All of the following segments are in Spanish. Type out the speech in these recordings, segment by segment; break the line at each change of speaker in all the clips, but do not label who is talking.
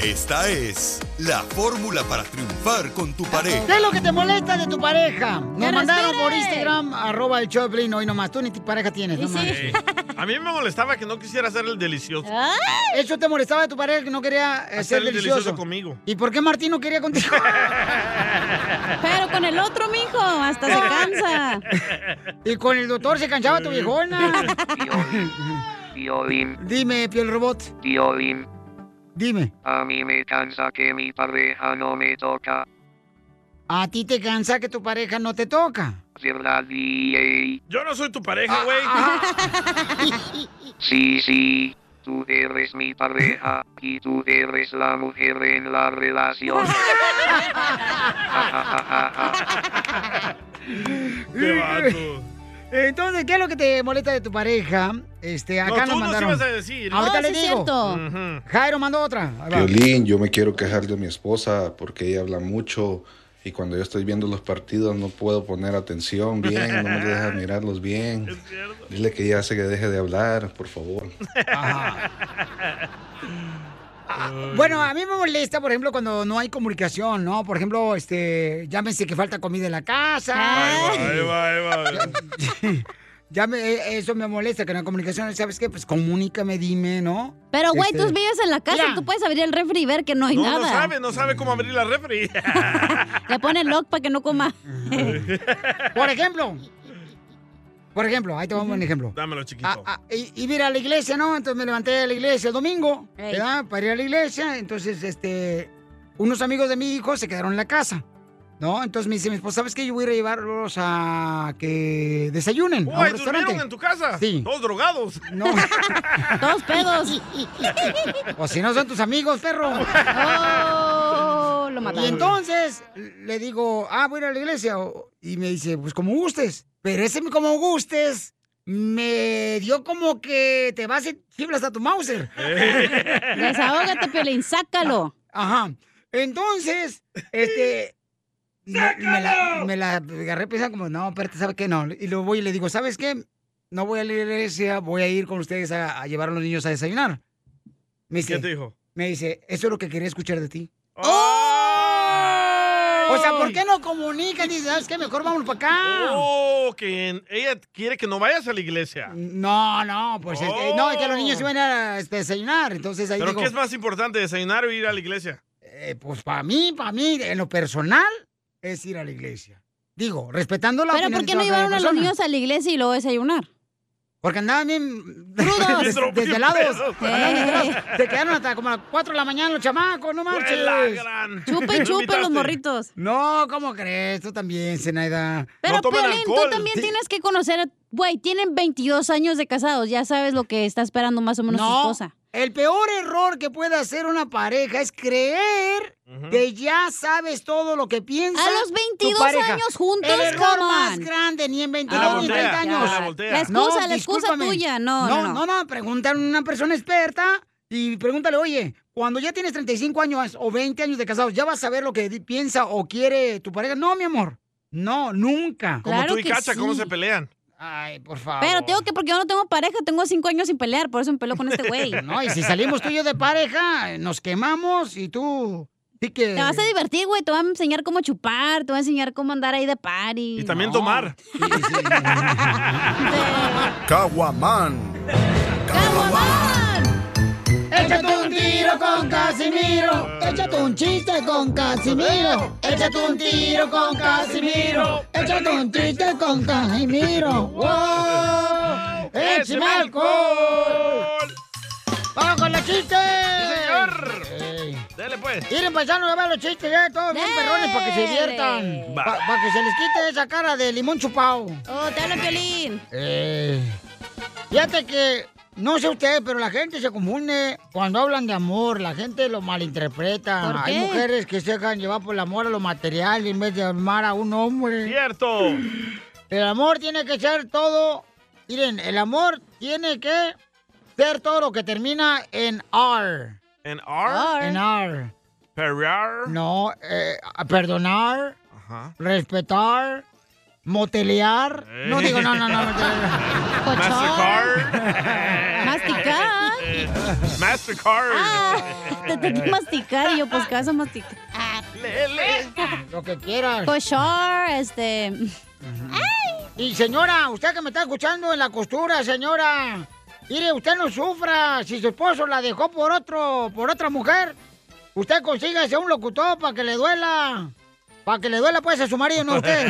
Esta es la fórmula para triunfar con tu
¿Qué es
pareja.
lo que te molesta de tu pareja? Nos
¡Que
mandaron
respire!
por Instagram, arroba el Choplin, hoy nomás. Tú ni tu pareja tienes, nomás.
Sí. A mí me molestaba que no quisiera hacer el delicioso.
Eso te molestaba de tu pareja Eh, que no quería eh, ser
Hacer el
delicioso.
delicioso conmigo.
¿Y por qué Martín no quería contigo?
Pero con el otro, mijo, hasta se cansa.
y con el doctor se cansaba tu viejona.
Violín,
Dime, piel robot.
violín.
Dime.
A mí me cansa que mi pareja no me toca.
¿A ti te cansa que tu pareja no te toca?
¿Verdad, DJ?
Yo no soy tu
Ah,
pareja, güey.
Sí, sí. Tú eres mi pareja y tú eres la mujer en la relación.
Qué vato.
Entonces, ¿qué es lo que te molesta de tu pareja? Este, acá
tú
nos
nos
mandaron.
ibas a decir.
Ahorita
Oh,
le
sí es
digo.
cierto.
Jairo mandó otra. Ahí va.
Violín, yo me quiero quejar de mi esposa porque ella habla mucho y cuando yo estoy viendo los partidos no puedo poner atención bien, no me deja mirarlos bien. Dile que ya se que deje de hablar, por favor.
Bueno, a mí me molesta, por ejemplo, cuando no hay comunicación, ¿no? Por ejemplo, este, llámese que falta comida en la casa.
Ahí va, ahí va, ahí va.
Ya me- eh, eso me molesta, que no hay comunicación. ¿Sabes qué? Pues comunícame, dime, ¿no?
Pero, güey,
Este,
tú vives en la casa, tú puedes abrir el refri y ver que no hay
No,
nada.
no sabe, no sabe cómo abrir la refri.
Le pone lock para que no coma.
Por ejemplo. Por ejemplo, ahí te vamos un ejemplo.
Dámelo, chiquito.
Ah, ah, y, y mira a la iglesia, ¿no? Entonces me levanté a la iglesia el domingo,
Ey.
¿verdad? Para ir a la iglesia. Entonces, este, unos amigos de mi hijo se quedaron en la casa, ¿no? Entonces me dice mi esposa, ¿sabes qué? Yo voy a ir a llevarlos a que desayunen. a un
Uy,
restaurante".
¿durmieron en tu casa?
Sí.
Todos drogados.
No. Todos pedos. o Pues si no son tus amigos, perro.
Oh, lo mataron.
Y entonces le digo, ah, voy a ir a la iglesia. o- Y me dice, pues como gustes. Pero ese me como gustes me dio como que te vas y fibras a tu Mauser.
Desahógate, Piolín, sácalo.
Ajá. Entonces, este. Me, me la, me la agarré pensando como, no, espérate, ¿sabes qué? No. Y luego voy y le digo, ¿sabes qué? No voy a la iglesia, voy a ir con ustedes a, a llevar a los niños a desayunar. Me dice,
¿Qué te dijo?
Me dice, eso es lo que quería escuchar de ti.
¡Oh!
O sea, ¿por qué no comunican? Dice, ¿sabes qué? Mejor vámonos para acá.
Oh, que en- ella quiere que no vayas a la iglesia.
Mm, No, no, pues es que, no, es que los niños iban a este, desayunar. Entonces ahí
Oh. ¿Pero
digo,
qué es más importante, desayunar o ir a la iglesia?
eh, pues para mí, para mí, en lo personal, es ir a la iglesia. Digo, respetando la
Pero
opinión de
¿por qué no
toda cada
llevaron a los
persona.
niños a la iglesia y luego desayunar?
Porque andaban bien
crudos,
Des- desvelados. Andaban desvelados. Se quedaron hasta como a las 4 de la mañana los chamacos, no marches.
la gran.
Chupe y chupe los morritos.
No, ¿cómo crees? Tú también, Zenaida.
Pero, Piolín, tú también tienes que conocer, a- güey, tienen 22 años de casados, ya sabes lo que está esperando más o menos tu
No,
esposa.
El peor error que puede hacer una pareja es creer que ya sabes todo lo que piensa.
A los
tu
22
pareja.
años juntos,
El error
come
más
on.
grande, ni en 22
Te la
ni en
voltea,
30 años.
te la voltea. La excusa, la excusa
discúlpame.
tuya, no,
no,
no,
no.
no.
no, pregúntale a una persona experta y pregúntale, oye, cuando ya tienes 35 años o 20 años de casados, ¿ya vas a ver lo que di- piensa o quiere tu pareja? No, mi amor. No, nunca.
Como tú y Cacha, ¿cómo se pelean?
Ay, por favor.
Pero tengo que, porque yo no tengo pareja, tengo 5 años sin pelear, por eso me peleo con este güey.
No, y si salimos tú y yo de pareja, nos quemamos y tú. Sí que.
Te vas a divertir, güey, te voy a enseñar cómo chupar, te voy a enseñar cómo andar ahí de party.
Y también tomar.
Caguaman.
¡Caguamán!
con Casimiro. Échate un chiste con Casimiro. Échate un tiro con Casimiro. Échate un chiste con Casimiro. ¡Wow! ¡Échame alcohol! ¡Vamos con los chistes!
señor! Dele pues.
Miren, paisanos, a ver los chistes ya, todos bien perrones para que se diviertan.
Va.
Para que se les quite esa cara de limón chupado.
Oh, te hablan, Piolín.
Eh.
Fíjate que, no sé ustedes, pero la gente se confunde cuando hablan de amor. La gente lo malinterpreta.
¿Por
Hay
qué?
mujeres que se dejan llevar por el amor a lo material en vez de amar a un hombre.
Cierto.
El amor tiene que ser todo. Miren, el amor tiene que ser todo lo que termina en R.
¿En R?
En R.
Perrar.
No, eh, perdonar,
Ajá.
respetar, motelear. No digo, no, no, no. motelear.
Mastercard.
Masticar.
Eh, Mastercard.
Ah, te tengo que masticar y yo, pues, ¿qué vas a masticar? Pues,
Lele.
Lo que quieras.
Cochar, este...
Y señora, usted que me está escuchando en la costura, señora. Mire, usted no sufra. Si su esposo la dejó por otro, por otra mujer, usted consígase un locutor para que le duela. Para que le duela pues a su marido, no a usted.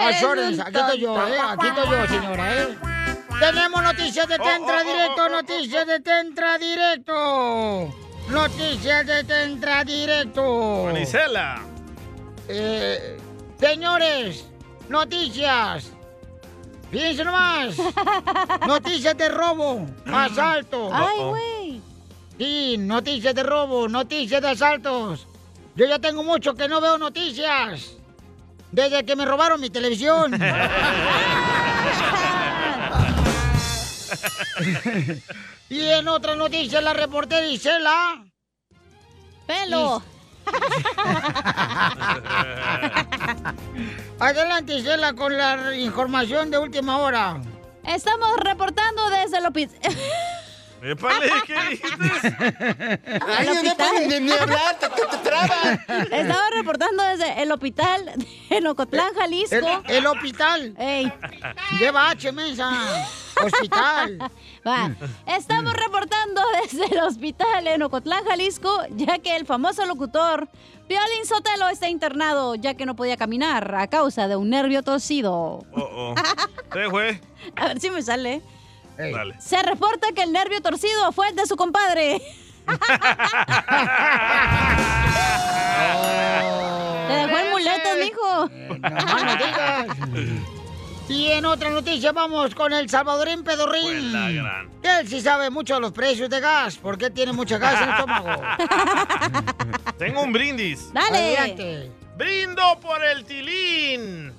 A
Eres
órdenes,
un
aquí estoy yo,
tonto.
eh, aquí estoy yo, señora, eh. Tenemos noticias de Tentra Directo, noticias de Tentra Directo. Noticias de Tentra Directo.
Manicela.
Eh, señores, noticias. Fíjense nomás. Noticias de robo, asalto.
Ay, güey.
Sí, noticias de robo, noticias de asaltos. Yo ya tengo mucho que no veo noticias. Desde que me robaron mi televisión. y en otra noticia, la reportera Isela.
Pelo.
Adelante, Isela, con la información de última hora. Eh,
Estamos reportando desde el, hopi-
Épale, ¿qué dijiste?
Ay,
el
no puedes
hospital.
ni, ni hablar, te, te trabas.
Estamos reportando desde el hospital en Ocotlán,
El,
Jalisco.
Eh, el hospital.
Ey,
Lleva H, mensa. Hospital.
va. Estamos reportando desde el hospital en Ocotlán, Jalisco, ya que el famoso locutor Piolín Sotelo está internado, ya que no podía caminar a causa de un nervio torcido.
Oh, oh. Sí, güey.
A ver si me sale.
Ey.
Dale.
Se reporta que el nervio torcido fue el de su compadre. Le dejó el muletas, mijo.
Nomás eh, no digas. Y en otra noticia vamos con el Salvadorín Pedorrín.
Pues la gran.
Que él sí sabe mucho de los precios de gas, porque tiene mucha gas en el
Oh.
estómago.
Tengo un brindis.
Dale.
Adelante.
Brindo por el tilín.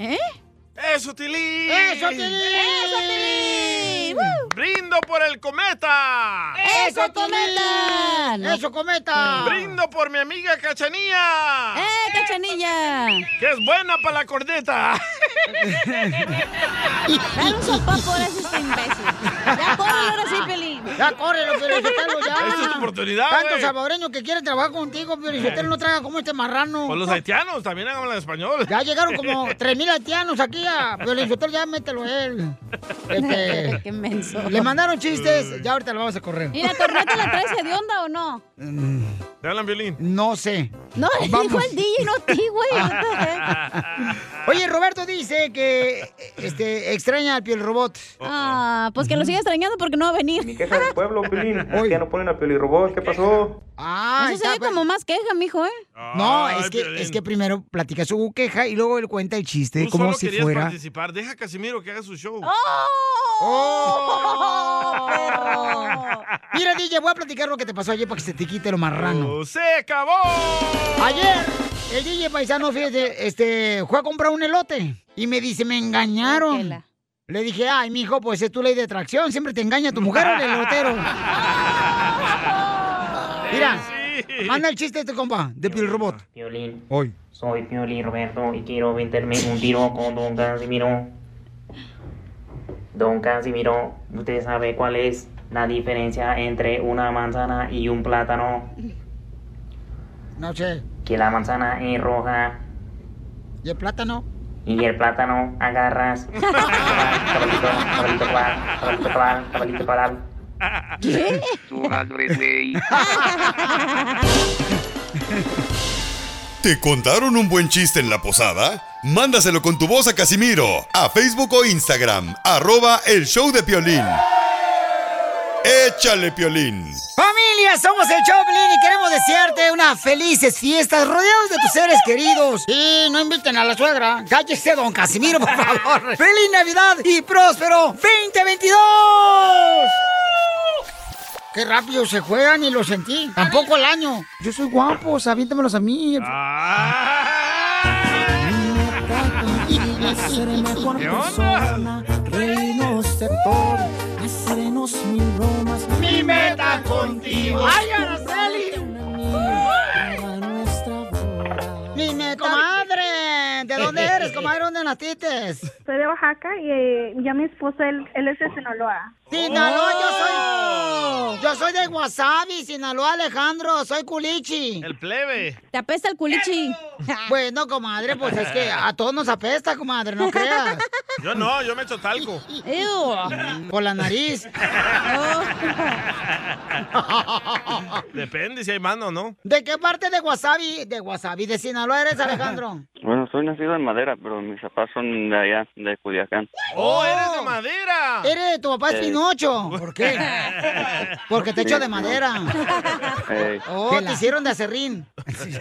¿Eh?
Eso, tilín.
¡Eso, Tilín! ¡Eso,
Piolín!
Brindo por el cometa.
¡Eso, Cometa!
¡Eso, cometa!
Brindo por mi amiga Cachanía.
¡Eh, cachanilla!
Que es buena para la corneta.
Dale un sopapo por ese imbécil. Ya córrelo ahora sí, Pelín.
Ya, córrelo, Piolichotelo, ya.
Esta es tu oportunidad,
Tantos
güey.
salvadoreños que quieren trabajar contigo, Piolichotelo, no traga como este marrano.
Por Pues los haitianos también hablan español.
Ya llegaron como 3.000 haitianos aquí a Piolichotelo, ya mételo a él. Este,
Qué menso.
le mandaron chistes, ya ahorita lo vamos a correr.
¿Y la corneta la traes de onda o no?
Te hablan violín.
Mm. No sé.
No, le dijo
Ah, Vamos.
el DJ, no a ti, güey. What the heck?
Oye, Roberto dice que este, extraña al piel robot.
Ah, pues que lo sigue extrañando porque no va a venir.
queja del pueblo, Piolín.
Oye.
Ya no ponen a Piolirobot, ¿qué pasó?
Ah,
Eso se
está,
ve
pues.
como más queja, mijo, ¿eh?
No,
Ay,
es que,
Piolín.
es que primero platica su queja y luego él cuenta el chiste
Tú
como
solo
si
querías
fuera.
participar. Deja a Casimiro que haga su show.
¡Oh!
Oh.
Mira, DJ, voy a platicar lo que te pasó ayer para que se te quite lo marrano.
Oh, ¡Se acabó!
Ayer, el DJ paisano, fíjate, este, fue a comprar un elote y me dice, me engañaron.
Ángela.
Le dije, ay, mijo, pues es tu ley de atracción, siempre te engaña tu mujer o el elotero. Mira,
Sí.
manda el chiste este compa, de Pil Robot.
Piolín,
Hoy.
soy Piolín Roberto y quiero meterme un tiro con Don Casimiro. Don Casimiro, ¿usted sabe cuál es la diferencia entre una manzana y un plátano?
No sé,
Que la manzana es roja
¿y el plátano?
y el plátano agarras. cabalito para, cabalito para, cabalito para.
Tu madre ley.
¿Te contaron un buen chiste en la posada? Mándaselo con tu voz a Casimiro, a Facebook o Instagram, arroba el show de Piolín. Échale, Piolín.
¡Familia! Somos el Choplin y queremos desearte unas felices fiestas rodeados de tus seres queridos. Y no inviten a la suegra. Cállese, don Casimiro, por favor. ¡Feliz Navidad y próspero 2022! Qué rápido se juegan y lo sentí. Tampoco el año. Yo soy guapo, o sea, aviéntamelos a mí. Ah.
¿Qué onda? Reírnos de todo, hacernos mil bromas.
Mi meta contigo.
¡Ay,
Dime, comadre, ¿de dónde eres, comadre? ¿Dónde naciste?
Soy de Oaxaca y eh, ya mi esposo, él, él es de Sinaloa.
Sinaloa,
¡Oh!
yo soy. Yo soy de Wasabi, Sinaloa, Alejandro, soy culichi.
El plebe.
¿Te apesta el culichi? Bueno, comadre, pues es que a todos nos apesta, comadre, no creas.
Yo no, yo me echo talco.
Por la nariz. Oh.
Depende si hay mano o no.
¿De qué parte de Wasabi, de Wasabi, de Sinaloa eres, Alejandro?
Bueno, soy nacido en Madera, pero mis papás son de allá, de Culiacán.
¡Oh, eres de madera!
Eres, tu papá es
Eh.
Pinocho. ¿Por qué? Porque te echo de madera.
Ey.
Oh, te hicieron de acerrín.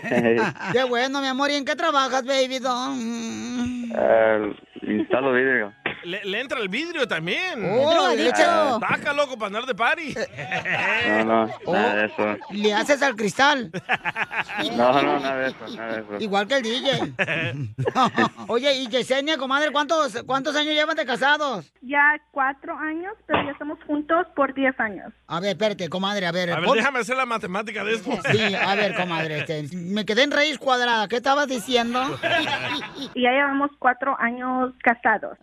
Ey.
Qué bueno, mi amor. ¿Y en qué trabajas, baby? don?
Ah, instalo vidrio.
Le, le entra el vidrio también.
Oh, drogadicto.
Baja, loco, para andar de party.
Eh,
No, no, nada de eso.
Le haces al cristal.
Oh.
No, no, nada de eso, nada de eso.
Igual que el DJ. Oye, y Yesenia, comadre, ¿cuántos, ¿cuántos años llevan de casados?
Ya cuatro años, pero ya estamos juntos por diez años.
A ver, espérate, comadre, a ver.
A ver,
pon-
déjame hacer la matemática de esto.
Sí, a ver, comadre, este, me quedé en raíz cuadrada. ¿Qué estabas diciendo?
Y ya llevamos cuatro años casados.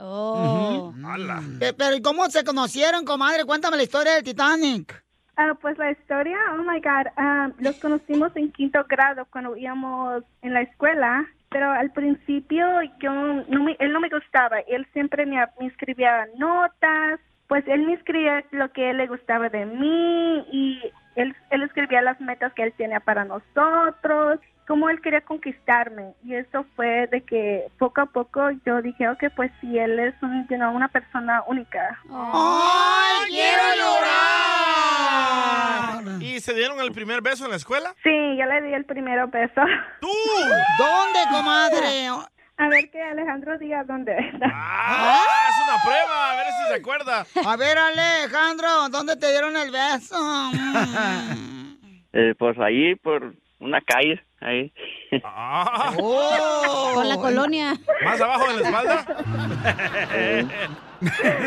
Pe- Pero, ¿y cómo se conocieron, comadre? Cuéntame la historia del Titanic.
Ah, pues la historia, oh my God, ah, los conocimos en quinto grado cuando íbamos en la escuela, pero al principio yo no me- él no me gustaba, él siempre me, me escribía notas, pues él me escribía lo que le gustaba de mí y él, él escribía las metas que él tenía para nosotros, cómo él quería conquistarme y eso fue de que poco a poco yo dije, ok, pues si él es un- you know, una persona única.
Oh.
¡Ay,
quiero
Ah.
llorar! ¿Y se dieron el primer beso en la escuela?
Sí, yo le di el primero beso.
¡Tú!
¿Dónde, comadre?
A ver que Alejandro diga dónde está.
¡Ah! Es una prueba, a ver si se acuerda.
A ver, Alejandro, ¿dónde te dieron el beso? Mm.
Eh, pues ahí, por una calle, ahí.
Ah.
Oh.
Con la colonia.
¿Más abajo de la espalda?
Eh,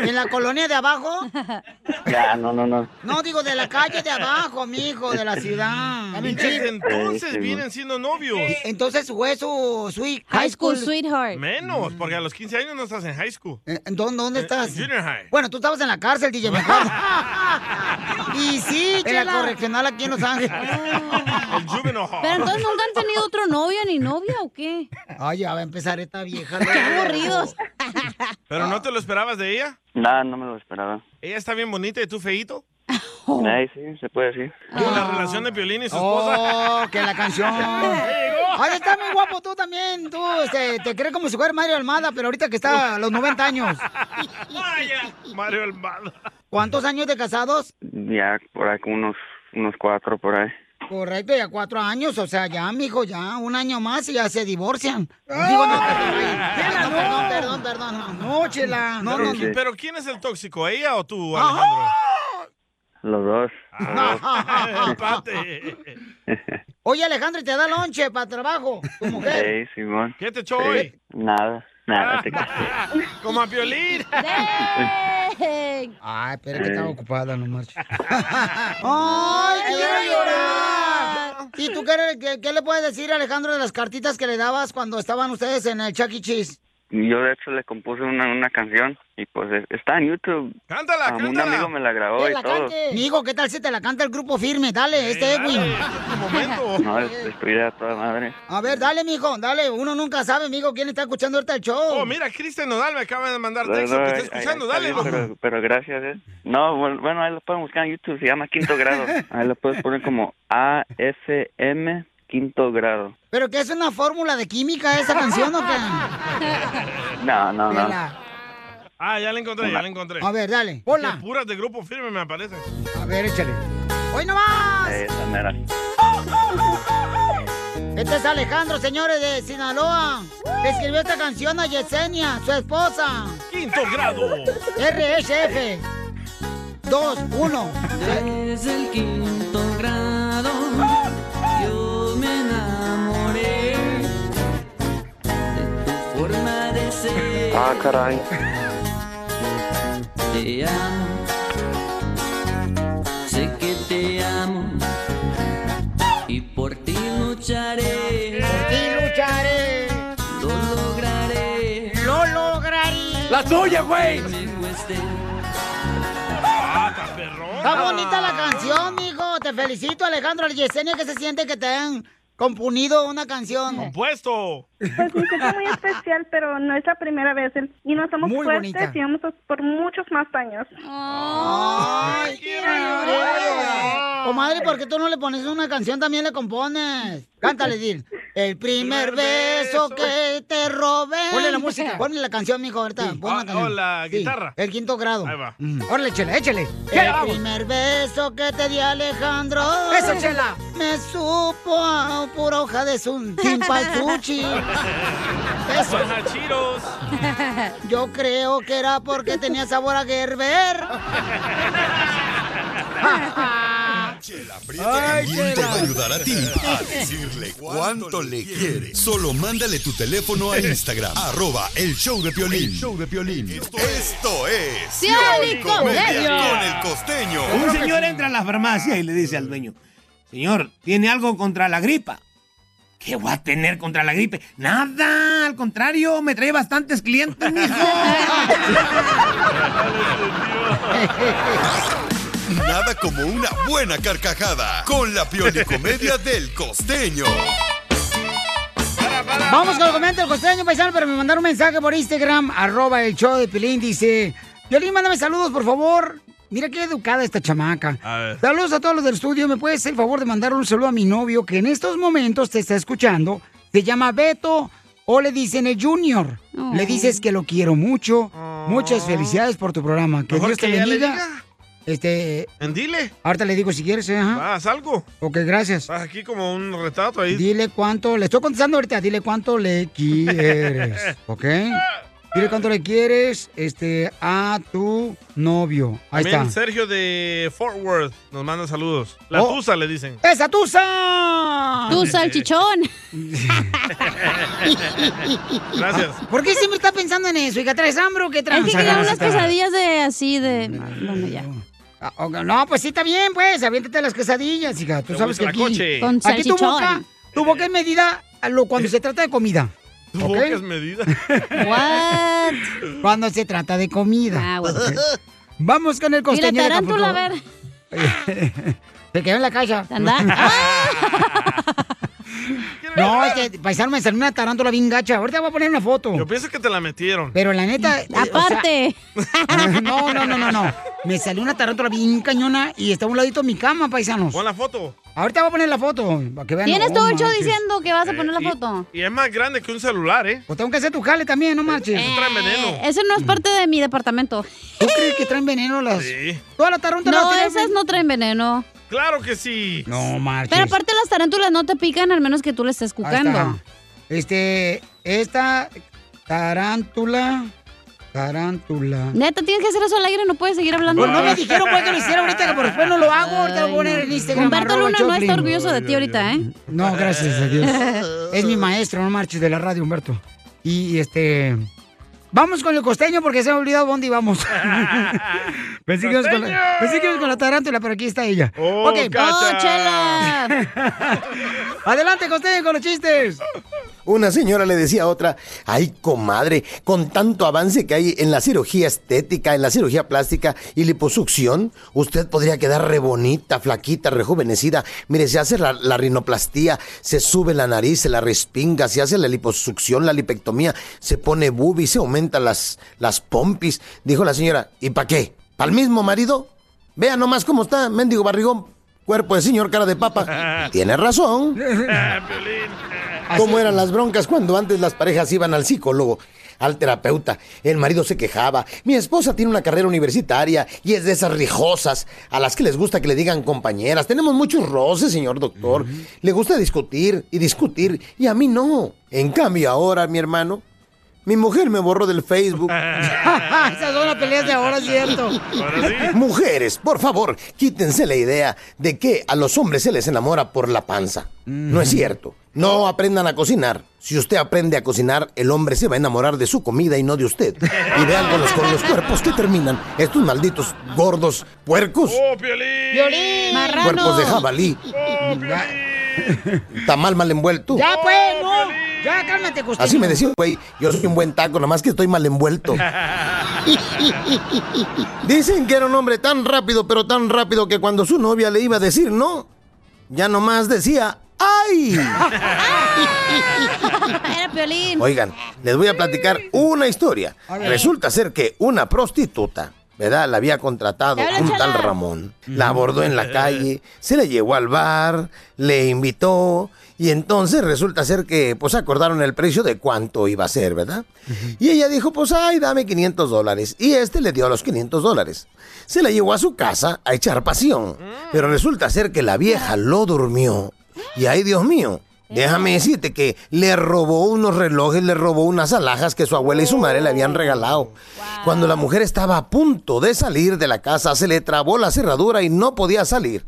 ¿En la colonia de abajo?
Ya, no, no, no.
No, digo, de la calle de abajo, mijo, de la ciudad.
Y desde entonces vienen siendo novios.
Entonces fue su, su hi-
High
high
school
school.
sweetheart.
Menos, porque a los 15 años no estás en high school. Eh,
¿Dónde, dónde estás?
Junior high.
Bueno, tú estabas en la cárcel, DJ, me acuerdo. Y sí, Ah. En la
Chela.
correccional aquí en Los Ángeles.
El juvenile hall.
Pero entonces nunca han tenido otro novio ni novia o qué?
Ay, ya va a empezar esta vieja.
Qué aburridos.
¿Pero no te lo esperabas de ella?
Nada, no me lo esperaba.
¿Ella está bien bonita y tú feíto?
Ahí sí, se puede decir.
Como la relación de Piolín y su
Ah. Oh,
esposa.
que la canción. Ahora está muy guapo tú también. Tú este, te crees como si fuera Mario Almada, pero ahorita que está a los 90 años.
Vaya, Mario Almada.
¿Cuántos años de casados?
Ya, por ahí, como unos, unos cuatro por ahí.
Correcto, ya cuatro años, o sea, ya, mijo, ya un año más y ya se divorcian. Digo, no, perdón, perdón, perdón, perdón, no, no, chela, no,
pero,
no,
qui-
no.
pero ¿quién es el tóxico? ¿Ella o tú, Alejandro?
Los dos.
Ah. Empate.
Oye, Alejandro, ¿y te da lonche para trabajo, tu mujer?
Ey, Simón.
¿Qué te Ah. echó hoy?
Nada, nada. te creas.
Como a Piolín.
Ay, pero que estaba
Ey.
ocupada, no marches. ¡Ay, quiero llorar! ¿Y tú qué, qué- qué le puedes decir a Alejandro de las cartitas que le dabas cuando estaban ustedes en el Chuck E. Cheese?
Yo de hecho le compuse una, una canción y pues es- está en YouTube.
Cántala,
Ah, Un amigo me la grabó
Que
y
la
todo.
cante. Mijo, ¿qué tal si te la canta el grupo firme? Dale, este Edwin.
No, es- estoy a toda madre.
A ver, dale, mijo, dale. Uno nunca sabe, mijo, quién está escuchando ahorita el show.
Oh, mira, Cristian Nodal me acaba de mandar
No,
texto
no,
que
ahí-
está
ahí
escuchando,
está
dale.
bien,
loco.
pero, pero gracias, ¿eh? No, bueno, bueno, ahí lo pueden buscar en YouTube, se llama Quinto Grado. Ahí lo puedes poner como AFM Quinto Grado.
¿Pero qué es una fórmula de química esa canción o qué?
No, no, no.
Vela.
Ah, ya la encontré, ya la encontré.
A ver, dale,
Hola. Puras de grupo firme me aparecen.
A ver, échale. ¡Hoy nomás!
Eh, esa mera.
Este es Alejandro, señores de Sinaloa. Le escribió esta canción a Yesenia, su esposa.
Quinto grado.
RSF. 2, 1.
Desde el quinto grado yo me enamoré de tu forma de ser.
Ah, caray.
Te amo, sé que te amo y por ti lucharé.
Por ti lucharé.
Lo lograré.
Lo lograré.
La tuya, güey. Ah,
Ah.
Está bonita la canción, mijo. Te felicito, Alejandro. Yesenia, que se siente que te han componido una canción?
Compuesto.
Pues me siento muy especial, pero no es la primera vez. El- Y nos somos
Muy
fuertes
bonita.
y vamos a- por muchos más años.
Ay, Comadre, ¿por qué tú no le pones una canción también le compones? Cántale, Dil. El primer beso que te robé. Ponle la música. Ponle la canción, mijo, ahorita. Pon la canción.
oh, la
Sí,
guitarra.
el quinto grado.
Ahí va.
Mm. Órale, chela, échale.
Chela,
el
vamos.
primer beso que te di, Alejandro.
Eso, chela.
Me supo a pura hoja de sun. Timpaltuchi. Eso.
Guanachiros.
Yo creo que era porque tenía sabor a Gerber.
Chela Prieto también te va a ayudar a ti a decirle cuánto le quieres. Solo mándale tu teléfono a Instagram, arroba el show de Piolín. show de Piolín. Esto es...
Pioli
Comedia
Comedia.
con el costeño.
Un señor entra a la farmacia y le dice al dueño, señor, ¿tiene algo contra la gripa? ¿Qué voy a tener contra la gripe? Nada, al contrario, me trae bastantes clientes, mijo.
Nada como una buena carcajada con la piolicomedia del costeño.
Vamos con el comentario del costeño paisano, pero me mandaron un mensaje por Instagram, arroba el show de Pilín, dice, Violín, mándame saludos, por favor. Mira qué educada esta chamaca. Saludos a todos los del estudio. ¿Me puedes hacer el favor de mandar un saludo a mi novio que en estos momentos te está escuchando? Se llama Beto o le dicen el Junior. Le dices que lo quiero mucho. Muchas felicidades por tu programa. Que
Mejor
Dios te
que ella le
bendiga.
diga.
Este.
Dile.
Ahorita le digo si quieres, ¿eh? ajá.
Haz algo.
Ok, gracias.
Haz aquí como un retrato ahí.
Dile cuánto, le estoy contestando ahorita, dile cuánto le quieres, ¿ok? Dile cuánto le quieres este, a tu novio. Ahí
También
está.
Sergio de Fort Worth nos manda saludos. La
Oh.
Tusa le dicen.
¡Esa tusa!
Tu salchichón.
Gracias. ¿Por qué siempre está pensando en eso? ¿Y que traes hambre o qué
Es
traes? Mm.
que quería unas quesadillas de así, de... Ah, Bueno, ya.
No, pues sí, está bien, pues. Aviéntate las quesadillas, hija. Tú
Me
sabes que
gusta
aquí.
la coche. Con
aquí tu
salchichón.
boca, tu boca es medida a lo, cuando se trata de comida.
Eh. Tu
¿ok?
boca es medida.
What? Cuando se trata de comida.
Ah, bueno.
Ok. Vamos con el
Y la
costeño de
tarántula, a ver.
Se quedó en la casa.
Anda. Ah.
no, es que paisano me salió una tarántula bien gacha. Ahorita voy a poner una foto.
Yo pienso que te la metieron.
Pero la neta. eh, o sea- no, no, no, no, no. Me salió una tarántula bien cañona y está a un ladito de mi cama, paisanos.
Pon la foto.
Ahorita voy a poner la foto. Para que vean.
Tienes
Oh,
todo el show
manches.
diciendo que vas a poner
Eh, y-
la foto.
Y es más grande que un celular, ¿eh?
Pues tengo que hacer tu jale también, no marches.
traen veneno.
Eh, eso no es parte de mi departamento.
Mm. ¿Tú crees que traen veneno las...?
Sí.
Todas las tarántulas
No,
tienen
esas no traen veneno.
Claro que sí. pues,
No marches.
Pero aparte las tarántulas no te pican al menos que tú le estés
Ahí
cucando.
está. Este, esta tarántula, tarántula.
Neta, tienes que hacer eso al aire, no puedes seguir hablando.
Pues no me dijeron pues que lo hiciera ahorita, que por después no lo hago, ahorita lo voy a poner en Instagram.
Humberto
arroba
Luna no
Choplin.
está orgulloso de ti ahorita, ¿eh?
No, gracias a Dios. Es mi maestro, no marches, de la radio, Humberto. Y este... Vamos con el costeño porque se me ha olvidado dónde íbamos. pensé, que íbamos con la, pensé que íbamos con la tarántula, pero aquí está ella.
Oh,
Ok.
cacha.
Adelante, costeño, con los chistes.
Una señora le decía a otra, ay comadre, con tanto avance que hay en la cirugía estética, en la cirugía plástica y liposucción, usted podría quedar re bonita, flaquita, rejuvenecida. Mire, se hace la, la rinoplastía, se sube la nariz, se la respinga, se hace la liposucción, la lipectomía, se pone boobies, se aumentan las, las pompis. Dijo la señora, ¿y para qué? ¿Para el mismo marido? Vea nomás cómo está, mendigo barrigón, cuerpo de señor, cara de papa. Tiene razón. ¿Cómo eran las broncas cuando antes las parejas iban al psicólogo, al terapeuta? El marido se quejaba. Mi esposa tiene una carrera universitaria y es de esas rijosas a las que les gusta que le digan compañeras. Tenemos muchos roces, señor doctor. Le gusta discutir y discutir y a mí no. En cambio ahora, mi hermano, mi mujer me borró del Facebook.
Esas son las peleas de ahora, es cierto.
Mujeres, por favor, quítense la idea de que a los hombres se les enamora por la panza. No es cierto. No aprendan a cocinar. Si usted aprende a cocinar, el hombre se va a enamorar de su comida y no de usted. Y vean con los, con los cuerpos que terminan estos malditos gordos puercos.
Oh, Violín.
Cuerpos de jabalí. Tamal mal envuelto.
Ya, pues, no. Ya, cálmate, Costino.
Así me decía, güey, yo soy un buen taco, nomás que estoy mal envuelto. Dicen que era un hombre tan rápido, pero tan rápido que cuando su novia le iba a decir no, ya nomás decía, ¡ay!
Era Piolín.
Oigan, les voy a platicar una historia. Resulta ser que una prostituta, ¿verdad? La había contratado
Habla,
un tal
chala.
Ramón. La abordó en la calle, se la llevó al bar, le invitó y entonces resulta ser que pues acordaron el precio de cuánto iba a ser, ¿verdad? Y ella dijo, pues ay, dame 500 dólares. Y este le dio los 500 dólares. Se la llevó a su casa a echar pasión. Pero resulta ser que la vieja lo durmió. Y ay, Dios mío. Déjame decirte que le robó unos relojes, le robó unas alhajas que su abuela y su madre le habían regalado. Cuando la mujer estaba a punto de salir de la casa, se le trabó la cerradura y no podía salir.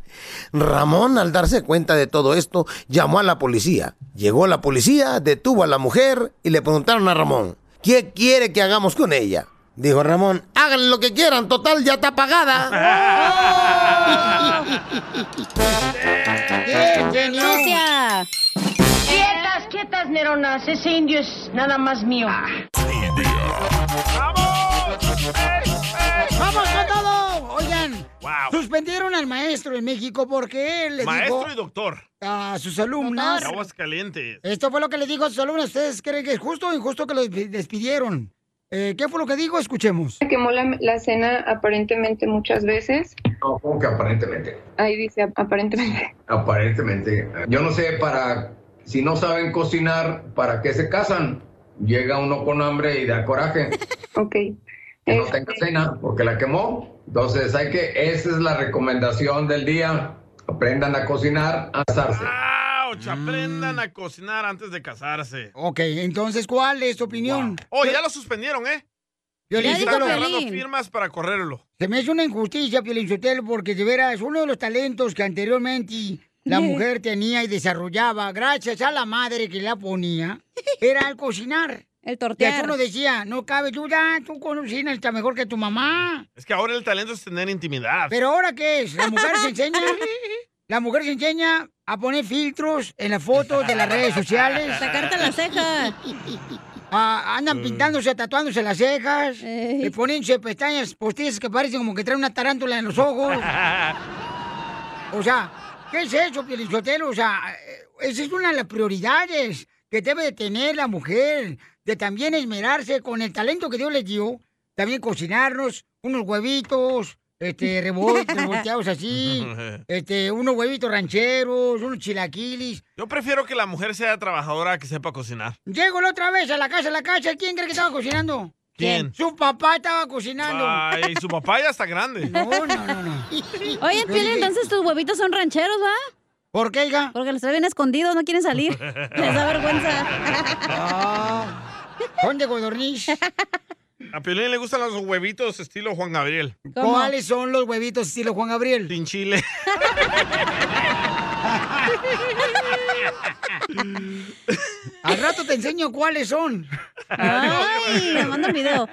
Ramón, al darse cuenta de todo esto, llamó a la policía. Llegó la policía, detuvo a la mujer y le preguntaron a Ramón, ¿qué quiere que hagamos con ella? Dijo Ramón, hagan lo que quieran, total, ya está pagada.
¡Sucia!
Quietas, quietas, neronas. Ese indio es nada más mío.
Ah,
¡Vamos con todo! Oigan, suspendieron al maestro en México porque él le
Maestro y
dijo
doctor.
a sus alumnas...
Aguas calientes.
Esto fue lo que le dijo a sus alumnas. ¿Ustedes creen que es justo o injusto que los despidieron? Eh, ¿Qué fue lo que dijo? Escuchemos.
Quemó la, la cena aparentemente muchas veces.
No, como que aparentemente.
Ahí dice aparentemente.
Aparentemente. eh, Yo no sé para. Si no saben cocinar, ¿para qué se casan? Llega uno con hambre y da coraje.
Ok.
Que no tenga cena porque la quemó. Entonces, hay que. Esa es la recomendación del día. Aprendan a cocinar, a asarse.
Ouch,
Mm.
Aprendan a cocinar antes de casarse.
Ok, entonces, ¿cuál es tu opinión?
Oh, ya lo suspendieron, ¿eh?
Violín,
Están
Sotelo.
agarrando firmas para correrlo.
Se me hizo una injusticia, Piolín Sotelo, porque de veras, uno de los talentos que anteriormente la mujer tenía y desarrollaba, gracias a la madre que la ponía, era el cocinar. El
tortear.
Y uno decía, no cabe duda, tú cocinas está mejor que tu mamá.
Es que ahora el talento es tener intimidad.
Pero ahora, ¿qué es? La mujer se enseña... La mujer se enseña a poner filtros en las fotos de las redes sociales.
Sacarte la ceja.
Ah, andan pintándose, tatuándose las cejas. Y poniéndose pestañas postizas que parecen como que traen una tarántula en los ojos. O sea, ¿qué es eso, Pielichotelo? O sea, eh, esa es una de las prioridades que debe de tener la mujer, de también esmerarse con el talento que Dios les dio, también cocinarnos unos huevitos, este, rebol- revolteados así, este, unos huevitos rancheros, unos chilaquilis.
Yo prefiero que la mujer sea trabajadora que sepa cocinar.
Llego la otra vez a la casa, a la casa, ¿quién cree que estaba cocinando?
¿Quién?
Su papá estaba cocinando.
Ay, su papá ya está grande.
No, no, no, no.
Oye, Piolín, entonces tus huevitos son rancheros, ¿va?
¿Por qué, hija?
Porque los traen escondidos, no quieren salir. Les da vergüenza.
¿Dónde, Godorniz?
A Piolín le gustan los huevitos estilo Juan Gabriel.
¿Cuáles son los huevitos estilo Juan Gabriel?
Sin chile.
Al rato te enseño cuáles son.
Ay, me manda un video.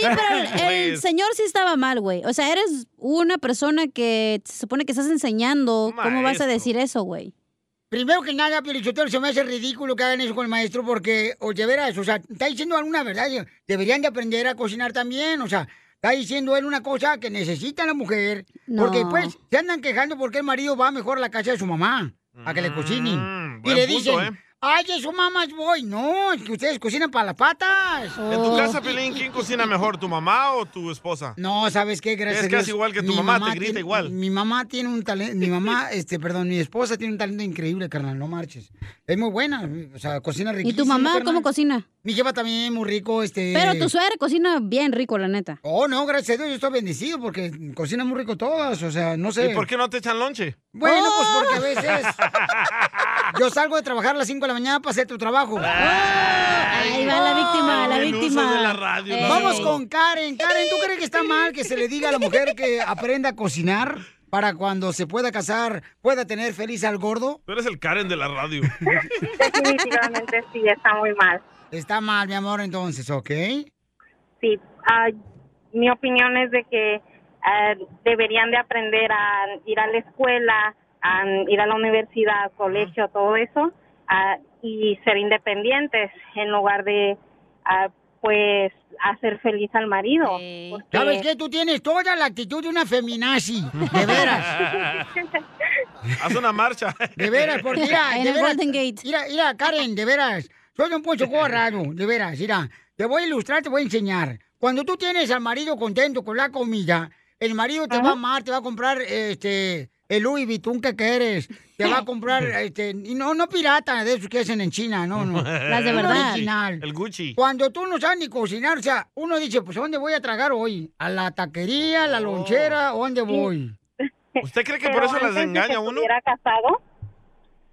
pero el, el
Pues.
señor sí estaba mal, güey. O sea, eres una persona que se supone que estás enseñando. ¿Cómo vas a
maestro.
decir eso, güey?
Primero que nada, Pelichotero, se me hace ridículo que hagan eso con el maestro porque, oye, veras, o sea, está diciendo alguna verdad. Deberían de aprender a cocinar también, o sea, está diciendo él una cosa que necesita la mujer.
No.
Porque después se andan quejando porque el marido va mejor a la casa de su mamá a que le cocinen. y
buen
le
punto,
dicen,
¿eh?
ay, eso mamás voy. No, es que ustedes cocinan para las patas. Oh.
En tu casa, Pelín, ¿quién cocina mejor, tu mamá o tu esposa?
No, ¿sabes qué? Gracias
Es
a
casi
Dios,
igual que tu
mi
mamá, te grita
tiene-
igual.
Mi mamá tiene un talento, mi mamá, este, perdón, mi esposa tiene un talento increíble, carnal, no marches. Es muy buena, o sea, cocina riquísimo,
¿Y tu mamá
carnal.
cómo cocina?
Mi jefa también, muy rico, este...
Pero tu suegra cocina bien rico, la neta.
Oh, no, gracias a Dios, yo estoy bendecido porque cocina muy rico todas, o sea, no sé.
¿Y por qué no te echan lonche? ¡Ah!
Bueno, pues porque a veces yo salgo de trabajar a las 5 de la mañana para hacer tu trabajo.
Ah.
Ahí va la víctima, la víctima. Eh,
Vamos con Karen. Karen, ¿tú crees que está mal que se le diga a la mujer que aprenda a cocinar para cuando se pueda casar, pueda tener feliz al gordo?
Tú eres el Karen de la radio.
Definitivamente sí, está muy mal.
Está mal, mi amor, entonces, ¿ok?
Sí, ah, mi opinión es de que ah, deberían de aprender a ir a la escuela, a ir a la universidad, colegio, todo eso, ah, y ser independientes en lugar de, ah, pues, hacer feliz al marido. porque-
Eh.
¿Sabes qué? Tú tienes toda la actitud de una feminazi, de veras.
Haz una marcha.
De veras, porque mira, de veras, Mira, mira, Karen, de veras. Soy un poncho raro, de veras, mira. Te voy a ilustrar, te voy a enseñar. Cuando tú tienes al marido contento con la comida, el marido te va a amar, te va a comprar este el Louis Vuitton que quieres, te va a comprar este y no no pirata de esos que hacen en China, no, no. Uno original.
El Gucci.
Cuando tú no sabes ni cocinar, o sea, uno dice, pues ¿a dónde voy a tragar hoy? ¿A la taquería, a la lonchera, ¿o dónde voy?
¿Usted cree
Oh. Pero antes de que se hubiera casado,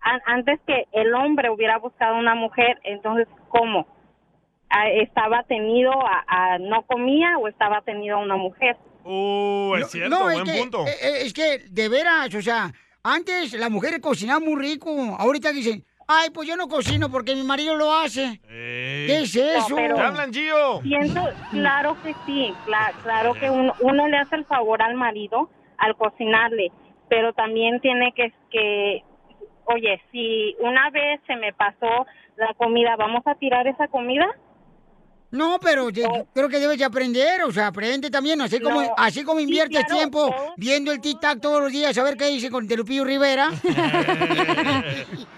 an- antes que el hombre hubiera buscado una mujer, entonces, ¿cómo? Ah, ¿Estaba tenido a, a no comía o estaba tenido a una mujer?
Uh, es cierto, buen
que,
punto.
eh, eh, es que, de veras, o sea, antes las mujeres cocinaban muy rico. Ahorita dicen, ay, pues yo no cocino porque mi marido lo hace. ¿Qué es eso?
No, pero-
¿Te hablan, Gio?
Pienso, claro que sí, cla- claro que uno, uno le hace el favor al marido al cocinarle, pero también tiene que, que, oye, si una vez se me pasó la comida, ¿vamos a tirar esa comida?
No, pero yo- yo creo que debes de aprender, o sea, aprende también, así como,
No.
así como
Sí,
inviertes
claro,
tiempo
todos-
viendo el tic-tac todos los días a ver qué dice con Telupillo Rivera.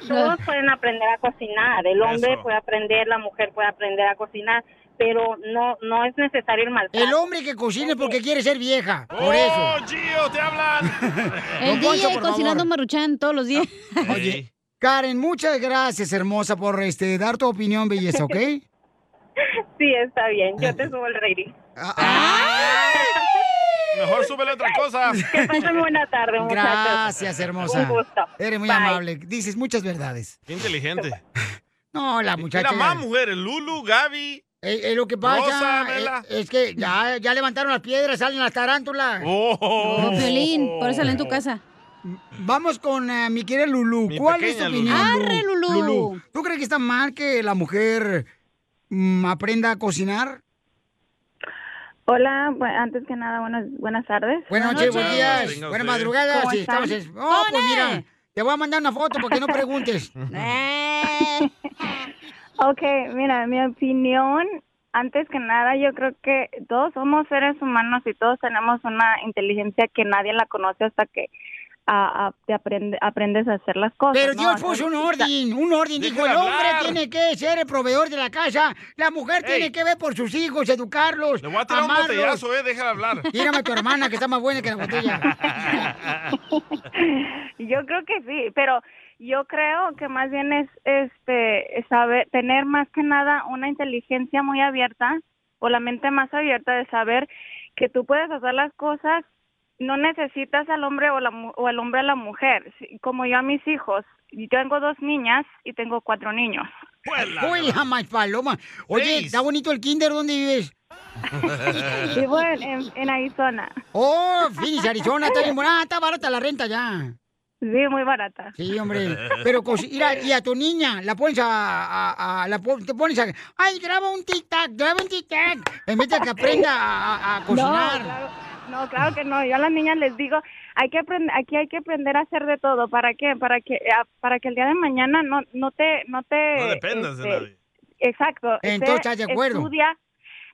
Todos pueden aprender a cocinar, el hombre
Eso.
puede aprender, la mujer puede aprender a cocinar, pero no no es necesario el maltrato.
El hombre que cocine porque quiere ser vieja,
¡Oh,
por eso.
Gio, te hablan!
El
Don
DJ
Poncho, por
cocinando
favor.
maruchan todos los días.
Oye, Karen, muchas gracias, hermosa, por este, dar tu opinión, belleza, ¿ok?
Sí, está bien, yo te subo el rating.
Mejor súbele otra cosa.
Que pasen buena tarde, muchachos.
Gracias, hermosa.
Un gusto.
Eres muy
Bye.
amable. Dices muchas verdades.
Qué inteligente.
No, la muchacha.
Era más mujeres, Lulu, Gaby.
Eh, eh, lo que pasa
Rosa,
eh,
Vela.
es, que ya, ya levantaron las piedras, salen las tarántulas.
Oh.
No, Piolín, por eso sale en tu casa.
Vamos con eh, mi querida Lulu.
Oh. Mi
¿Cuál es tu
pequeña Lulú.
opinión?
Arre, Lulú.
¿Tú crees que está mal que la mujer mm, aprenda a cocinar?
Hola, bu- antes que nada, buenas, buenas tardes.
Buenas noches, buenos días. Buenas madrugadas.
¿Cómo
Sí,
están?
estamos en- Oh, pues mira, te voy a mandar una foto porque no preguntes.
Ok, mira, mi opinión, antes que nada, yo creo que todos somos seres humanos y todos tenemos una inteligencia que nadie la conoce hasta que ah, ah, te aprende- aprendes a hacer las cosas.
Pero
¿no?
Dios
O sea,
puso un orden, un orden. Dijo,
Déjala
el hombre
hablar.
tiene que ser el proveedor de la casa, la mujer tiene que ver por sus hijos, educarlos,
Le voy a tirar un
amarlos.
botellazo, eh, déjala hablar.
Tírame a tu hermana, que está más buena que la botella.
Yo creo que sí, pero yo creo que más bien es este saber tener más que nada una inteligencia muy abierta o la mente más abierta de saber que tú puedes hacer las cosas, no necesitas al hombre o, la, mu- o al hombre a la mujer, Sí, como yo a mis hijos. Yo tengo dos niñas y tengo cuatro niños.
Uy, la más paloma. Oye, está bonito el kinder, ¿dónde vives?
Vivo en, Arizona.
Oh, Phoenix, Arizona, está bien buena. Ah, está barata la renta ya.
Sí, muy barata.
Sí, hombre. Pero, cos- mira, y a tu niña, la pones a... a- a- la pon- te pones a... Ay, graba un tic-tac, graba un tic-tac. En vez de que aprenda a, a- a
No,
cocinar.
claro, No, claro que no. Yo a las niñas les digo, hay que aprend- aquí hay que aprender a hacer de todo. ¿Para qué? Para que ah, para que el día de mañana no no te no te
No dependas de
este,
nadie.
Exacto.
Entonces,
Usted
¿estás de acuerdo?
Estudia.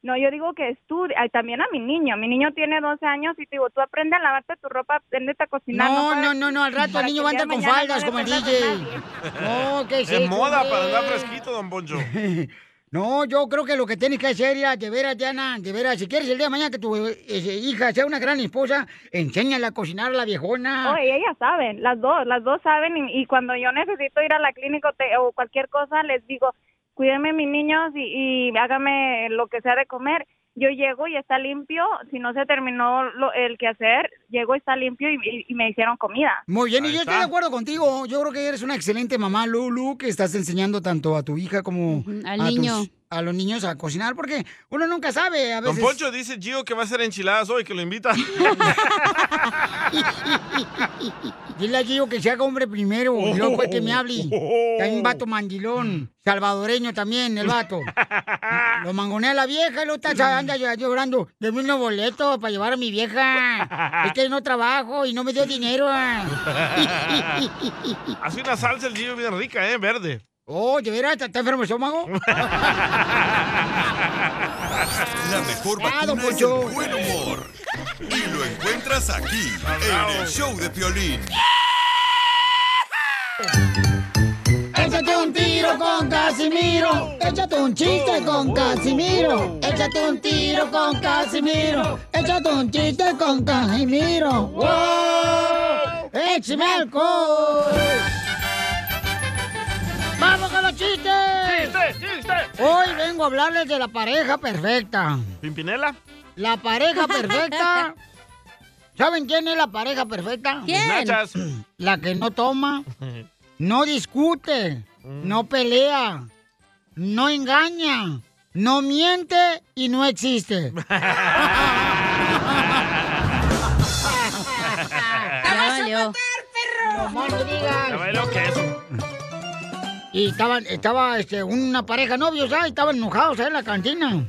No, yo digo que estudia, ay, también a mi niño. Mi niño tiene 12 años y te digo, tú aprende a lavarte tu ropa, aprendete a cocinar.
No,
puedes-
no, no, no, al rato el
para
niño
que
va a
el día
andar con
de mañana
faldas
no
como el
dependas de
DJ.
nadie.
No, que sí.
Es moda
hombre.
para andar fresquito, don Poncho.
No, yo creo que lo que tienes que hacer ya, de veras, Diana, de veras, si quieres el día de mañana que tu eh, eh, hija sea una gran esposa, enséñala a cocinar a la viejona.
Oye, ellas saben, las dos, las dos saben y, y cuando yo necesito ir a la clínica o, te- o cualquier cosa, les digo, cuídenme mis niños y, y hágame lo que sea de comer. Yo llego y está limpio, si no se terminó lo- el quehacer, llego y está limpio y, y- y me hicieron comida.
Muy bien, y yo estoy de acuerdo contigo. Yo creo que eres una excelente mamá, Lulu, que estás enseñando tanto a tu hija como
al
a, tus-
niño.
a los niños a cocinar, porque uno nunca sabe a
Don
veces.
Poncho dice Gio que va a hacer enchiladas hoy, que lo invita.
Dile a Gio que se haga hombre primero y luego fue que me hable. Hay un vato mandilón, salvadoreño también, el vato. Lo mangonea la vieja y lo está anda llor- llorando. Deme unos boletos para llevar a mi vieja. Es que no trabajo y no me dio dinero. ah.
Hace una salsa el Gio bien rica, ¿eh? Verde.
Oh, ¿de veras? ¿Está enfermo el estómago?
La mejor
Ah,
vacuna
don
es el
Poncho.
buen humor. Y lo encuentras aquí, en el show de Piolín.
Échate un tiro con Casimiro. Échate un chiste con Casimiro. Échate un tiro con Casimiro. Échate un chiste con Casimiro. ¡Wow! ¡Échame alcohol! ¡Vamos con los chistes!
¡Chiste, chiste!
Hoy vengo a hablarles de la pareja perfecta.
¿Pimpinela?
La pareja perfecta. ¿Saben quién es la pareja perfecta?
¿Quién? Mis nachas.
La que no toma, no discute,
Mm.
no pelea, no engaña, no miente y no existe.
Ya bailó queso.
Y estaban, estaba este, una pareja de novios, ya, y estaban enojados ahí en la cantina.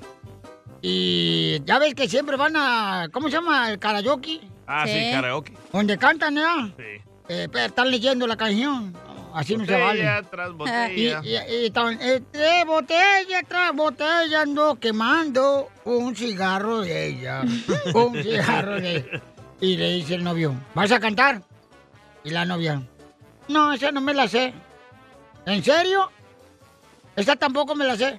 Y ya ves que siempre van a, ¿cómo se llama? El karaoke.
Ah, sí, karaoke.
Donde cantan, ¿ya?
Sí.
Eh, pero están leyendo la canción. Así no se
Botella
vale.
tras botella.
Ah, Y, y- y estaban, este, botella tras botella ando quemando un cigarro de ella. un cigarro de ella. Y le dice el novio, ¿vas a cantar? Y la novia, no, esa no me la sé. ¿En serio? Esa tampoco me la sé.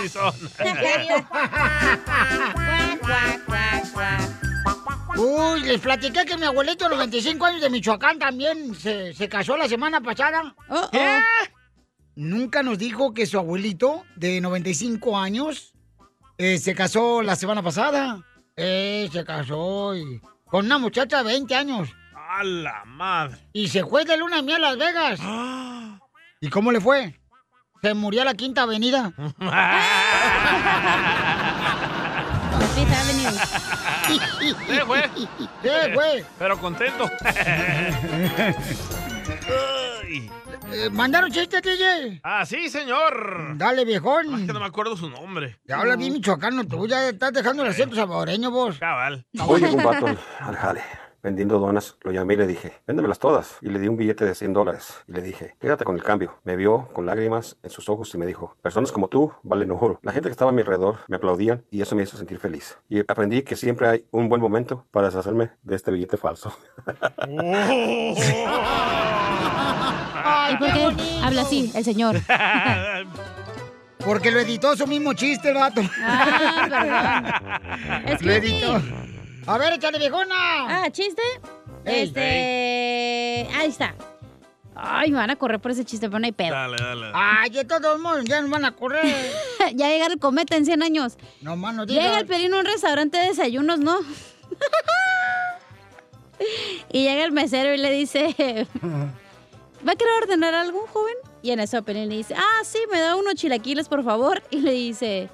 Así son.
Uy, les platiqué que mi abuelito de los 25 años de Michoacán también se, se casó la semana pasada. ¿Qué? Nunca nos dijo que su abuelito de 95 años eh, se casó la semana pasada. Eh, se casó y- con una muchacha de 20 años.
A la madre.
Y se fue de luna de miel a Las Vegas. ¿Y cómo le fue? Se murió a la quinta avenida.
¿Qué fue?
¿Qué fue?
Pero contento.
Eh, ¿Mandaron chistes, DJ?
Ah, sí, señor. Ah,
Dale, viejón.
Es que no me acuerdo su nombre. Mm. Eh.
Ya habla bien michoacano, tú ya estás dejando el acento salvadoreño vos.
Cabal.
Oye, un vato al jale, vendiendo donas, lo llamé y le dije, véndemelas todas. Y le di un billete de 100 dólares. Y le dije, quédate con el cambio. Me vio con lágrimas en sus ojos y me dijo, personas como tú valen oro. La gente que estaba a mi alrededor me aplaudían y eso me hizo sentir feliz. Y aprendí que siempre hay un buen momento para deshacerme de este billete falso.
Oh. Ay,
Ah.
¿Y por qué habla así el señor?
Porque lo editó su mismo chiste el vato.
Ah, Es
lo
creepy.
editó. A ver, échale viejona.
Ah, chiste.
Ey.
Este. Ahí está. Ay, me van a correr por ese chiste, pero no hay pedo.
Dale, dale.
Ay, de todos modos, ya nos van a correr.
ya llegar el cometa en 100 años.
No más no digas.
Llega el pelín a un restaurante de desayunos, ¿no? y llega el mesero y le dice, ¿va a querer ordenar algo, joven? Y en eso el pelín le dice, ah, sí, me da unos chilaquiles, por favor. Y le dice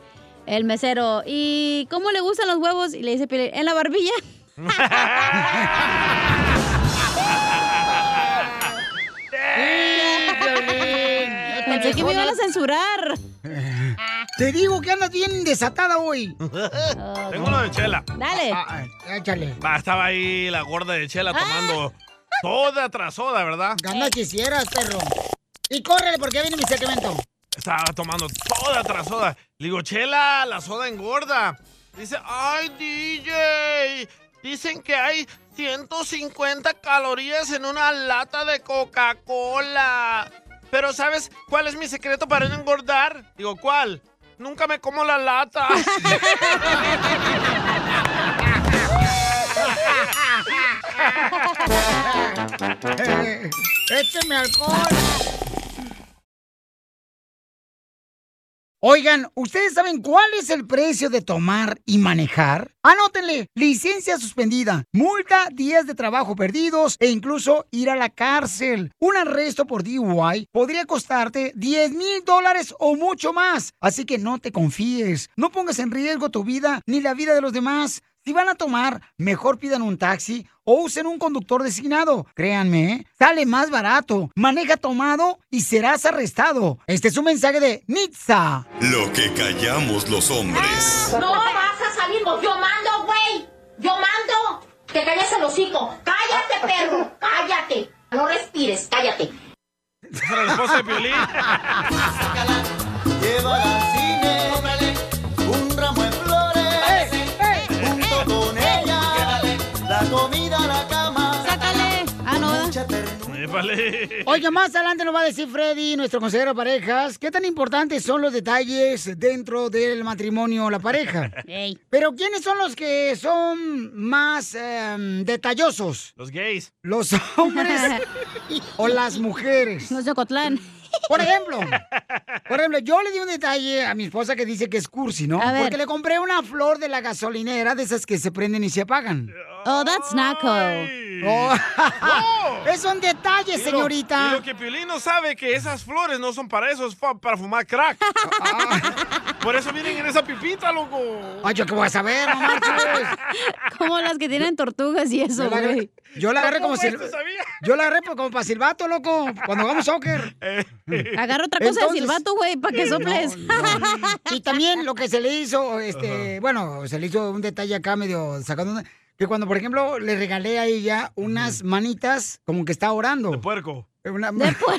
el mesero, ¿y cómo le gustan los huevos? Y le dice pelín, en la barbilla. Pensé que me iban a censurar.
Eh, Te digo que andas bien desatada hoy. Ah,
Tengo uno de chela.
Dale.
échale.
Va, estaba ahí la gorda de chela tomando toda tras soda, ¿verdad?
Ah. Gana quisieras, perro. Y córrele, porque viene mi segmento.
Estaba tomando toda tras soda. Le digo, chela, la soda engorda. Dice, ay, DJ, dicen que hay 150 calorías en una lata de Coca-Cola. Pero ¿sabes cuál es mi secreto para no engordar? Digo, ¿cuál? Nunca me como la lata.
Écheme alcohol. Oigan, ¿ustedes saben cuál es el precio de tomar y manejar? Anótenle, licencia suspendida, multa, días de trabajo perdidos e incluso ir a la cárcel. Un arresto por DUI podría costarte 10 mil dólares o mucho más. Así que no te confíes, no pongas en riesgo tu vida ni la vida de los demás. Si van a tomar, mejor pidan un taxi o usen un conductor designado. Créanme, ¿eh? sale más barato. Maneja tomado y serás arrestado. Este es un mensaje de Nitza.
Lo que callamos los hombres.
No vas a salir, vos. yo mando, güey. Yo mando. Te callas el hocico. Cállate, perro. Cállate. No respires, cállate.
Para la esposa de Piolín.
Llévala al cine, cómprale un ramo de flores. Junto con ella, la comida a la cama.
Sácale. Ah, no.
Épale.
Oiga, más adelante nos va a decir Freddy, nuestro consejero de parejas, qué tan importantes son los detalles dentro del matrimonio o la pareja. Pero ¿quiénes son los que son más em, detallosos?
Los gays.
¿Los hombres o las mujeres?
Los de Ocotlán.
Por ejemplo, por ejemplo, yo le di un detalle a mi esposa que dice que es cursi, ¿no?
A ver.
Porque le compré una flor de la gasolinera, de esas que se prenden y se apagan.
Oh, that's not cool.
Oh, es un detalle,
Y lo-
señorita.
Y lo que Piolín no sabe que esas flores no son para eso, es fa- para fumar crack. Ah. Por eso vienen en esa pipita, loco.
Ay, yo qué voy a saber, no marches.
Como las que tienen tortugas y eso,
Yo la agarré-
güey.
Yo la agarré como si. Yo la agarré por- como para silbato, loco. Cuando hagamos soccer.
Agarra otra cosa de
Entonces-
silbato, güey, para que
No,
soples.
Y también lo que se le hizo, este, bueno, se le hizo un detalle acá medio sacando. una- Que cuando, por ejemplo, le regalé a ella unas manitas como que está orando. De
puerco.
De puerco.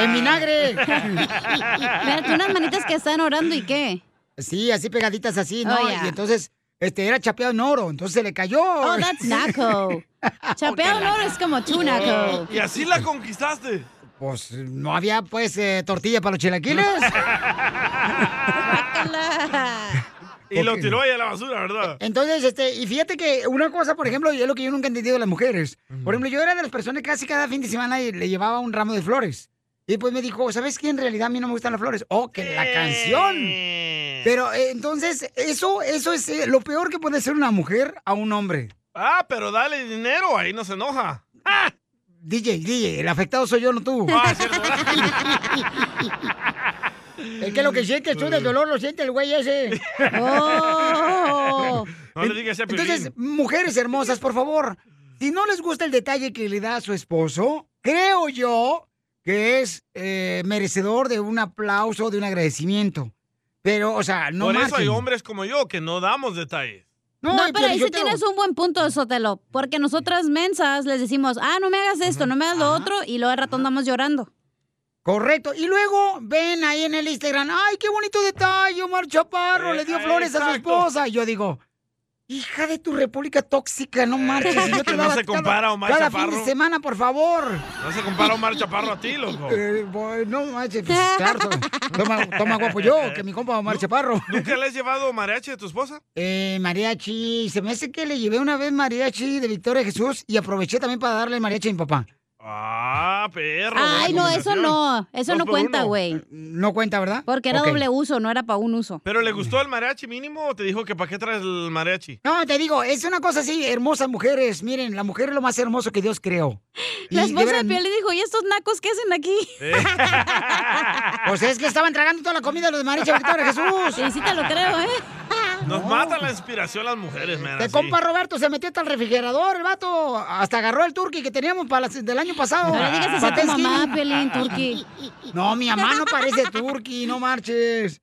en vinagre.
Espérate, unas manitas que están orando y qué.
Sí, así pegaditas así, ¿no?
Oh, yeah.
Y entonces, este, era chapeado en oro, entonces se le cayó.
Oh, that's naco. Chapeado no es como tú, naco.
Ah, Y así la conquistaste.
Pues no había, pues, eh, tortilla para los chilaquiles.
Y lo tiró ahí a la basura, ¿verdad?
Entonces, este, y fíjate que una cosa, por ejemplo, y es lo que yo nunca he entendido de las mujeres. Por ejemplo, yo era de las personas que casi cada fin de semana y le llevaba un ramo de flores. Y pues me dijo, ¿sabes qué? En realidad a mí no me gustan las flores. Oh, que la canción. Pero eh, entonces, eso, eso es eh, lo peor que puede hacer una mujer a un hombre.
Ah, pero dale dinero, ahí no se enoja.
DJ, DJ, el afectado soy yo, no tú. es que lo que sientes tú de dolor lo siente el güey ese.
Oh.
No le digas a Piolín.
Entonces, mujeres hermosas, por favor, si no les gusta el detalle que le da a su esposo, creo yo que es eh, merecedor de un aplauso, de un agradecimiento. Pero, o sea, no
Por
más.
eso hay hombres como yo que no damos detalles.
No,
y
pero ahí sí
Piolichotelo.
tienes un buen punto, Sotelo. Porque nosotras mensas les decimos, ah, no me hagas esto, no me hagas lo otro, y luego al rato andamos llorando.
Correcto. Y luego ven ahí en el Instagram, ay, qué bonito detalle, Omar Chaparro,
Eh,
le dio
eh,
flores a su
exacto.
esposa. Y yo digo, hija de tu república tóxica, no marches.
Eh,
yo te
que no
daba
se compara a Omar
cada fin
Chaparro.
de semana, por favor.
No se compara Omar Chaparro a ti, loco.
Eh, boy, no manches, pues, claro, to- toma, toma guapo yo, que mi compa Omar Chaparro.
¿Nunca le has llevado mariachi a tu esposa?
Eh, mariachi, se me hace que le llevé una vez mariachi de Victoria Jesús y aproveché también para darle mariachi a mi papá.
Ah, perro.
Ay, no,
buena
eso
combinación.
no, eso
Dos
no
por
cuenta,
uno.
güey.
Eh, No cuenta, ¿verdad?
Porque era
Ok.
doble uso, no era para un uso.
¿Pero le gustó el mariachi mínimo o te dijo que para qué traes el mariachi?
No, te digo, es una cosa así, hermosas mujeres. Miren, la mujer es lo más hermoso que Dios creó.
La
Y de
esposa de
veras,
Piel le dijo, ¿y estos nacos qué hacen aquí?
Pues es que estaban tragando toda la comida los de mariachi de Victoria Jesús.
Sí, sí te lo creo, ¿eh?
Nos mata la inspiración las mujeres, man.
Te
así.
compa Roberto se metió hasta el refrigerador, el vato. Hasta agarró el turqui que teníamos para las- del año pasado.
No le digas eso a tu
Para
mamá,
Thanksgiving.
Piolín, turqui.
No, mi mamá no parece turqui, no marches.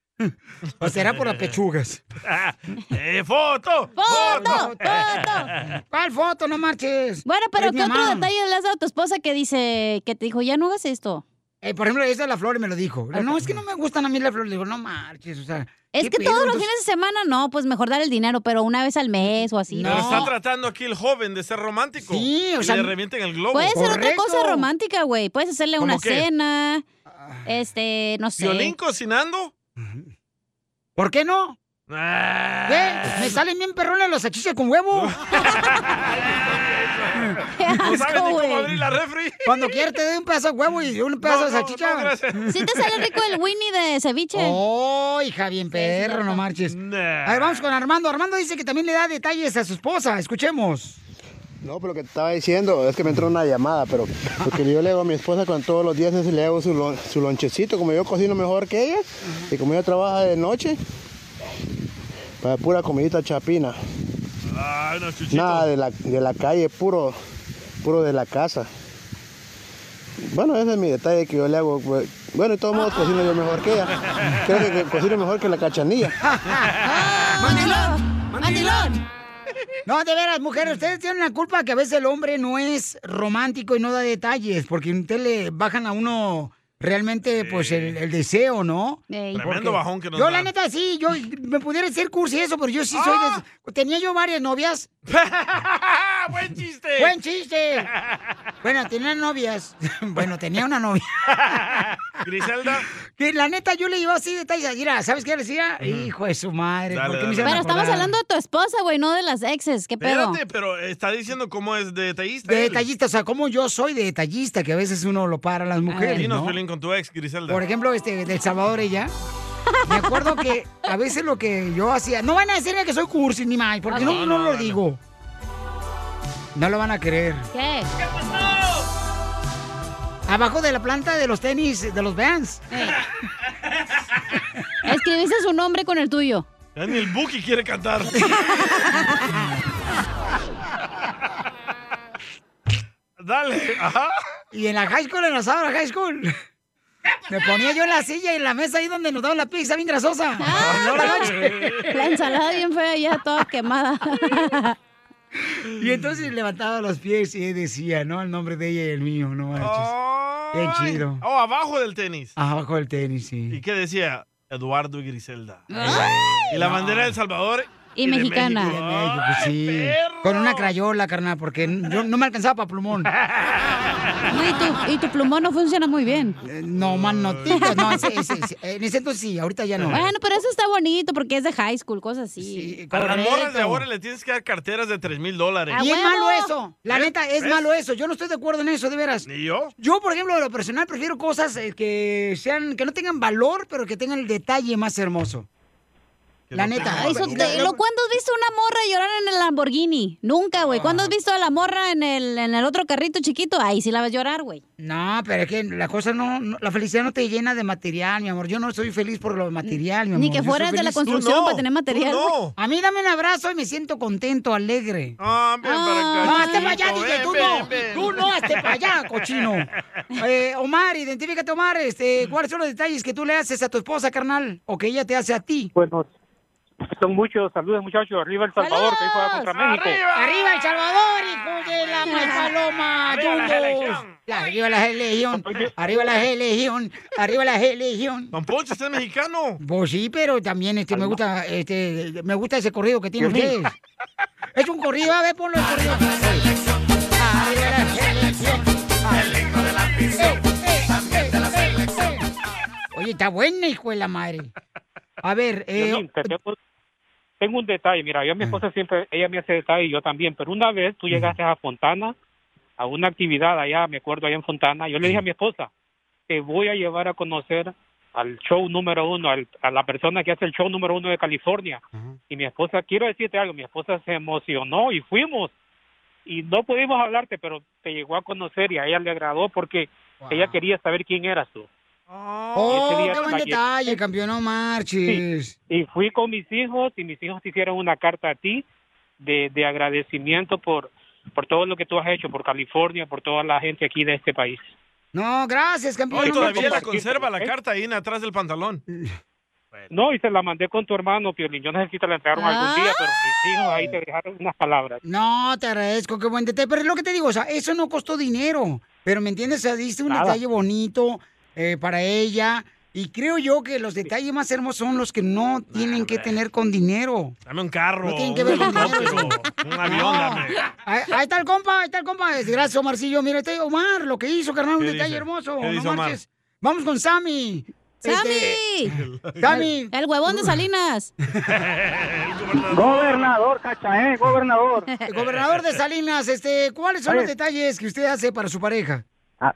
O será por las pechugas.
Ah, eh, foto!
¡Foto!
¿Cuál foto? No marches.
Bueno, pero
Es mi
¿qué otro
mamá.
detalle le has dado a tu esposa que dice, que te dijo, ya no hagas esto?
Eh, por ejemplo, esa de la flor me lo dijo.
Ah,
No, es que no me gustan a mí las flores. Le digo, no marches, o sea.
Es
¿qué
que
pedo?
todos los
Entonces-
fines de semana no, pues mejor dar el dinero, pero una vez al mes o así.
Pero está tratando aquí el joven de ser romántico.
Sí, o
Y
sea,
le revienten el globo.
Puede ser otra cosa romántica, güey. Puedes hacerle
¿Cómo
una
qué? Ah.
cena, este, no sé.
¿Violín cocinando?
¿Por qué no?
Ah.
¿Qué? Me salen bien perrones los salchichas con huevo.
No sabe ni cómo abrir la refri.
Cuando quieres te doy un pedazo de huevo y un pedazo de salchicha.
Sí te sale rico el Winnie de ceviche.
Oh, hija, bien perro, no marches. A ver, vamos con Armando. Armando dice que también le da detalles a su esposa. Escuchemos.
No, pero lo que te estaba diciendo es que me entró una llamada, pero lo que yo le hago a mi esposa cuando todos los días es le hago su, lon- su lonchecito, como yo cocino mejor que ella, y como ella trabaja de noche, para pura comidita chapina,
Ah, no, chuchito.
nada de la, de la calle, puro, puro de la casa. Bueno, ese es mi detalle que yo le hago. pues. Bueno, de todos
Ah.
modos cocino yo mejor que ella. Creo que, que cocino mejor que la cachanilla.
¡Mandilón! ¡Mandilón! No, de veras, mujeres, ustedes tienen la culpa que a veces el hombre no es romántico y no da detalles, porque usted le bajan a uno realmente, pues, el, el deseo, ¿no?
Ey.
Tremendo bajón que nos
Yo,
dan.
la neta, sí, yo me pudiera decir cursi eso, pero yo sí soy
Ah.
de... Tenía yo varias novias.
¡Buen chiste!
¡Buen chiste! Bueno, tenía novias. Bueno, tenía una novia.
Griselda.
Que la neta, yo le llevaba así detalles. Mira, ¿sabes qué le decía? Hijo de su madre. ¿por qué me hicieron
Pero estamos
acordar?
hablando de tu esposa, güey, no de las exes. ¿Qué pedo?
Espérate, pero está diciendo cómo es de detallista.
De
él.
detallista, o sea, como yo soy de detallista, que a veces uno lo para a las mujeres,
Ah, Dinos,
¿no?
Piolín, con tu ex, Griselda.
Por ejemplo, este, del Salvador ella. Me acuerdo que a veces lo que yo hacía. No van a decirme que soy cursi ni mal, porque
Ah,
no,
no,
no
no,
lo
no.
digo. No lo van a creer.
¿Qué?
¿Qué pasó?
Abajo de la planta de los tenis, de los Vans.
Eh. Escribiste su nombre con el tuyo.
Ya ni el Buki quiere cantar. Dale, ajá.
Y en la high school, en la Sabra High School. Me ponía yo en la silla y en la mesa ahí donde nos daban la pizza bien grasosa. No, la noche.
Ah, La ensalada bien fea ya toda quemada.
Y entonces levantaba los pies y decía, ¿no? El nombre de ella y el mío, no manches. Qué chido.
Oh, abajo del tenis.
Abajo del tenis, sí.
¿Y qué decía? Eduardo y Griselda. Y la
No.
bandera de El Salvador.
Y,
de
mexicana.
México.
México, pues sí. Con una crayola, carnal, porque yo no me alcanzaba para plumón.
No, y, tu, y tu plumón no funciona muy bien.
Eh, No, man, no, tío, no, ese- ese- ese- en ese entonces sí, ahorita ya no.
Bueno, pero eso está bonito porque es de high school, cosas así.
A las morras de ahora le tienes que dar carteras de 3 mil dólares.
Y es malo eso. La
¿Ves?
neta, es
¿Eh? ¿Ves?
malo eso. Yo no estoy de acuerdo en eso, de veras.
¿Y yo?
Yo, por ejemplo, de lo personal prefiero cosas eh, que sean, que no tengan valor, pero que tengan el detalle más hermoso. La neta.
Ay, Sotelo, ¿cuándo has visto una morra llorar en el Lamborghini? Nunca, güey. ¿Cuándo has
Ah.
visto a la morra en el, en el otro carrito chiquito? Ahí sí la vas a llorar, güey.
No, pero es que la cosa no, no- la felicidad no te llena de material, mi amor. Yo no soy feliz por lo material, mi amor.
Ni que
Yo soy
fueras de la
feliz-
construcción Tú no, para tener material, tú no. güey.
A mí dame un abrazo y me siento contento, alegre.
Ah, ven para acá,
No, hazte para allá,
chiquito, eh,
DJ,
ven,
tú
ven,
no.
ven.
Tú no, hazte para allá, cochino. Eh, Omar, identifícate, Omar.
Mm.
Este, ¿Cuáles son los detalles que tú le haces a tu esposa, carnal? O que ella te hace a ti.
Bueno, son muchos. Saludos, muchachos. Arriba El Salvador, que hoy juega contra México.
¡Arriba El Salvador, hijo de la mal paloma!
Arriba la
¡Jumbo! ¡Arriba la legión! ¡Arriba la legión! ¡Arriba la legión!
Don Poncho, ¿usted es mexicano?
Pues sí, pero también este, me gusta este, me gusta ese corrido que tienen
Piolín.
ustedes. Es un corrido, a ver, ponlo el corrido. ¡Arriba la selección! ¡Eh, eh, eh, eh, eh! Oye, está buena, hijo de la madre. A ver, eh, Ah.
Violín, te tengo, tengo un detalle. Mira, yo a mi esposa siempre, ella me hace detalle y yo también. Pero una vez tú llegaste a Fontana, a una actividad allá, me acuerdo, allá en Fontana, yo le dije a mi esposa, te voy a llevar a conocer al show número uno, al- a la persona que hace el show número uno de California. Y mi esposa, quiero decirte algo, mi esposa se emocionó y fuimos. Y no pudimos hablarte, pero te llegó a conocer y a ella le agradó porque ella quería saber quién eras tú.
Oh,
Ese día
qué buen
fallé.
detalle, campeón, no marches.
Y fui con mis hijos y mis hijos te hicieron una carta a ti de, de agradecimiento por, por todo lo que tú has hecho, por California, por toda la gente aquí de este país.
No, gracias, campeón.
Hoy
no
todavía
marches.
la conserva la carta
ahí en atrás del pantalón.
No, y se la mandé con tu hermano, Piolín. Yo no sé si te la entregaron algún día, pero mis hijos ahí te dejaron unas palabras.
No, te agradezco, qué buen detalle. Pero es lo que te digo, o sea, eso no costó dinero. Pero me entiendes, o sea, diste un
Nada.
detalle bonito eh, para ella. Y creo yo que los detalles más hermosos son los que no tienen que tener con dinero.
Dame un carro.
No tienen que
un
ver con
helicóptero, Un avión,
No.
dame.
Ahí, ahí está el compa, ahí está el compa. Gracias, Omarcillo. Mira, este Omar, lo que hizo, carnal, un
¿Qué
detalle
dice?
hermoso.
¿Qué dice
no
Omar?
marches. Vamos con Sammy.
¡Sammy!
Este, Sammy.
El huevón de Salinas.
Gobernador, cacha, ¿eh? Gobernador.
Gobernador de Salinas, este, ¿cuáles son
Oye.
los detalles que usted hace para su pareja?
Ah,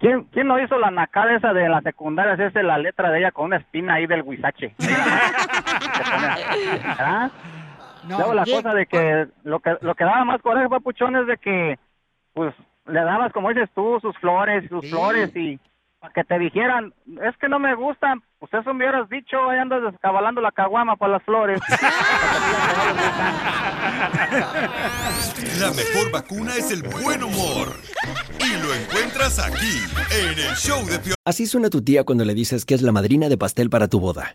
¿Quién, ¿Quién no hizo la nacada esa de la secundaria? Hacerse la letra de ella con una espina ahí del huizache. ¿Verdad?
No,
Luego la
¿quién?
cosa de que lo que lo que daba más coraje, papuchón, es de que pues le dabas, como dices tú, sus flores, sus flores y para que te dijeran, es que no me gustan, pues eso me hubieras dicho, ahí andas descabalando la caguama para las flores.
La mejor vacuna es el buen humor. Y lo encuentras aquí, en el show de
Así suena tu tía cuando le dices que es la madrina de pastel para tu boda.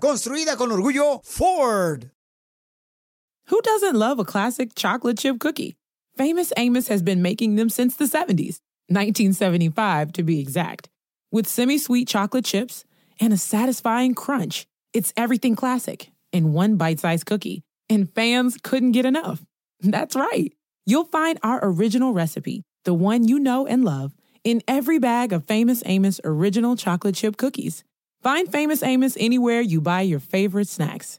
construida con orgullo Ford.
Who doesn't love a classic chocolate chip cookie? Famous Amos has been making them since the 70s, 1975 to be exact. With semi sweet chocolate chips and a satisfying crunch, it's everything classic in one bite sized cookie, and fans couldn't get enough. That's right. You'll find our original recipe, the one you know and love, in every bag of Famous Amos original chocolate chip cookies. Find Famous Amos anywhere you buy your favorite snacks.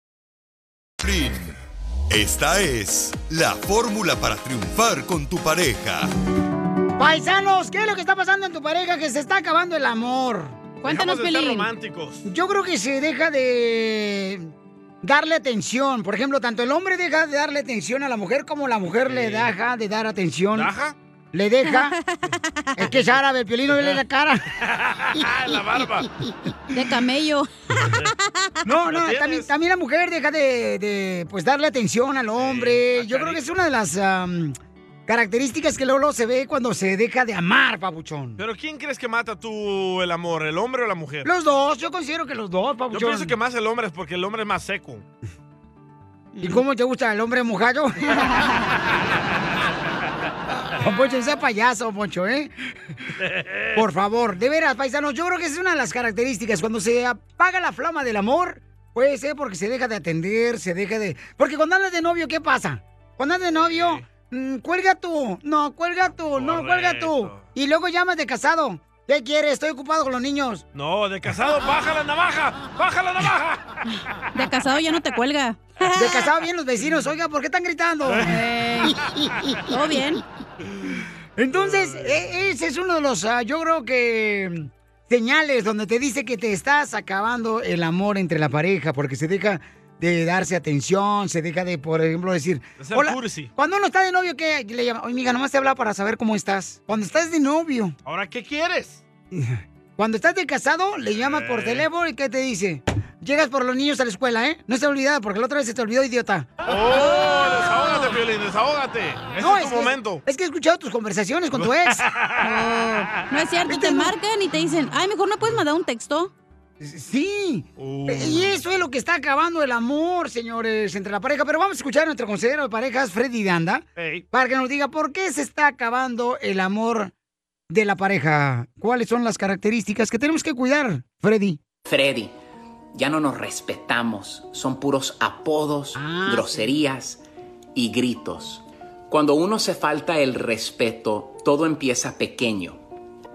Piolín. Esta es la fórmula para triunfar con tu pareja.
Paisanos, ¿qué es lo que está pasando en tu pareja que se está acabando el amor?
Cuéntanos, Dejamos de estar Piolín.
Yo creo que se deja de darle atención. Por ejemplo, tanto el hombre deja de darle atención a la mujer como la mujer le deja de dar atención. ¿Daja? Le deja. es que es árabe, el piolín no ve la cara.
la barba.
De camello. No, no,
¿Lo tienes?
también, también la mujer deja de, de, pues darle atención al hombre. Yo creo que es una de las am, características que luego luego se ve cuando se deja de amar, papuchón.
¿Pero quién crees que mata tú el amor, el hombre o la mujer?
Los dos, yo considero que los dos, papuchón.
Yo pienso que más el hombre es porque el hombre es más seco.
¿Y cómo te gusta el hombre mojado? Don Poncho, no sea payaso, Poncho, ¿eh? Por favor, de veras, paisanos, yo creo que esa es una de las características. Cuando se apaga la flama del amor, puede ser porque se deja de atender, se deja de... Porque cuando andas de novio, ¿qué pasa? Cuando andas de novio, mm, cuelga tú, no, cuelga tú, no, cuelga tú. Y luego llamas de casado. ¿Qué quieres? Estoy ocupado con los niños.
No, de casado,
Ah.
baja la navaja, baja la navaja.
De casado ya no te cuelga. De casado bien los vecinos. Oiga, ¿por qué están gritando? Eh.
todo bien.
Entonces, e- ese es uno de los, ah, yo creo que señales donde te dice que te estás acabando el amor entre la pareja porque se deja de darse atención, se deja de, por ejemplo, decir...
De ser cursi.
Cuando uno está de novio, ¿qué le llama? Oye, mija, nomás te hablaba para saber cómo estás. Cuando estás de novio...
¿Ahora qué quieres?
Cuando estás de casado, le llamas por
Eh.
teléfono y ¿qué te dice? Llegas por los niños a la escuela, ¿eh? No se olvidado porque la otra vez se te olvidó, idiota.
¡Oh! Desahógate, Piolín, desahógate. Ese
Ah. No,
es tu
que-
momento.
es que he escuchado tus conversaciones con tu ex.
No es cierto, te marcan y te dicen, ay, mejor no puedes mandar un texto.
Sí.
Uh.
Y eso es lo que está acabando el amor, señores, entre la pareja. Pero vamos a escuchar a nuestro consejero de parejas, Freddy Danda, para que nos diga por qué se está acabando el amor de la pareja. ¿Cuáles son las características que tenemos que cuidar, Freddy?
Freddy, ya no nos respetamos. Son puros apodos, groserías y gritos. Cuando uno se falta el respeto, todo empieza pequeño.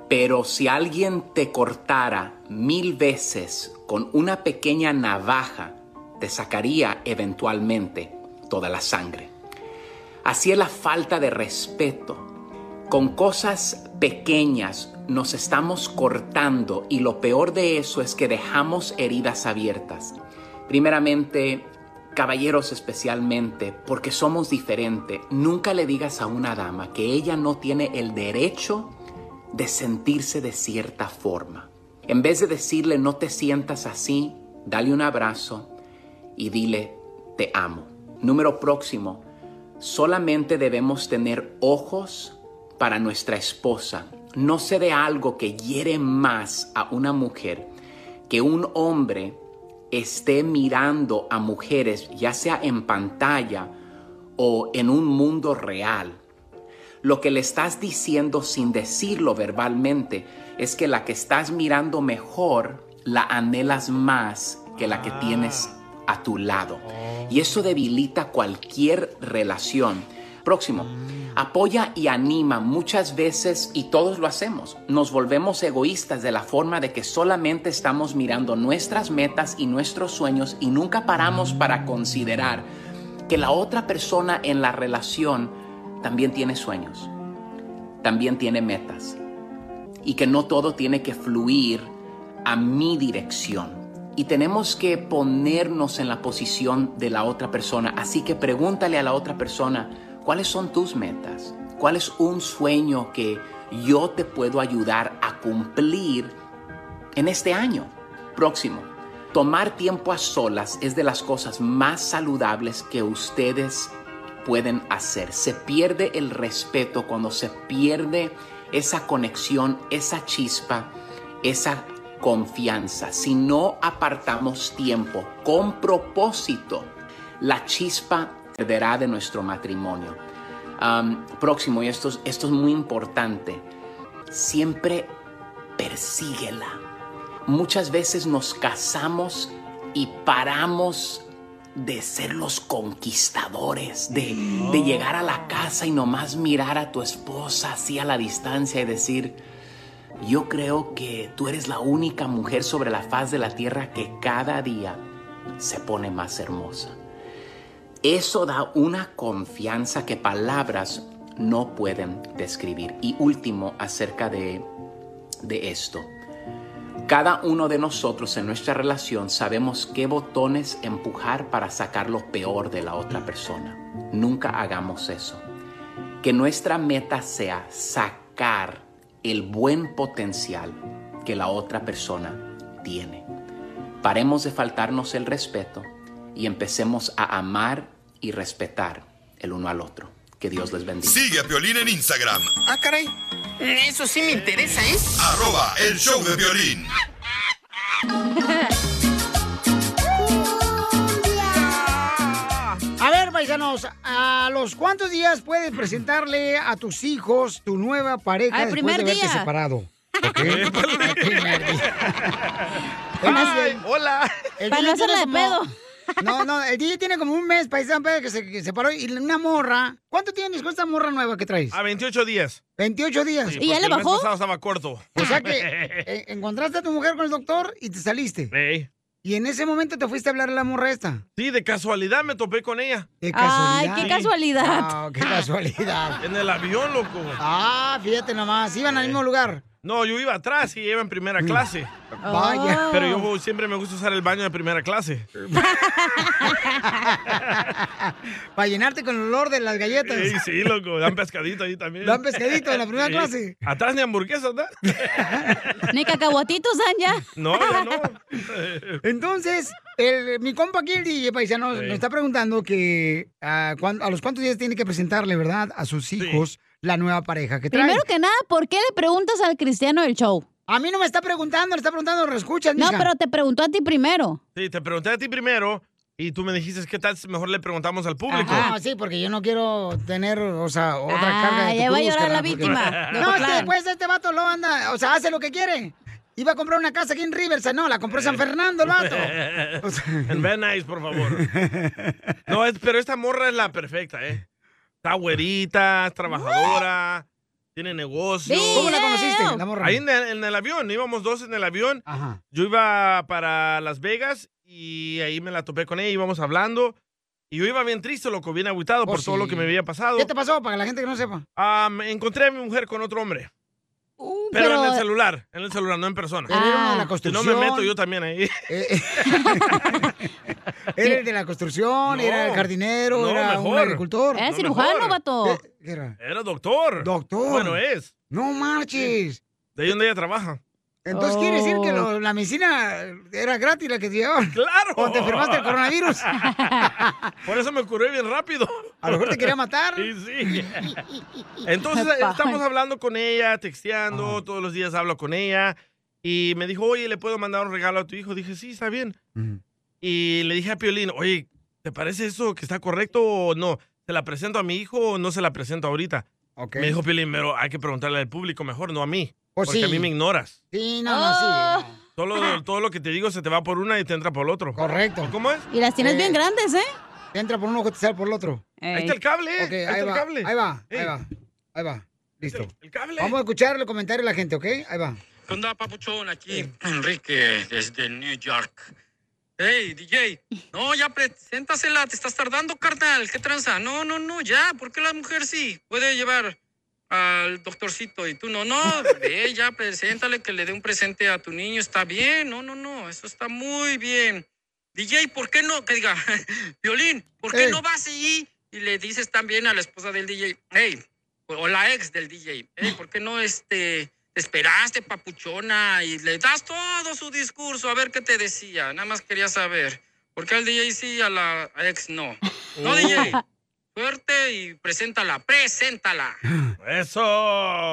Pero si alguien te cortara mil veces con una pequeña navaja, te sacaría eventualmente toda la sangre. Así es la falta de respeto. Con cosas pequeñas nos estamos cortando y lo peor de eso es que dejamos heridas abiertas. Primeramente, caballeros especialmente, porque somos diferentes, nunca le digas a una dama que ella no tiene el derecho de sentirse de cierta forma. En vez de decirle no te sientas así, dale un abrazo y dile te amo. Número próximo, solamente debemos tener ojos para nuestra esposa. No se dé algo que hiere más a una mujer que un hombre esté mirando a mujeres, ya sea en pantalla o en un mundo real. Lo que le estás diciendo sin decirlo verbalmente es que la que estás mirando mejor la anhelas más que la que tienes a tu lado. Y eso debilita cualquier relación. Próximo, apoya y anima muchas veces y todos lo hacemos. Nos volvemos egoístas de la forma de que solamente estamos mirando nuestras metas y nuestros sueños y nunca paramos para considerar que la otra persona en la relación también tiene sueños, también tiene metas y que no todo tiene que fluir a mi dirección. Y tenemos que ponernos en la posición de la otra persona. Así que pregúntale a la otra persona, ¿cuáles son tus metas? ¿Cuál es un sueño que yo te puedo ayudar a cumplir en este año próximo? Tomar tiempo a solas es de las cosas más saludables que ustedes pueden hacer. Se pierde el respeto cuando se pierde esa conexión, esa chispa, esa confianza. Si no apartamos tiempo con propósito, la chispa perderá de nuestro matrimonio. Am, próximo, y esto, es- esto es muy importante, siempre persíguela. Muchas veces nos casamos y paramos de ser los conquistadores, de, de llegar a la casa y nomás mirar a tu esposa así a la distancia y decir, yo creo que tú eres la única mujer sobre la faz de la tierra que cada día se pone más hermosa. Eso da una confianza que palabras no pueden describir. Y último, acerca de, de esto. Cada uno de nosotros en nuestra relación sabemos qué botones empujar para sacar lo peor de la otra persona. Nunca hagamos eso. Que nuestra meta sea sacar el buen potencial que la otra persona tiene. Paremos de faltarnos el respeto y empecemos a amar y respetar el uno al otro. Que Dios les bendiga.
Sigue a Piolín en Instagram,
Ah, caray. Eso sí me interesa, ¿eh?
arroba el show de violín.
A ver, paisanos, ¿a los cuántos días puedes presentarle a tus hijos tu nueva pareja
Al
después
Ah, primer
de haberte
día.
separado? ¿Ok? Al primer día.
Ay, hola.
Para no hacerle de pedo.
No, no, el DJ tiene como un mes, paisano, pero que se que se separó. Y una morra. ¿Cuánto tienes con esta morra nueva que traes?
A 28 días.
28 días.
Sí, porque El mes pasado estaba corto.
O sea que eh, encontraste a tu mujer con el doctor y te saliste. Y en ese momento te fuiste a hablar a la morra esta.
Sí, de casualidad me topé con ella.
Qué casualidad.
qué casualidad.
Ah, qué casualidad.
En el avión, loco.
Ah, fíjate nomás, iban al mismo lugar. Mm.
No, yo iba atrás y ella iba en primera clase. Vaya. Pero yo
Oh.
voy- siempre me gusta usar el baño de primera clase.
Para llenarte con el olor de las galletas.
Sí, sí, loco. Dan pescadito ahí también.
Dan pescadito en la primera clase.
Atrás ni hamburguesas, ¿no?
Ni cacahuatitos dan ya.
No, ya no.
Entonces, el- mi compa aquí, el DJ Paisano,
Sí.
nos está preguntando que ah, cuán- a los cuántos días tiene que presentarle, ¿verdad?, a sus hijos la nueva pareja que trae.
Primero que nada, ¿por qué le preguntas al cristiano del show?
A mí no me está preguntando, le está preguntando, escuchas,
No,
mija.
pero te preguntó a ti primero.
Sí, te pregunté a ti primero y tú me dijiste qué tal si mejor le preguntamos al público.
Ah, sí, porque yo no quiero tener, o sea, otra
Ah,
carga de tu
ya va a llorar
cruz,
la
carnal, porque-
víctima.
No,
No,
es que
claro.
después este vato lo anda, o sea, hace lo que quiere. Iba a comprar una casa aquí en Riverside, no, la compró en San Fernando el vato.
En Van Nuys, por favor. No, es- pero esta morra es la perfecta, ¿eh? Está güerita, es trabajadora, tiene negocio.
¿Cómo la conociste, la morra?
Ahí en el, en el avión, íbamos dos en el avión. Yo iba para Las Vegas y ahí me la topé con ella, íbamos hablando. Y yo iba bien triste, loco, bien aguitado por todo lo que me había pasado.
¿Qué Oh, te pasó? Para la gente que no sepa.
Ah, me encontré a mi mujer con otro hombre. Pero,
pero-
en el celular, en el celular, no en persona.
Pero era uno de la
Si no me
construcción. Eh,
meto yo también ahí.
Era el de la construcción,
No.
era el jardinero,
No,
era un
mejor.
agricultor.
Eh,
Era No, cirujano, mejor. vato.
Eh, ¿Qué era?
Era doctor.
Doctor.
Bueno, es.
No marches.
De ahí donde ella trabaja.
Entonces quiere decir que lo- la medicina era gratis la que te llevaban.
Oh. Claro.
Cuando te enfermaste el coronavirus.
Por eso me curé bien rápido.
A lo mejor te quería matar.
Sí, sí. Entonces
Ay.
estamos hablando con ella, texteando, todos los días hablo con ella. Y me dijo, oye, ¿le puedo mandar un regalo a tu hijo? Dije, sí, está bien. Y le dije a Piolín, oye, ¿te parece eso que está correcto o no? ¿Se la presento a mi hijo o no se la presento ahorita? Me dijo Piolín, pero hay que preguntarle al público mejor, no a mí.
Pues
porque
sí.
a mí me ignoras.
Sí, no, no, sí.
Todo, todo lo que te digo se te va por una y te entra por el otro.
Correcto.
¿Cómo es?
Y las tienes
Eh.
bien grandes, ¿eh?
Te entra por un ojo y te sale por el otro.
Ahí está el cable, eh.
Ok,
Ahí
ahí,
está el
va,
cable.
Ahí va,
Ey.
ahí va. Ahí va. Listo.
El cable.
Vamos a escuchar los comentarios de la gente, ¿ok? Ahí va.
¿Qué onda, papuchón? Aquí Enrique desde New York. Hey, DJ. No, ya preséntasela. Te estás tardando, carnal. ¿Qué tranza? No, no, no, ya. ¿Por qué la mujer sí puede llevar al doctorcito y tú no? No, ve, ya preséntale que le dé un presente a tu niño. Está bien. No, no, no. Eso está muy bien. DJ, ¿por qué no? Que diga, Violín, ¿por qué
Ey.
no vas allí? Y le dices también a la esposa del DJ, hey, o- o la ex del DJ, hey, ¿por qué no este, te esperaste, papuchona? Y le das todo su discurso, a ver qué te decía. Nada más quería saber. ¿Por qué al DJ sí y a la ex no? No, DJ. Suerte y preséntala, preséntala.
Eso.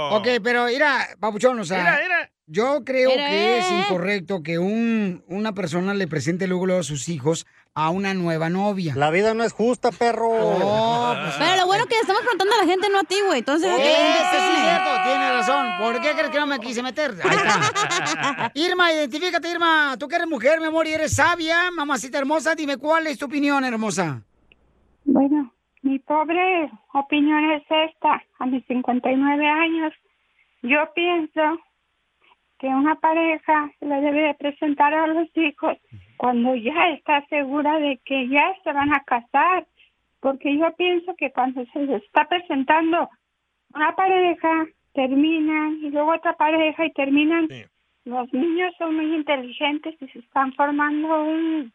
Ok, pero mira, papuchón, o sea.
Mira, mira.
Yo creo
Mira,
que es
eh.
incorrecto que un, una persona le presente luego, luego a sus hijos a una nueva novia. Oh, pues, La vida no es justa, perro.
Pero lo bueno que estamos preguntando a la gente, no a ti, güey. Entonces, este deja que la gente
Ese Eh. sí es
opine.
cierto, tiene razón. ¿Por qué crees que no me quise meter? Ahí está. Irma, identifícate, Irma. Tú que eres mujer, mi amor, y eres sabia, mamacita hermosa, dime cuál es tu opinión, hermosa.
Bueno,
Mi pobre opinión es esta. A mis 59 años, yo pienso que una pareja le debe de presentar a los hijos cuando ya está segura de que ya se van a casar. Porque yo pienso que cuando se les está presentando una pareja, terminan y luego otra pareja y terminan. Los niños son muy inteligentes y se están formando un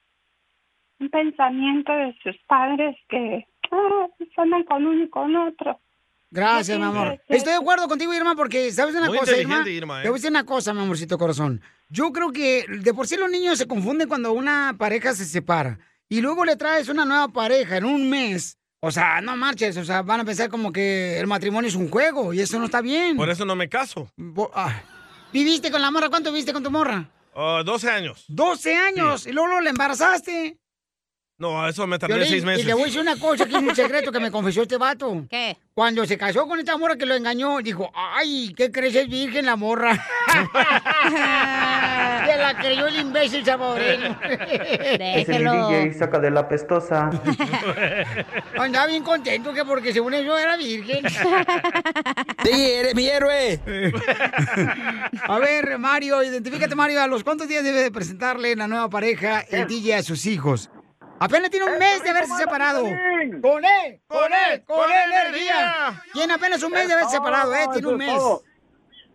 un pensamiento de sus padres que ah, pues andan con uno y con otro.
Gracias, mi amor. Estoy de acuerdo contigo, Irma, porque sabes una
Muy
cosa, Irma.
inteligente, Irma, ¿eh?
Te voy a decir una cosa, mi amorcito corazón. Yo creo que de por sí los niños se confunden cuando una pareja se separa y luego le traes una nueva pareja en un mes. O sea, no marches, o sea, van a pensar como que el matrimonio es un juego y eso no está bien.
Por eso no me caso.
Bo- ah. ¿Viviste con la morra? ¿Cuánto viviste con tu morra?
Ah, 12 años.
12 años y luego, luego la embarazaste.
No, eso me tardé
Piolín,
seis meses.
Y te voy a decir una cosa, que es un secreto que me confesó este vato.
¿Qué?
Cuando se casó con esta morra que lo engañó, dijo, ay, ¿qué crees es virgen la morra? se la creyó el imbécil saboreño.
saca de la pestosa.
Andaba bien contento que porque según yo era virgen.
Sí, eres mi héroe.
A ver, Mario, identifícate, Mario, ¿a los cuántos días debe de presentarle la nueva pareja el DJ a sus hijos? Apenas tiene un mes de haberse separado. ¡Con él! ¡Con él! ¡Con él, energía! Tiene apenas un ¿eh? mes de haberse separado, ¿eh? Tiene un mes.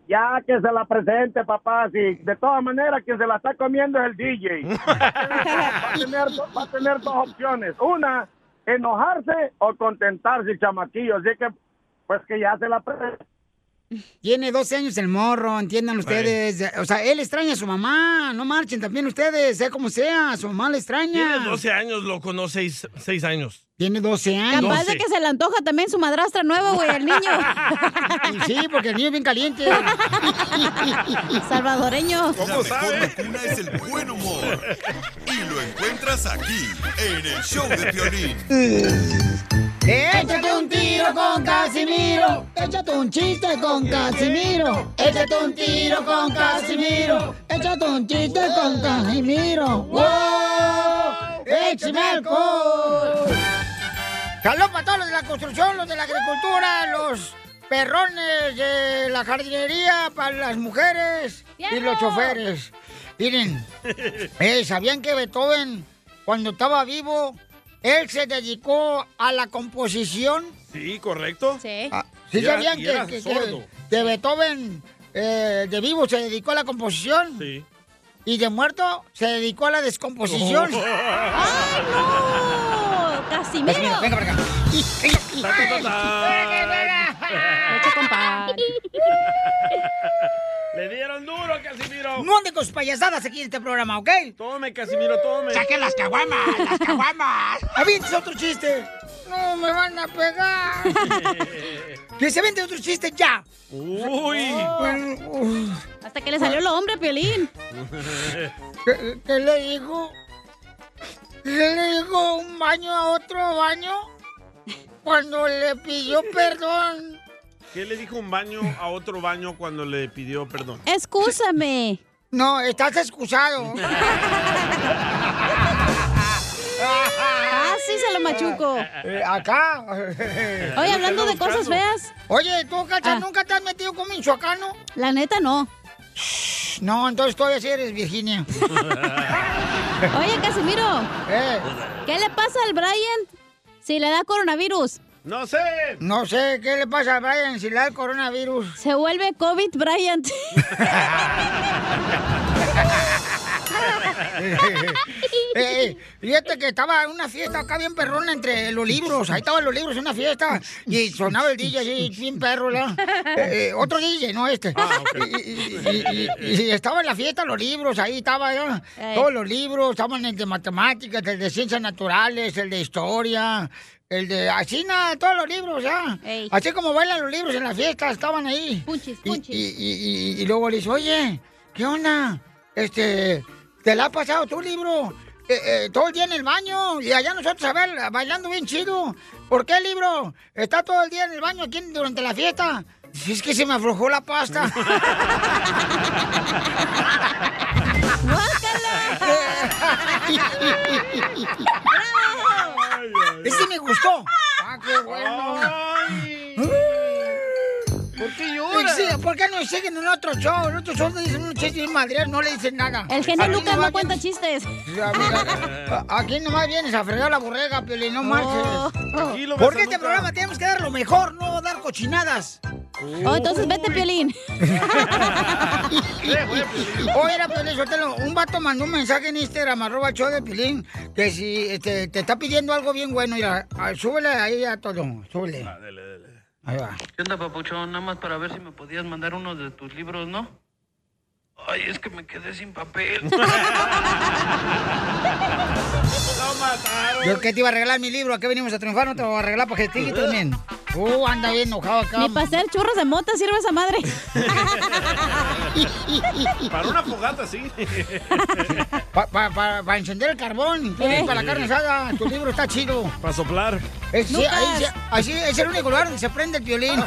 Ya que se la presente, papá. Si de todas maneras, quien se la está comiendo es el DJ. Va a tener, do- va a tener dos opciones. Una, enojarse o contentarse, chamaquillo. Así que, pues que ya se la presente.
Tiene 12 años el morro, entiendan ustedes. O sea, él extraña a su mamá. No marchen también ustedes, sea como sea. Su mamá le extraña.
Tiene 12 años, loco, no 6, años.
Tiene 12 años.
Capaz de que se le antoja también su madrastra nueva, güey, al niño.
sí, porque el niño es bien caliente.
Salvadoreño.
La mejor vacuna es el buen humor. Y lo encuentras aquí, en el show de Piolín.
Échate un tiro con Casimiro. Échate un chiste con Casimiro. Échate un tiro con Casimiro. Échate un chiste con Casimiro. ¡Wow! ¡Échame alcohol! Saludos para todos los de la construcción, los de la agricultura, los perrones de la jardinería, para las mujeres y los choferes. Miren, eh, ¿sabían que Beethoven, cuando estaba vivo, él se dedicó a la composición?
Sí, correcto.
¿Sí
Sí.
Ah, Y era-
sabían
y
que,
era
que- que-
sordo.
que Beethoven eh, de vivo se dedicó a la composición?
Sí.
Y de muerto se dedicó a la descomposición.
¡Ah!
¡Ay, no! ¡Casimiro!
Casimiro, Pues venga para acá.
Le dieron duro, Casimiro.
No ande con sus payasadas aquí en este programa, ¿ok?
Tome, Casimiro, tome.
Saque las caguamas, las caguamas. Avientes otro chiste. No, me van a pegar. que se vende otro chiste ya. Pues,
Uy.
Hasta que le salió el hombre, Piolín.
¿Qué, qué le digo? ¿Qué le digo un baño a otro baño? Cuando le pidió perdón.
¿Qué le dijo un baño a otro baño cuando le pidió perdón?
Excúsame.
No, estás excusado.
Casi se lo machuco.
Eh, acá.
Oye, hablando de cosas feas. Ah.
Oye, tú, Cacha, ¿nunca te has metido con michoacano?
La neta, no.
No, entonces todavía sí eres Virginia.
Oye, Casimiro.
Eh.
¿Qué le pasa al Brian si le da coronavirus?
No sé.
No sé, ¿qué le pasa a Brian si le da el coronavirus?
Se vuelve COVID Brian.
Eh, eh, fíjate que estaba en una fiesta acá bien perrona entre los libros. Ahí estaban los libros en una fiesta. Y sonaba el DJ así, bien perro, ¿verdad? Eh, eh, otro DJ, no este.
Ah.
Y, y- y estaba en la fiesta los libros, ahí estaba, ¿verdad?
Eh.
Ey.
Todos los libros, estaban el de matemáticas, el de ciencias naturales, el de historia, el de... Así nada, todos los libros, ya.
Ey.
Así como bailan los libros en la fiesta, estaban ahí. Y- Y, y- y- y luego le dice, oye, ¿qué onda? Este, ¿te la ha pasado tu libro? Eh, eh, todo el día en el baño y allá nosotros a ver, bailando bien chido. ¿Por qué libro? Está todo el día en el baño aquí durante la fiesta. "Si Es que se me aflojó la pasta. Ese me gustó. Ah, qué bueno. ¿Por qué
llora?
¿Por qué no siguen en otro show? En otro show le dicen un chiste y madre, no le dicen nada.
El genio
Aquí
Lucas
nomás
no cuenta chistes.
vienes- a- Aquí nomás vienes a fregar la borrega, Piolín, no marches.
Tranquilo,
Porque este
Besanuca.
programa tenemos que dar lo mejor, no dar cochinadas.
Oh, entonces vete, Piolín.
Oye, era Piolín, Sotelo, un vato mandó un mensaje en Instagram, arroba el show de Piolín, que si este, te está pidiendo algo bien bueno, ya, a- súbele ahí a todo, súbele. Ahí va.
¿Qué onda, papuchón? Nada más para ver si me podías mandar uno de tus libros, ¿no? Ay, es que me quedé sin papel.
Yo que te iba a regalar mi libro, ¿a qué venimos a triunfar? No te lo voy a regalar para que estés tú también. Uh, anda bien enojado acá.
Ni para hacer churros de mota sirve esa madre.
Para una fogata, sí.
Para encender el carbón, tú
Eh.
para la carne asada, tu libro está chido.
Para soplar.
Es, sí, ahí se- así es el único lugar donde se prende el violín.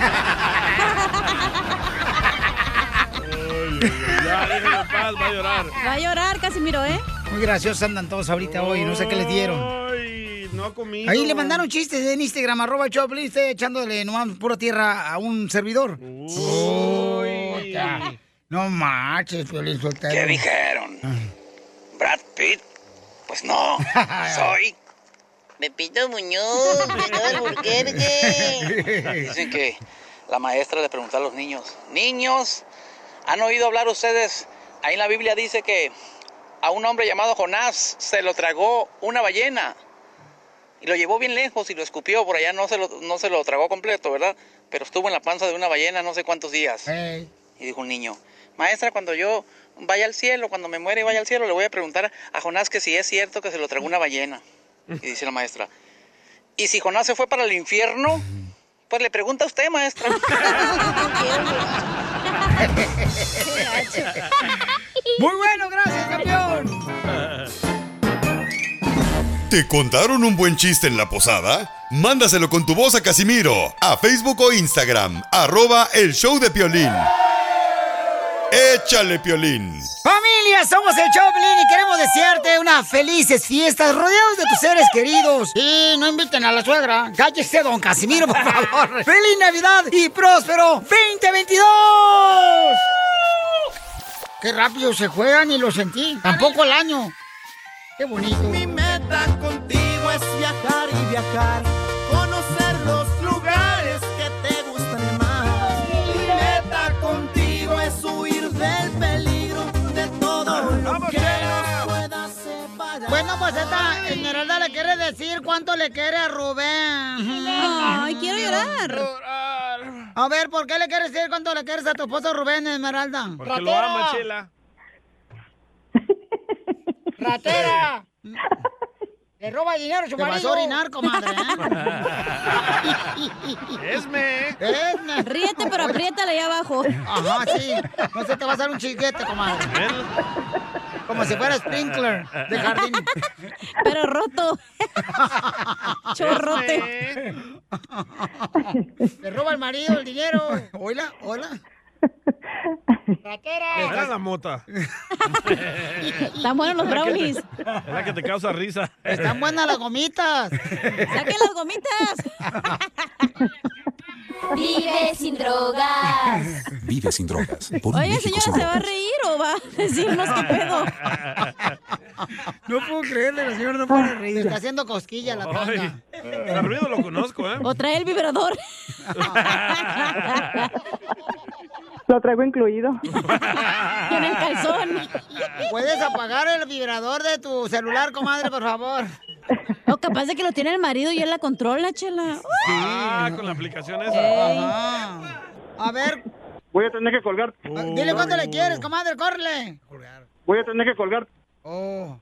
Ya, déjenlo en paz, va a llorar.
Va a llorar, Casimiro, ¿eh?
Muy graciosos andan todos ahorita hoy, no sé qué les dieron.
Ay, no ha comido.
Ahí le mandaron chistes en Instagram, arroba Choplin, echándole nomás pura tierra a un servidor. Puta. No marches, Piolín Sotelo.
¿Qué dijeron? ¿Brad Pitt? Pues no, soy.
Pepito Muñoz, de Burger
Dicen que la maestra le preguntó a los niños, niños,
¿Han oído hablar ustedes? Ahí en la Biblia dice que a un hombre llamado Jonás se lo tragó una ballena. Y lo llevó bien lejos y lo escupió. Por allá no se lo, no se lo tragó completo, ¿verdad? Pero estuvo en la panza de una ballena no sé cuántos días. Y dijo un niño, maestra, cuando yo vaya al cielo, cuando me muera y vaya al cielo, le voy a preguntar a Jonás que si es cierto que se lo tragó una ballena. Y dice la maestra, ¿y si Jonás se fue para el infierno? Pues le pregunta a usted, maestra.
Muy bueno, gracias, campeón.
¿Te contaron un buen chiste en la posada? Mándaselo con tu voz a Casimiro, a Facebook o Instagram, arroba el show de Piolín. Échale, Piolín.
Familia, somos el Choplin y queremos desearte unas felices fiestas rodeados de tus seres queridos. Y no inviten a la suegra. Cállese, don Casimiro, por favor. ¡Feliz Navidad y próspero 2022! Qué rápido se juegan y lo sentí. Tampoco el año. Qué bonito.
Mi meta contigo es viajar y viajar, conocer los lugares que te gustan más. Mi meta contigo es huir del peligro de todo lo que nos pueda separar.
Bueno, pues esta Esmeralda le quiere decir cuánto le quiere a Rubén.
Ay, quiero llorar.
A ver, ¿por qué le quieres decir cuánto le quieres a tu esposo Rubén, Esmeralda?
Porque lo ama, Chela.
¡Ratera! Le roba dinero a su
Te vas a
marido.
orinar,
comadre. ¿eh?
Esme.
Esme.
Ríete, pero apriétale ahí abajo.
Ajá, sí. No se te va a dar un chiquete, comadre. Como si fuera sprinkler de jardín.
Pero roto.
Chorrote. Te roba el marido el dinero. Hola, hola.
Le
Eh,
da la mota.
Están buenos los
Es la que te-
brownies.
Es la que te causa risa.
Están buenas las gomitas.
¡Saquen las gomitas!
Vive sin drogas.
Vive sin drogas. Por un
Oye,
México
señora,
sin
¿se va a
drogas.
reír o va a decirnos qué pedo?
No puedo creerle, la señora no puede reír. Está haciendo cosquilla la tanga.
El ruido lo conozco, ¿eh?
O trae el vibrador.
Lo traigo incluido.
En el calzón. ¿Puedes apagar el vibrador de tu celular, comadre, por favor?
O capaz de que lo tiene el marido y él la controla, chela.
Ah, con la aplicación esa.
Ey.
A ver,
Voy a tener que colgar.
dile cuánto le quieres, comadre, córrele.
Voy a tener que colgar.
Oh.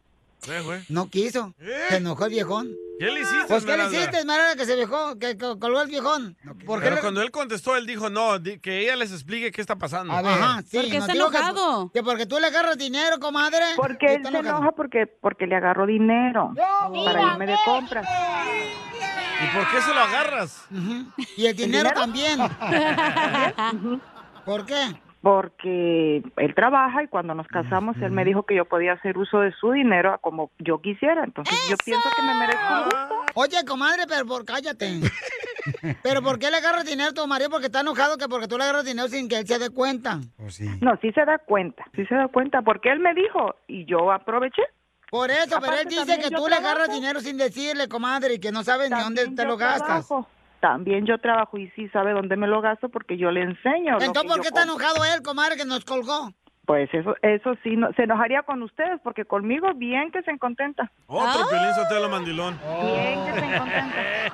No quiso. Se enojó el viejón.
¿Eh? ¿Qué le hiciste,
Pues, ¿qué le
Esmeralda?
hiciste, Esmeralda, que se viejó, que co- colgó el viejón? ¿Por qué
Pero
le-
cuando él contestó, él dijo, no, di- que ella les explique qué está pasando.
A ver, sí, nos dijo que- Que, porque tú le agarras dinero, comadre.
Porque él se enoja porque, porque le agarró dinero para irme de compras.
¿Y por qué se lo agarras?
Y el dinero, también. ¿Por qué?
Porque él trabaja y cuando nos casamos él me dijo que yo podía hacer uso de su dinero a como yo quisiera. Entonces yo pienso que me merezco un gusto.
Oye, comadre, pero por cállate. ¿Pero por qué le agarras dinero a tu marido? Porque está enojado que porque tú le agarras dinero sin que él se dé cuenta.
No, sí se da cuenta, sí se da cuenta porque él me dijo y yo aproveché.
Por eso, pero
Aparte,
él dice
también
que
yo
tú le agarras
trabajo.
dinero sin decirle, comadre, y que no sabes ni dónde te
yo
lo gastas.
trabajo. También yo trabajo y sí sabe dónde me lo gasto porque yo le enseño. lo que
Entonces, ¿por
yo
qué está
compro.
enojado él, comadre, que nos colgó?
Pues eso, eso sí, no- se enojaría con ustedes porque conmigo bien que se contenta.
Otro Piolín Sotelo mandilón.
Ah. Bien, que se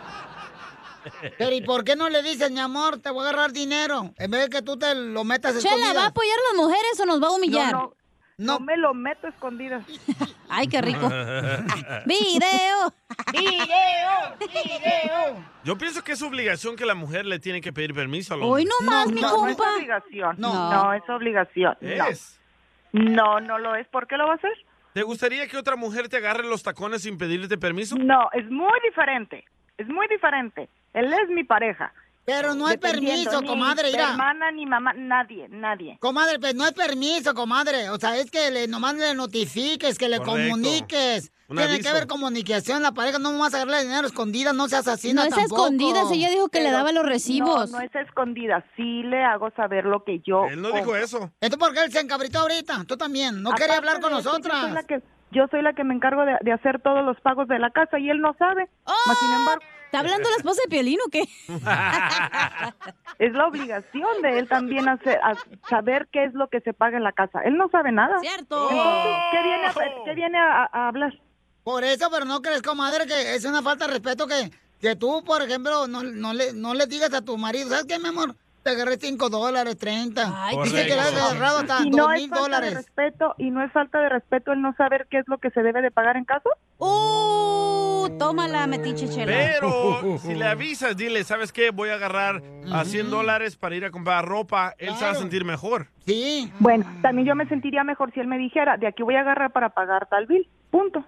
Pero ¿y por qué no le dices, mi amor, te voy a agarrar dinero? En vez de que tú te lo metas en
Chela, ¿va a apoyar a las mujeres o nos va a humillar?
No,
no,
me lo meto escondidas.
Ay, qué rico.
¡Video!
¡Video! ¡Video!
Yo pienso que es obligación que la mujer le tiene que pedir permiso al hombre.
Hoy No es obligación. No, es obligación. No.
Es.
no, no lo es. ¿Por qué lo va a hacer?
¿Te gustaría que otra mujer te agarre los tacones sin pedirte permiso?
No, es muy diferente. Es muy diferente. Él es mi pareja.
Pero no hay permiso, comadre,
Ni
mira.
hermana, ni mamá, nadie, nadie.
Comadre, pues no es permiso, comadre. O sea, es que le, nomás le notifiques, que le
Correcto.
comuniques.
Un
Tiene
aviso.
que haber comunicación, la pareja no vas a agarrarle dinero escondida, no seas asesina
No es
tampoco.
escondida, si ella dijo que le daba los recibos.
No, no es escondida. Sí le hago saber lo que yo.
Él no dijo
compro.
eso.
Entonces, ¿por qué él se encabritó ahorita? Tú también, no quería
Aparte
hablar con
de eso, Yo soy la
nosotras.
que, yo soy la que me encargo de, de hacer todos los pagos de la casa y él no sabe. Mas, sin embargo,
¿Está hablando la esposa de Piolín o qué?
Es la obligación de él también hacer, a saber qué es lo que se paga en la casa. Él no sabe nada.
Cierto.
Entonces,
Oh.
Oh.
¿qué viene a, qué viene a- a hablar?
Por eso, pero no crees, comadre, que es una falta de respeto que, que tú, por ejemplo, no, no, le, no le digas a tu marido, ¿sabes qué, mi amor? Te agarré 5 dólares, 30. Dice que le has agarrado hasta
Y
dos
no es
mil
falta de
dólares.
respeto y no es falta de respeto el no saber qué es lo que se debe de pagar en casa.
¡Uh! Tómala, metiche chela.
Pero si le avisas, dile, ¿sabes qué? Voy a agarrar a 100 dólares para ir a comprar ropa. Él se va a sentir mejor.
Sí.
Bueno, también yo me sentiría mejor si él me dijera, de aquí voy a agarrar para pagar tal bill. Punto.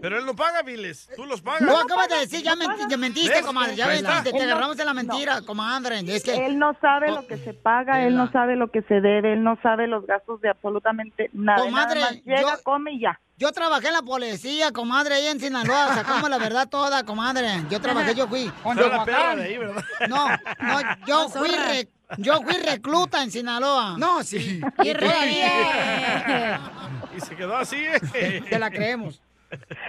Pero él no paga biles, tú los pagas.
No, acabas de decir, ya, menti- ya mentiste,
¿Ves?
comadre, ya
Ahí está.
mentiste, te
Él no-
agarramos en la mentira, comadre. Es que... Oh.
Él no sabe lo que se paga, él no sabe lo que se debe, él no sabe los gastos de absolutamente nada.
Comadre,
Nada más llega, come y ya.
Yo trabajé en la policía, comadre, ahí en Sinaloa, sacamos la verdad toda, comadre. Yo trabajé, yo fui.
Son
Yo-
la perra de ahí, ¿verdad?
No, no, yo fui re- yo fui recluta en Sinaloa. No, sí.
Y re
Y se quedó así,
Te la creemos.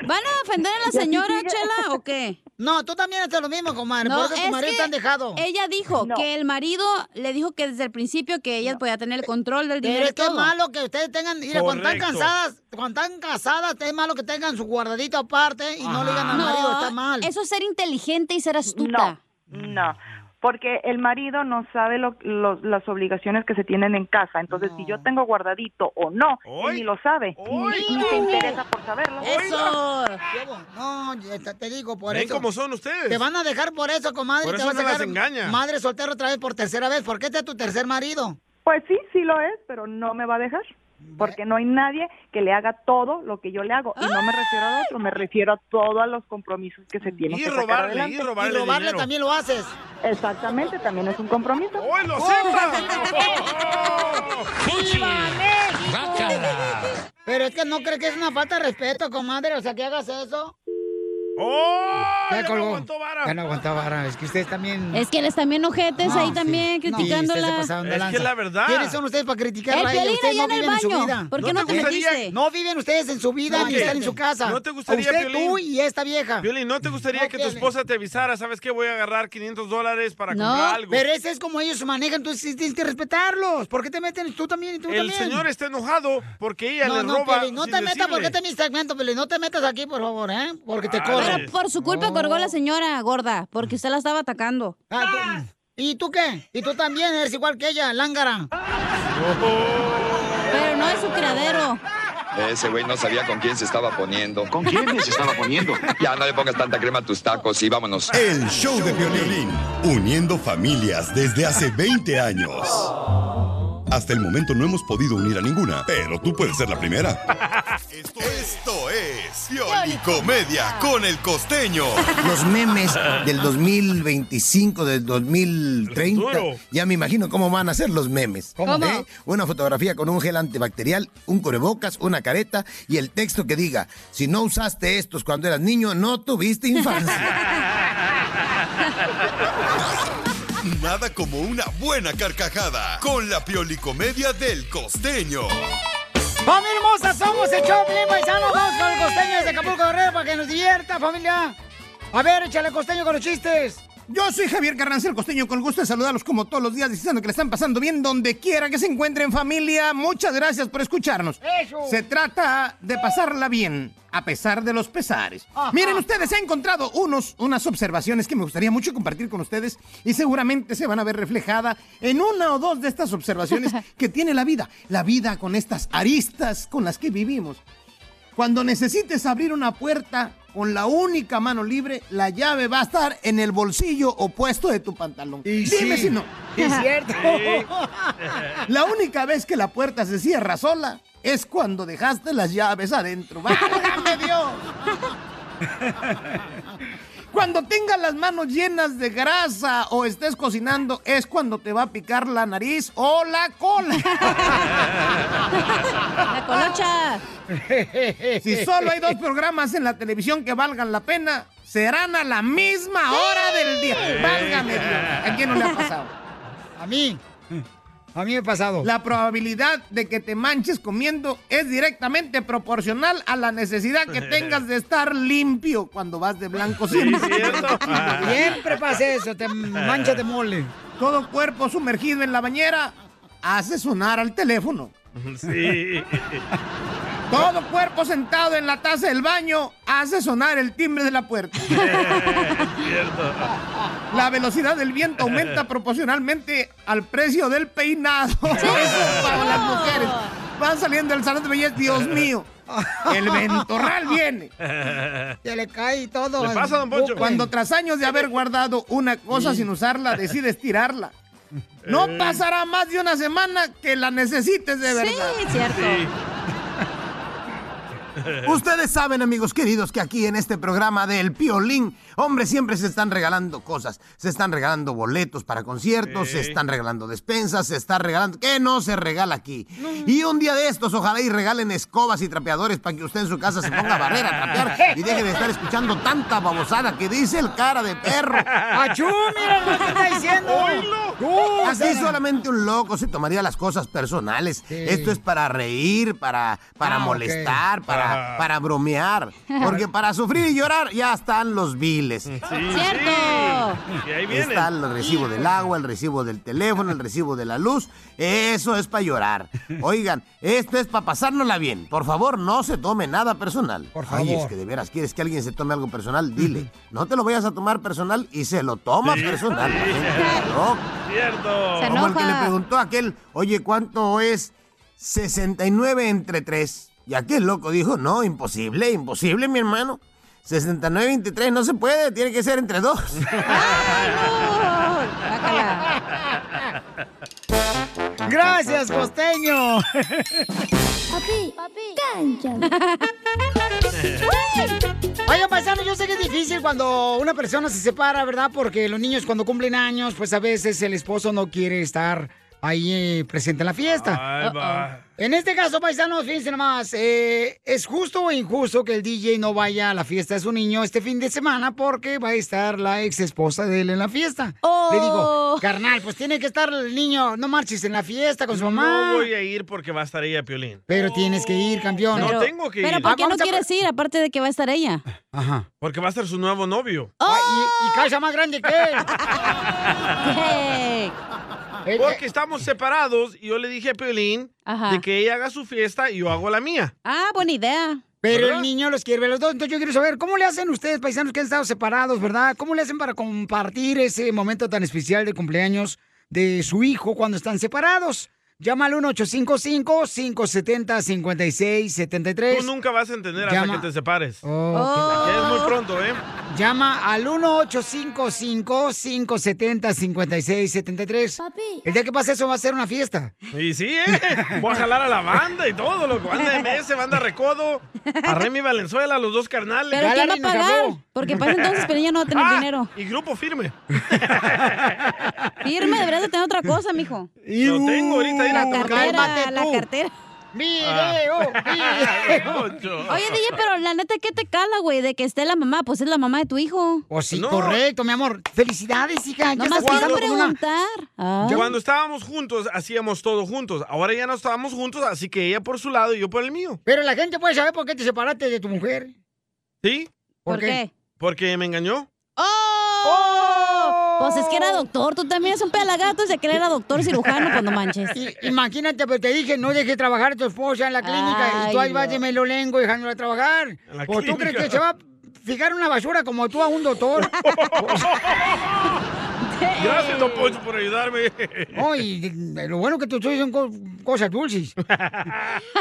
¿Van a ofender a la señora, Chela, o qué?
No, tú también haces lo mismo, comadre.
No,
por eso tu
es
marido
que
está dejado.
Ella dijo
No.
que el marido le dijo que desde el principio que ella podía tener el control del dinero.
Pero es
y
que es
todo.
malo que ustedes tengan, mira, cuando están
Correcto.
cansadas, cuando están casadas, es malo que tengan su guardadito aparte y no le digan al
No,
marido, está mal.
Eso es ser inteligente y ser astuta.
Mm.
No, porque el marido no sabe lo- lo- las obligaciones que se tienen en casa. Entonces, si yo tengo guardadito o no, él ni lo sabe. Ni, ni se interesa por saberlo.
¡Eso! No, ya te- te digo por
Ven
eso.
cómo son ustedes.
Te van a dejar por eso, comadre.
Por
te
eso
vas
no
a
las
dejar
engaña.
Madre soltera otra vez por tercera vez. ¿Por qué este es tu tercer marido?
Pues sí, sí lo es, pero no me va a dejar. Porque no hay nadie que le haga todo lo que yo le hago. Y no me refiero a otro, me refiero a todos los compromisos que se tienen que sacar adelante.
Y robarle también lo haces.
Exactamente, también es un compromiso.
¡Hoy lo
Pero es que no crees que es una falta de respeto, comadre. O sea, que hagas eso.
Ya
colgó. Ya no aguantaba vara. Es que ustedes también...
Es que les también ojetes
No,
ahí también,
No,
criticándola.
ustedes se pasaron de lanza. ¿Quiénes son ustedes para
El
criticarla a ella?
Piolín
Ustedes
allá
no
en el
viven en su
baño.
vida.
¿Por qué no te metiste?
No viven ustedes en su vida
No,
ni
¿qué?
están en su casa.
¿No te gustaría,
Usted,
Piolín?
tú y esta vieja.
Piolín, ¿no te gustaría
No,
que tu
Piolín.
esposa te avisara, sabes qué? voy a agarrar 500 dólares para
No,
comprar algo?
pero ese es como ellos se manejan, entonces sí tienes que respetarlos. ¿Por qué te meten tú también y tú
El
también?
señor está enojado porque ella le
no,
roba
Piolín, no
sin
te metas porque
decirle.
este es mi segmento, Piolín. No te metas aquí, por favor, ¿eh? Porque te
Vale.
corro.
Pero
Ah, Por su culpa colgó la señora gorda, porque usted la estaba atacando.
¿Y Ah, tú qué? ¿Y tú también eres igual que ella, lángara?
Pero no es su criadero.
Ese güey no sabía con quién se estaba poniendo. ¿Con quién se estaba poniendo? Ya no le pongas tanta crema a tus tacos y vámonos.
El show de violín. Uniendo familias desde hace 20 años. Hasta el momento no hemos podido unir a ninguna, pero tú puedes ser la primera. Esto es Piolicomedia con el costeño.
Los memes del 2025, del 2030,
Futuro.
ya me imagino cómo van a ser los memes.
¿Cómo? ¿Cómo?
¿Eh? Una fotografía con un gel antibacterial, un cubrebocas, una careta y el texto que diga, si no usaste estos cuando eras niño, no tuviste infancia.
Nada como una buena carcajada con la Piolicomedia del costeño.
¡Familia hermosa! ¡Somos el show, Piolín Paisano! ¡Vamos con el costeño desde Acapulco Guerrero para que nos divierta, familia! A ver, échale costeño con los chistes.
Yo soy Javier Carranza, el costeño, con el gusto de saludarlos como todos los días, diciendo que le están pasando bien donde quiera que se encuentren, familia. Muchas gracias por escucharnos.
¡Eso!
Se trata de pasarla bien, a pesar de los pesares. Miren, ustedes he encontrado unos, unas observaciones que me gustaría mucho compartir con ustedes y seguramente se van a ver reflejada en una o dos de estas observaciones que tiene la vida. La vida con estas aristas con las que vivimos. Cuando necesites abrir una puerta con la única mano libre, la llave va a estar en el bolsillo opuesto de tu pantalón. Dime
sí.
si no.
Es cierto.
La única vez que la puerta se cierra sola es cuando dejaste las llaves adentro. ¡Válgame Dios! Cuando tengas las manos llenas de grasa o estés cocinando, es cuando te va a picar la nariz o la cola.
La colocha.
Si solo hay dos programas en la televisión que valgan la pena, serán a la misma hora del día. Válgame Dios. ¿A quién no le ha pasado?
A mí. A mí me ha pasado.
La probabilidad de que te manches comiendo es directamente proporcional a la necesidad que tengas de estar limpio cuando vas de blanco siempre.
Siempre pasa eso, te manchas de mole.
Todo cuerpo sumergido en la bañera hace sonar al teléfono.
Sí.
Todo cuerpo sentado en la taza del baño hace sonar el timbre de la puerta.
Cierto.
La velocidad del viento aumenta proporcionalmente al precio del peinado. Eso para las mujeres. Van saliendo del salón de belleza, Dios mío. El ventorral viene.
Se le cae todo.
Le pasa, don Poncho. Cuando tras años de haber guardado una cosa sin usarla, decides tirarla. No
Eh.
pasará más de una semana que la necesites de verdad.
cierto.
Ustedes saben, amigos queridos, que aquí en este programa del Piolín, hombre, siempre se están regalando cosas. Se están regalando boletos para conciertos, se
Sí.
están regalando despensas, se está regalando... ¿Qué no se regala aquí? Y un día de estos, ojalá y regalen escobas y trapeadores para que usted en su casa se ponga a barrer, a trapear y deje de estar escuchando tanta babosada que dice el cara de perro.
¡Achú! Mira lo que está diciendo. ¡Oílo! ¡Tú,
Así
cara!
solamente un loco se tomaría las cosas personales. Esto es para reír, para, para
Ah, ok.
molestar, para,
Ajá.
para bromear. Porque para sufrir y llorar ya están los biles.
¡Cierto! Y ahí vienen.
Está el recibo del agua, el recibo del teléfono, el recibo de la luz. Eso es para llorar. Oigan, esto es para pasárnosla bien. Por favor, no se tome nada personal. Por Ay, es
favor.
que de veras, ¿quieres que alguien se tome algo personal? Dile. No te lo vayas a tomar personal y se lo tomas personal. la gente está loca.
Cierto.
Como el que le preguntó a aquel, oye, ¿cuánto es 69 entre 3? Y aquel loco dijo, no, imposible, imposible, mi hermano. 69 entre 3 no se puede, tiene que ser entre 2.
Gracias, costeño.
Papi, papi.
Oiga, paisano, yo sé que es difícil cuando una persona se separa, ¿verdad? Porque los niños cuando cumplen años, pues a veces el esposo no quiere estar ahí eh, presente en la fiesta.
Ahí va.
En este caso, paisanos, fíjense nomás, eh, ¿es justo o injusto que el DJ no vaya a la fiesta de su niño este fin de semana porque va a estar la ex esposa de él en la fiesta? Le
Oh.
digo, carnal, pues tiene que estar el niño, no marches en la fiesta con su mamá.
No voy a ir porque va a estar ella, Piolín.
Pero tienes que ir, campeón.
No tengo que
Pero
ir.
¿por qué
Ah,
no
vamos a-
quieres ir? Aparte de que va a estar ella. ¡Oh!
Ajá.
Porque va a ser su nuevo novio.
Ah, Y, y casa más grande que él. Eh,
Porque estamos separados y yo le dije a Piolín de que ella haga su fiesta y yo hago la mía.
Ah, buena idea.
Pero
¿Verdad?
el niño los quiere ver los dos. Entonces yo quiero saber, ¿cómo le hacen ustedes, paisanos que han estado separados, verdad? ¿Cómo le hacen para compartir ese momento tan especial de cumpleaños de su hijo cuando están separados? Llama al 1-855-570-5673.
Tú nunca vas a entender hasta que
Llama-
te separes.
Oh,
Que Es muy pronto, ¿eh?
Llama al 1-855-570-5673. El día que pase eso va a ser una fiesta.
Y sí, ¿eh? Voy a jalar a la banda y todo, loco. Banda MS, banda Recodo, a Remy Valenzuela, los dos carnales.
Pero ¿quién va a pagar? Porque para ese entonces pero ella no va a tener
Ah,
dinero.
Y grupo firme.
Firme, deberías de tener otra cosa, mijo.
Lo tengo ahorita, mira,
La
te lo
cartera,
cálmate
la
tú.
cartera. Ah.
Video, video.
Oye, DJ, pero la neta, ¿qué te cala, güey? De que esté la mamá, pues es la mamá de tu hijo.
Pues sí, correcto, mi amor. Felicidades, hija.
No
Ya
más
estás
quiero
pensando como una-
preguntar.
Ya-
Cuando estábamos juntos, hacíamos todo juntos. Ahora ya no estábamos juntos, así que ella por su lado y yo por el mío.
Pero la gente puede saber por qué te separaste de tu mujer.
¿Sí?
¿Por ¿Por qué? qué?
Porque me engañó.
¡Oh! Pues es que era doctor, tú también eres un pelagato, desde que él era doctor cirujano, cuando manches.
I- Imagínate, pero te dije, no dejes trabajar a tu esposa en la clínica. y tú
Ay,
ahí vas de
no.
melolengo dejándola trabajar.
la
¿O tú
clínica.
crees que se va a fijar una basura como tú a un doctor?
Gracias, Don Poncho, por ayudarme.
Ay, de- lo bueno que tú son co- cosas dulces. ok.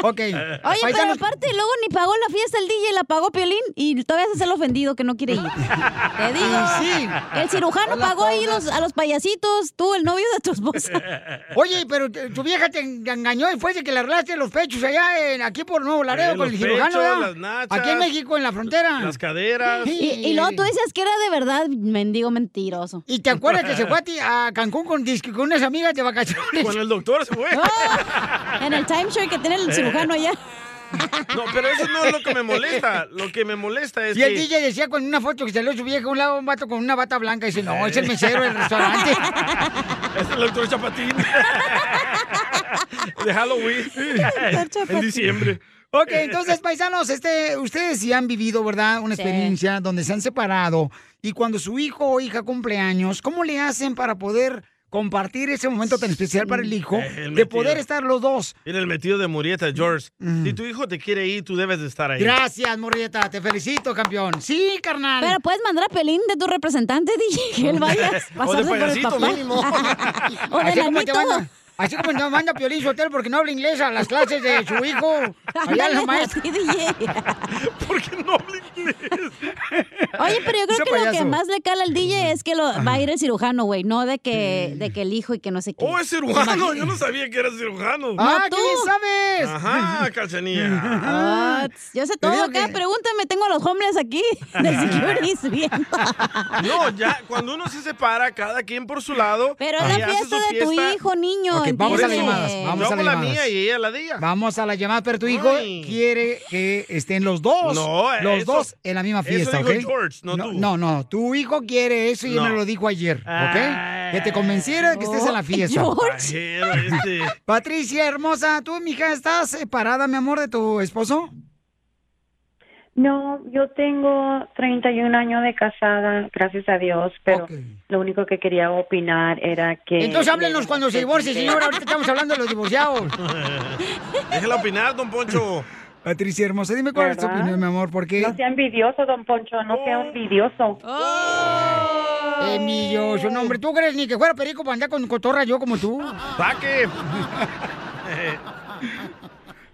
Oye, pero
paisanos,
aparte, luego ni pagó la fiesta el DJ, la pagó Piolín y todavía se hace el ofendido que no quiere ir. Te digo,
Y sí.
el cirujano
Hola,
pagó ahí
Paula.
los, a los payasitos, tú, el novio de tu esposa.
Oye, pero te- tu vieja te en- te engañó después de que le arreglaste los pechos allá en- aquí por Nuevo Laredo
Eh,
con el
los
cirujano,
pechos,
¿verdad?
las nachas,
aquí en México, en la frontera.
las caderas.
Y, y luego tú decías que era de verdad, mendigo mentiroso.
¿Y te acuerdas que se fue a, ti- a Cancún con, disque- con unas amigas de vacaciones?
Con el doctor se fue.
en el timeshare que tiene el cirujano allá.
No, pero eso no es lo que me molesta. Lo que me molesta es
Y el
que...
DJ decía con una foto que salió su vieja a un lado un vato con una bata blanca. Y dice, no, es el mesero del restaurante.
Es el doctor Chapatín. De Halloween. en diciembre.
Ok, entonces, paisanos, este, ustedes sí han vivido, ¿verdad? Una
Sí.
experiencia donde se han separado y cuando su hijo o hija cumple años, ¿cómo le hacen para poder compartir ese momento tan especial para el
Eh,
hijo
el
de
metido.
poder estar los dos?
Mira el metido de Murieta, George. Si tu hijo te quiere ir, tú debes de estar ahí.
Mm. Gracias, Morrieta, te felicito, campeón. Sí, carnal.
Pero puedes mandar a Pelín de tu representante, DJ, que él vaya a
O de
pasarse por el
payasito
papá.
mínimo.
o de
así como te
lanito.
manda, así como te manda Piolín Sotelo porque no habla inglés a las clases de su hijo. Allá la maestra.
Oye, pero yo creo
Ese
que lo que
payaso.
más le cala al DJ es que lo, va a ir el cirujano, güey, no de que, de que el hijo y que no sé qué.
Oh, es cirujano. Yo no sabía que era cirujano.
Ah, ¿qué
sabes? Ah.
Ajá,
Ah,
cachanilla.
yo sé
Ah, Te
todo
digo
acá,
que-
pregúntame, tengo a los hombres aquí de securities viendo.
No, ya, cuando uno se separa, cada quien por su lado.
Pero es la
y hace
fiesta
su
de tu
fiesta.
hijo, niño.
Ok, vamos a las
entiende.
llamadas. Vamos
Yo
a
hago
las
la
llamadas.
mía y ella la de ella.
Vamos a la llamada, pero tu hijo quiere que estén los dos.
No,
los
eso-
dos en la misma
eso
fiesta,
dijo
¿ok?
George, no tú.
No, no, tu hijo quiere eso y él
No. Ah.
me lo dijo ayer, ¿ok? Que te convenciera de que estés en la fiesta.
Pajero este.
Patricia, hermosa, ¿tú, mija, estás separada, mi amor, de tu esposo?
No, yo tengo 31 años de casada, gracias a Dios, pero lo único que quería opinar era que...
Entonces háblenos cuando se divorcie,
Sí.
señora. Ahorita estamos hablando de los divorciados.
Déjela opinar, don Poncho.
Patricia, hermosa, dime cuál es tu
¿Verdad?
opinión, mi amor, Oh. porque...
No sea envidioso, don Poncho, no sea envidioso.
Oh. Envidioso, no, hombre, ¿tú crees ni que fuera perico para andar con cotorra yo como tú?
¡Saque!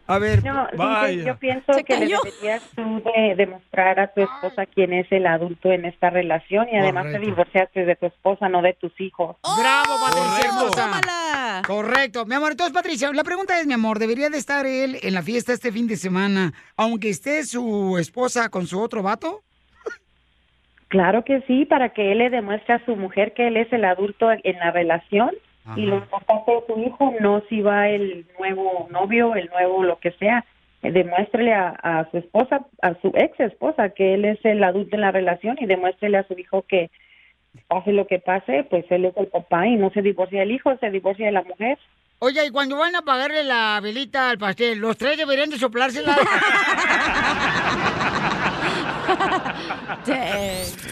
A ver,
No, sí, yo, yo pienso que le deberías tú de- demostrar a tu esposa quién es el adulto en esta relación y además te
Correcto.
divorciaste de tu esposa, no de tus hijos.
Oh. Bravo, Patricia hermosa. Correcto. Mi amor, entonces, Patricia, la pregunta es, mi amor, ¿debería de estar él en la fiesta este fin de semana, aunque esté su esposa con su otro vato?
Claro que sí, para que él le demuestre a su mujer que él es el adulto en la relación y lo importante de tu hijo no si va el nuevo novio, el nuevo lo que sea. Eh, Demuéstrele a, a su esposa, a su ex esposa, que él es el adulto en la relación y demuéstrele a su hijo que pase lo que pase, pues él es el papá y no se divorcia el hijo, se divorcia de la mujer.
Oye, ¿y cuando van a pagarle la velita al pastel, los tres deberían de soplársela?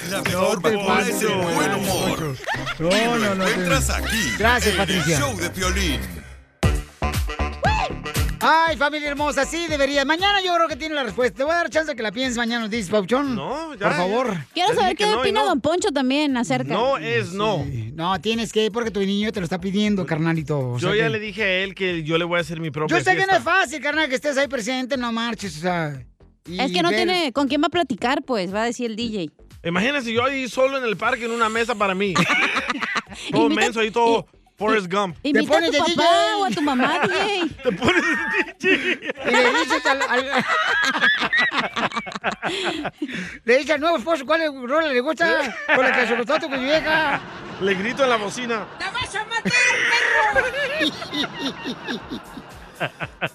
La mejor
pues,
vacuna es el
eh.
buen humor. y lo encuentras aquí.
Gracias,
en
Patricia.
El show de Piolín.
Ay, familia hermosa, sí debería. Mañana yo creo que tiene la respuesta. Te voy a dar chance de que la pienses mañana, nos dices, Pauchón. No,
ya,
Por favor.
ya.
Quiero saber qué opina don Poncho también acerca.
No es no. Pues,
No, tienes que ir porque tu niño te lo está pidiendo, carnalito. O sea
Yo ya
que-
le dije a él que yo le voy a hacer mi propia
Yo sé que no
fiesta.
es fácil, carnal, que estés ahí presente, no marches, o sea. y
Es que no
ver-
tiene con quién va a platicar, pues, va a decir el DJ.
Imagínense yo ahí solo en el parque en una mesa para mí. todo
Imita-
menso ahí, todo Forrest Gump.
Invita a tu papá o a tu mamá, DJ.
Te pones DJ.
Y le dices al, al- le dices al nuevo esposo cuál es- rola le gusta con la que se gustó tu vieja.
Le grito en la bocina.
¡La vas a matar,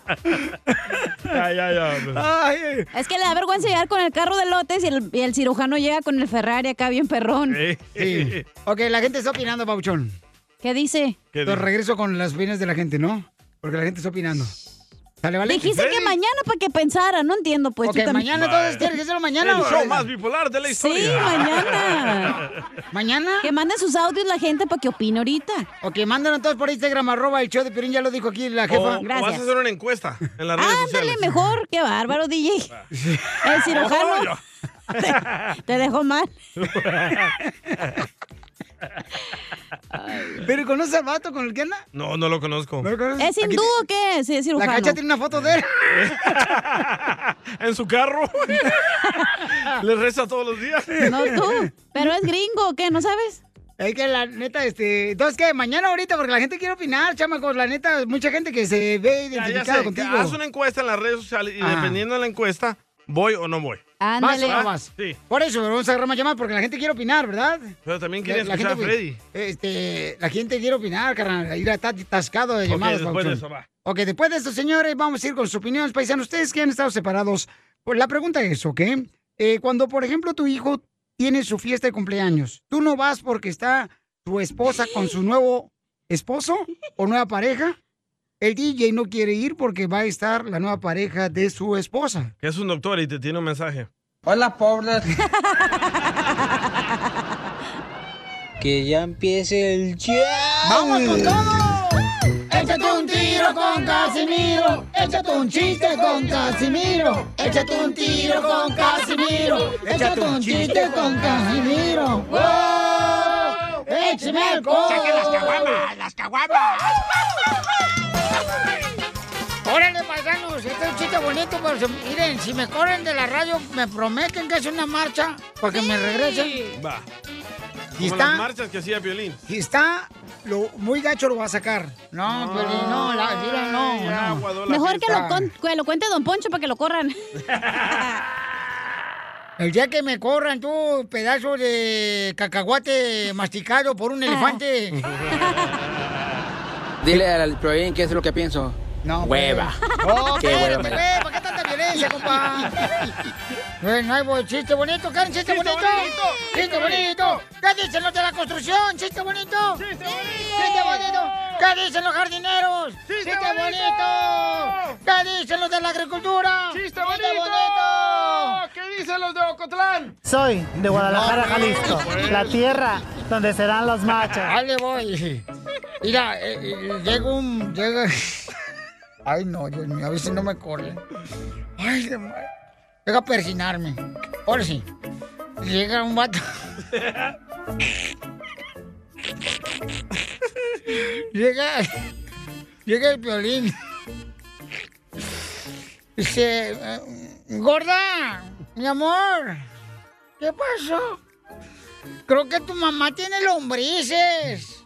perro!
Ay, ay, ay. pues.
eh.
Es que le da vergüenza llegar con el carro de lotes y el, y el cirujano llega con el Ferrari acá bien perrón.
Sí. Ok, la gente está opinando, Pauchón.
¿Qué dice?
Pero regreso con las opiniones de la gente, ¿no? Porque la gente está opinando. ¿Sale, vale?
Dijiste que mañana para que pensara, no entiendo, pues.
Ok, mañana, entonces, ¿quieres que sea mañana
El
o-
show más bipolar de la historia.
Sí, mañana.
¿Mañana?
Que manden sus audios la gente para que opine ahorita.
Ok, mándanos todos por Instagram, arroba el show de Pirín, ya lo dijo aquí la Ah, jefa.
Oh, O, o vas a hacer una encuesta en las redes
Ándale
sociales.
mejor, qué bárbaro, DJ. El
Oh,
cirujano
yo-
te dejó mal.
¿Pero conoces al vato con el que anda?
No, no lo conozco.
¿Es hindú o qué es? ¿Es cirujano?
La cacha tiene una foto de él.
En su carro. Le reza todos los días.
No tú, pero es gringo, ¿o ¿qué? ¿No sabes?
Es que la neta, este. Entonces, ¿qué? Mañana ahorita, porque la gente quiere opinar, chamacos. La neta, mucha gente que se
Ya,
ve
ya
identificada
sé,
contigo.
Haz una encuesta en las redes sociales y
Ah.
dependiendo de la encuesta, ¿Voy o no voy?
Ándale.
¿Vas o no
Vas.
Sí.
Por eso, vamos a agarrar más llamadas porque la gente quiere opinar, ¿verdad?
Pero también quería
La- la
escuchar a
gente opi-
Freddy.
Este, la gente quiere opinar, carnal. Ahí está atascado de
Ok,
llamadas.
después de eso
Pabuchón.
va.
Ok, después de esto, señores, vamos a ir con sus opiniones, paisanos. Ustedes que han estado separados, pues la pregunta es, ¿ok? Eh, cuando, por ejemplo, tu hijo tiene su fiesta de cumpleaños, ¿tú no vas porque está tu esposa con su nuevo esposo o nueva pareja? El DJ no quiere ir porque va a estar la nueva pareja de su esposa.
Que es un doctor y te tiene un mensaje.
Hola, pobres. que ya empiece el
¡Vamos
con
todo! Échate un tiro con Casimiro, échate un chiste con Casimiro, échate un tiro con Casimiro, échate un chiste con Casimiro. ¡Wow! ¡Échame alcohol!
¡Saquen las caguamas,
las caguamas! Órale, paisanos, este es un chiste bonito, pero se- miren, si me corren de la radio, me prometen que es una marcha para que me regresen.
Va.
¿Y
Como
está?
las marchas que hacía Piolín.
Si está lo, muy gacho, lo va a sacar. No, pues,
No.
Piolín, no, la, mira, no,
Ya
no.
aguadó la
Mejor que lo,
fiesta.
con- que lo cuente Don Poncho para que lo corran.
El día que me corran tú, pedazo de cacahuate masticado por un elefante.
Dile al Proin que es lo que pienso. No. Hueva.
¡Oh,
Qué hueva.
espérate, güey! ¿Por qué tanta violencia, compa? Bueno, ahí voy. Chiste bonito, Karen, chiste, bonito.
bonito,
Chiste
chiste
bonito. ¿Qué dicen los de la construcción? Chiste bonito. Chiste bonito. Chiste bonito. ¿Qué dicen los jardineros? Chiste, bonito. ¿Qué dicen los de la agricultura? Chiste bonito.
¿Qué dicen los de Ocotlán?
Soy de Guadalajara, Jalisco,
Ah,
la tierra donde serán los machos.
Ahí le voy. Mira, eh, eh, llega un. Llega... Ay, no, Dios mío, a veces no me corre. Ay, de madre. Llega a persinarme. Ahora sí. Llega un vato. Llega. Llega el violín. Dice. eh, Gorda, mi amor. ¿Qué pasó? Creo que tu mamá tiene lombrices.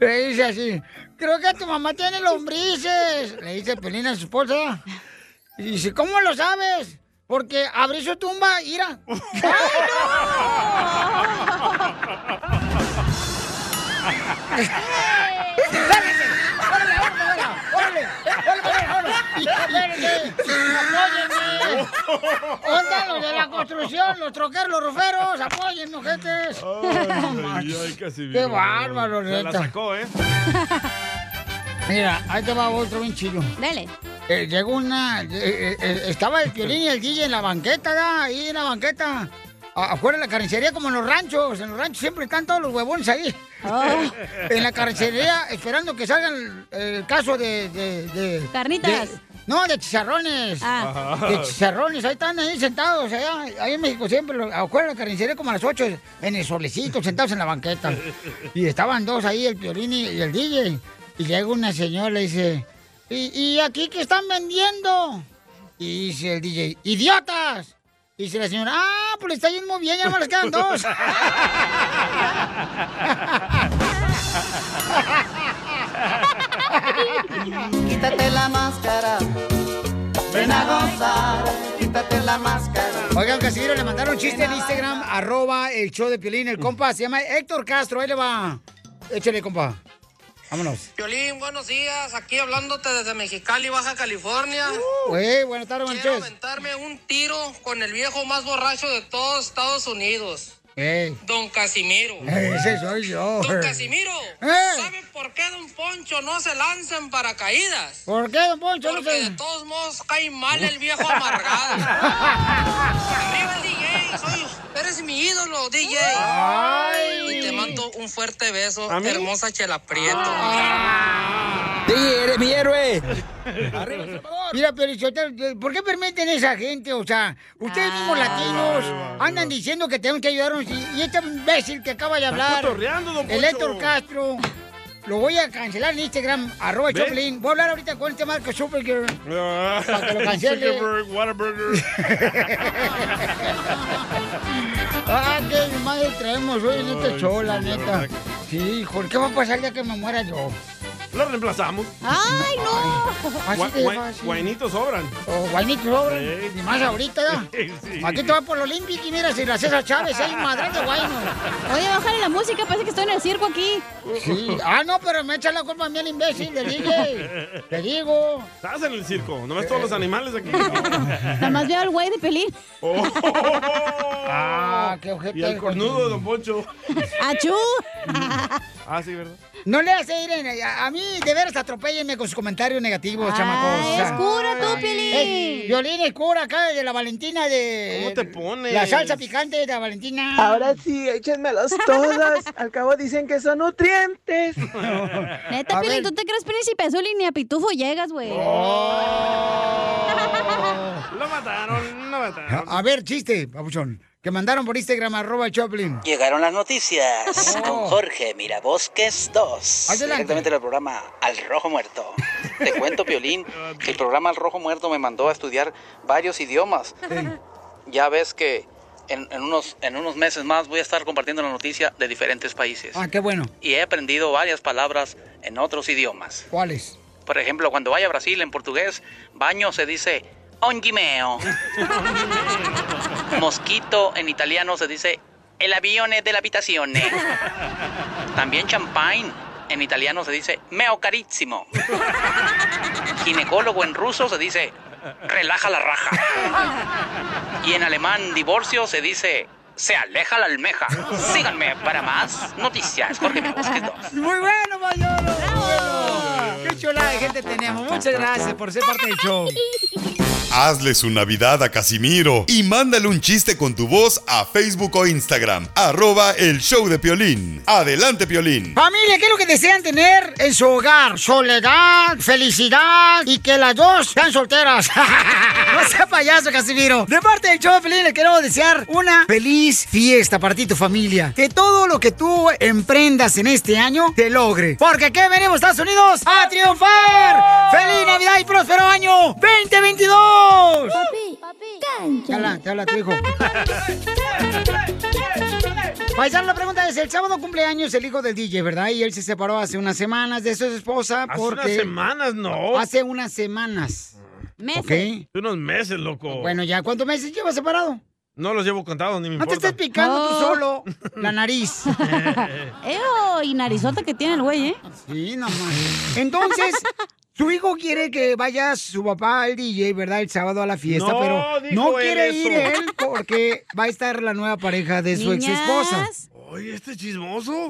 Le dice así, creo que tu mamá tiene lombrices. Le dice Pelina a su esposa. Y dice, ¿cómo lo sabes? Porque abrí su tumba, ira. ¡Órale! ¡Órale, órale! ¡Espérense! ¡Apóyenme! ¡Onda los de la construcción, los troqueros, los ruferos! ¡Apóyenme, ojetes!
Ay, ay, casi
¡Qué
bien.
bárbaro,
Se la
neta.
sacó, ¿eh?
Mira, ahí te va otro bien chido.
Dale.
Eh, llegó una. eh, eh, eh, estaba el violín y el DJ en la banqueta, ¿da? ahí en la banqueta. A- Afuera de la carnicería, como en los ranchos. En los ranchos siempre están todos los huevones ahí.
Ah.
En la carnicería, esperando que salgan el, el caso de. de, de-
Carnitas.
de- no, de chicharrones.
Ah.
De chicharrones, ahí están ahí sentados, allá. Ahí en México siempre, lo- afuera de la carnicería, como a las 8, en el solecito, sentados en la banqueta. Y estaban dos ahí, el Piolín y y el DJ. Y llega una señora y le dice, ¿Y, y aquí qué están vendiendo? Y dice el DJ, ¡idiotas! Y dice la señora, ¡ah, pues le está yendo muy bien, ya me les quedan dos!
Quítate la máscara. Ven a gozar. Quítate la máscara.
Oigan, Casimiro, le mandaron un chiste en Instagram, arroba el show de Piolín.
Mm.
El compa se llama Héctor Castro, ahí le va. Échale, compa. Vámonos.
Piolín, buenos días. Aquí hablándote desde Mexicali, Baja California.
Güey, buenas tardes, Manches.
Darme un tiro con el viejo más borracho de todos Estados Unidos,
Ey,
Don Casimiro.
ese soy yo.
Don Casimiro,
Eh.
¿sabe por qué Don Poncho no se lanza en paracaídas?
¿Por qué, don Poncho? No
Porque de
sé.
todos modos cae mal el viejo amargado. Arriba el DJ, soy, eres mi ídolo, DJ.
Ay.
Y te mando un fuerte beso,
¿A mí?
hermosa Chela Prieto.
DJ, eres mi héroe. Mira, pero Sotelo, ¿por qué permiten esa gente? O sea, ustedes mismos
Ah,
latinos andan diciendo que tenemos que ayudarnos y, y este imbécil que acaba de
Está
hablar,
cotorreando, don
el
Poncho.
Héctor Castro, lo voy a cancelar en Instagram, arroba el
Ve.
Choplin. Voy a hablar ahorita con este marco Supergirl.
Ah.
Para que lo cancele.
Zuckerberg, Whataburger.
Ah, qué madre traemos hoy en este
Ay,
show, la
sí, la
neta.
verdad
Sí, hijo, ¿qué va a pasar ya que me muera yo? Ah,
Lo reemplazamos.
¡Ay, no!
Gua- gua- Guainitos sobran.
O guainitos Oh, sobran. Ni más ahorita, ¿no?
Sí.
Aquí te va por lo olímpico y mira si la César Chávez, hay un madral de guayno.
Oye, bájale la música, parece que estoy en el circo aquí.
Sí. Ah, no, pero me echa la culpa a mí el imbécil, le dije. Te digo. Eh.
Estás en el circo, no ves todos los animales aquí.
Nada más veo al güey de pelín.
Oh, ah,
qué ojete.
Y el cornudo de Don Poncho.
¡Achú!
Ah, sí, ¿verdad?
No le hace ir en- a, a mí, de veras, atropéllenme con sus comentarios negativos, chamacos. O sea,
es cura tú, Piolín.
Ey, Piolín es cura acá de la Valentina de...
¿Cómo te pones?
La salsa picante de la Valentina.
Ahora sí, échenmelas todas. Al cabo dicen que son nutrientes.
Neta, Piolín, ¿tú te crees príncipe azul y ni a pitufo llegas, güey?
Lo mataron, lo mataron.
A, a ver, chiste, papuchón. Que mandaron por Instagram, arroba el Choplin.
Llegaron las noticias con Jorge Mirabosques 2.
Adelante.
Directamente del programa Al Rojo Muerto. Te cuento, Piolín, que el programa Al Rojo Muerto me mandó a estudiar varios idiomas. Ya ves que en, en unos, en unos meses más voy a estar compartiendo la noticia de diferentes países.
Ah, qué bueno.
Y he aprendido varias palabras en otros idiomas.
¿Cuáles?
Por ejemplo, cuando vaya a Brasil en portugués, baño se dice ongimeo. Mosquito en italiano se dice el avione de la habitación. También champagne en italiano se dice meo carissimo. Ginecólogo en ruso se dice relaja la raja. Y en alemán divorcio se dice se aleja la almeja. Síganme para más noticias. Jorge Mirabosques dos.
Muy bueno, Mayoro. Qué chulada de gente tenemos. Muchas gracias por ser parte del show.
Hazle su Navidad a Casimiro y mándale un chiste con tu voz a Facebook o Instagram. Arroba el show de Piolín. Adelante, Piolín.
Familia, ¿qué es lo que desean tener en su hogar? Soledad, felicidad y que las dos sean solteras. no sea payaso, Casimiro. De parte del show, feliz, le quiero desear una feliz fiesta para ti y tu familia. Que todo lo que tú emprendas en este año te logre. Porque aquí venimos, Estados Unidos, a triunfar. ¡Feliz Navidad y próspero año 2022! Papi, papi, Te habla, te habla tu hijo. Paisano, la pregunta es, el sábado cumpleaños el hijo del DJ, ¿verdad? Y él se separó hace unas semanas de su esposa
Hace
porque...
unas semanas, no.
Hace unas semanas.
Meses.
¿Ok?
Hace Unos meses, loco.
Bueno, ya, ¿cuántos meses lleva separado?
Oh. No los llevo contados, ni me
No te
importa.
estés picando
Oh.
tú solo la nariz.
Eo, y narizota que tiene el güey, ¿eh?
Sí, nomás. Entonces, su hijo quiere que vaya su papá al DJ, ¿verdad? El sábado a la fiesta,
No,
pero
dijo
no
él
quiere
eso.
ir él porque va a estar la nueva pareja de su ex esposa.
Oye, este chismoso.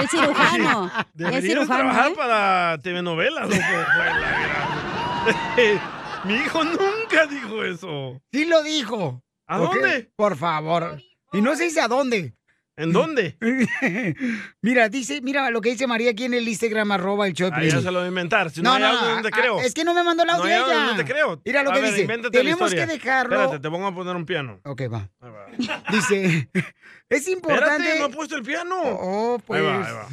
El cirujano. El
Deberías
cirujano,
trabajar
¿eh?
para telenovelas, loco. Fue la gran- Mi hijo nunca dijo eso.
Sí lo dijo.
¿A
¿Ok?
dónde?
Por favor. Y no se dice a dónde.
¿En dónde?
mira, dice, mira lo que dice María aquí en el Instagram, arroba el show.
Ah,
de Piolín.
ya se lo voy a inventar. Si no, hay audio, no te
ah,
creo.
Es que no me mandó el audio
no hay audio,
ella.
no te creo.
Mira lo
A
que
ver,
dice.
invéntate la
Tenemos que
historia.
dejarlo.
Espérate, te pongo a poner un piano.
Ok, va. Dice, es importante.
Espérate, no he puesto el piano.
Oh, pues.
Ahí va, ahí va.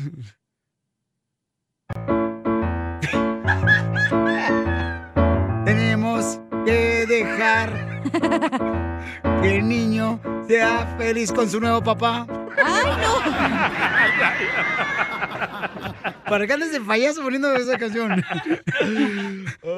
Tenemos que dejar que el niño sea feliz con su nuevo papá. ¿Para qué andas de payaso poniendo esa canción?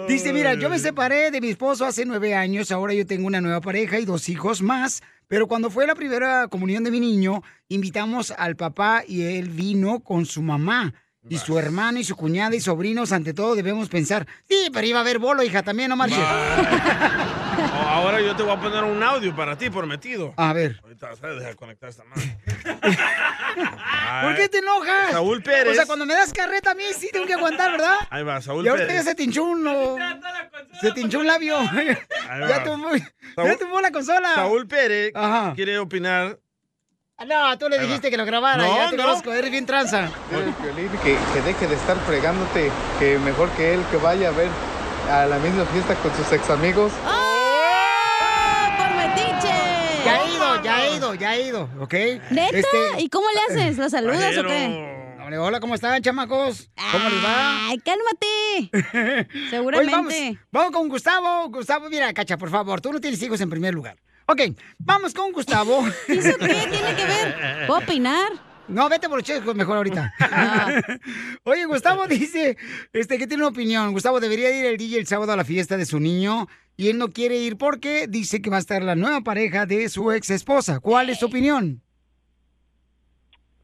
Dice, mira, yo me separé de mi esposo hace nueve años, ahora yo tengo una nueva pareja y dos hijos más, pero cuando fue la primera comunión de mi niño, invitamos al papá y él vino con su mamá. Y su hermano y su cuñada y sobrinos, ante todo, debemos pensar. Sí, pero iba a haber bolo, hija, también, no marches.
Oh, ahora yo te voy a poner un audio para ti, prometido.
A ver.
Ahorita vas a dejar conectar esta madre.
¿Por qué te enojas?
Saúl Pérez.
O sea, cuando me das carreta a mí, sí tengo que aguantar, ¿verdad?
Ahí va, Saúl
Y ahorita ya
Pérez.
se te hinchó un... o- Se te hinchó un labio.
va.
ya tomó, ya
Saúl-
tomó la consola.
Saúl Pérez quiere opinar.
Ah, No, tú le dijiste que lo grabara,
No,
ya te
no.
conozco, eres bien tranza.
que, que deje de estar fregándote, que mejor que él que vaya a ver a la misma fiesta con sus ex amigos.
¡Por metiche!
Ya he ido, ya he ido, ya he ido, ¿ok?
¿Neta? ¿Y cómo le haces? ¿Lo saludas o qué?
No, le digo, Hola, ¿cómo están, chamacos? ¿Cómo les va?
¡Ay, cálmate!
Oye, vamos,
Seguramente.
vamos con Gustavo. Gustavo, mira, Cacha, por favor, tú no tienes hijos en primer lugar. Ok, vamos con Gustavo.
¿Eso qué tiene que ver? ¿Puedo opinar?
No, vete por los chescos mejor ahorita. Oye, Gustavo dice este, que tiene una opinión. Gustavo debería ir el DJ el sábado a la fiesta de su niño y él no quiere ir porque dice que va a estar la nueva pareja de su ex esposa. ¿Cuál es tu opinión?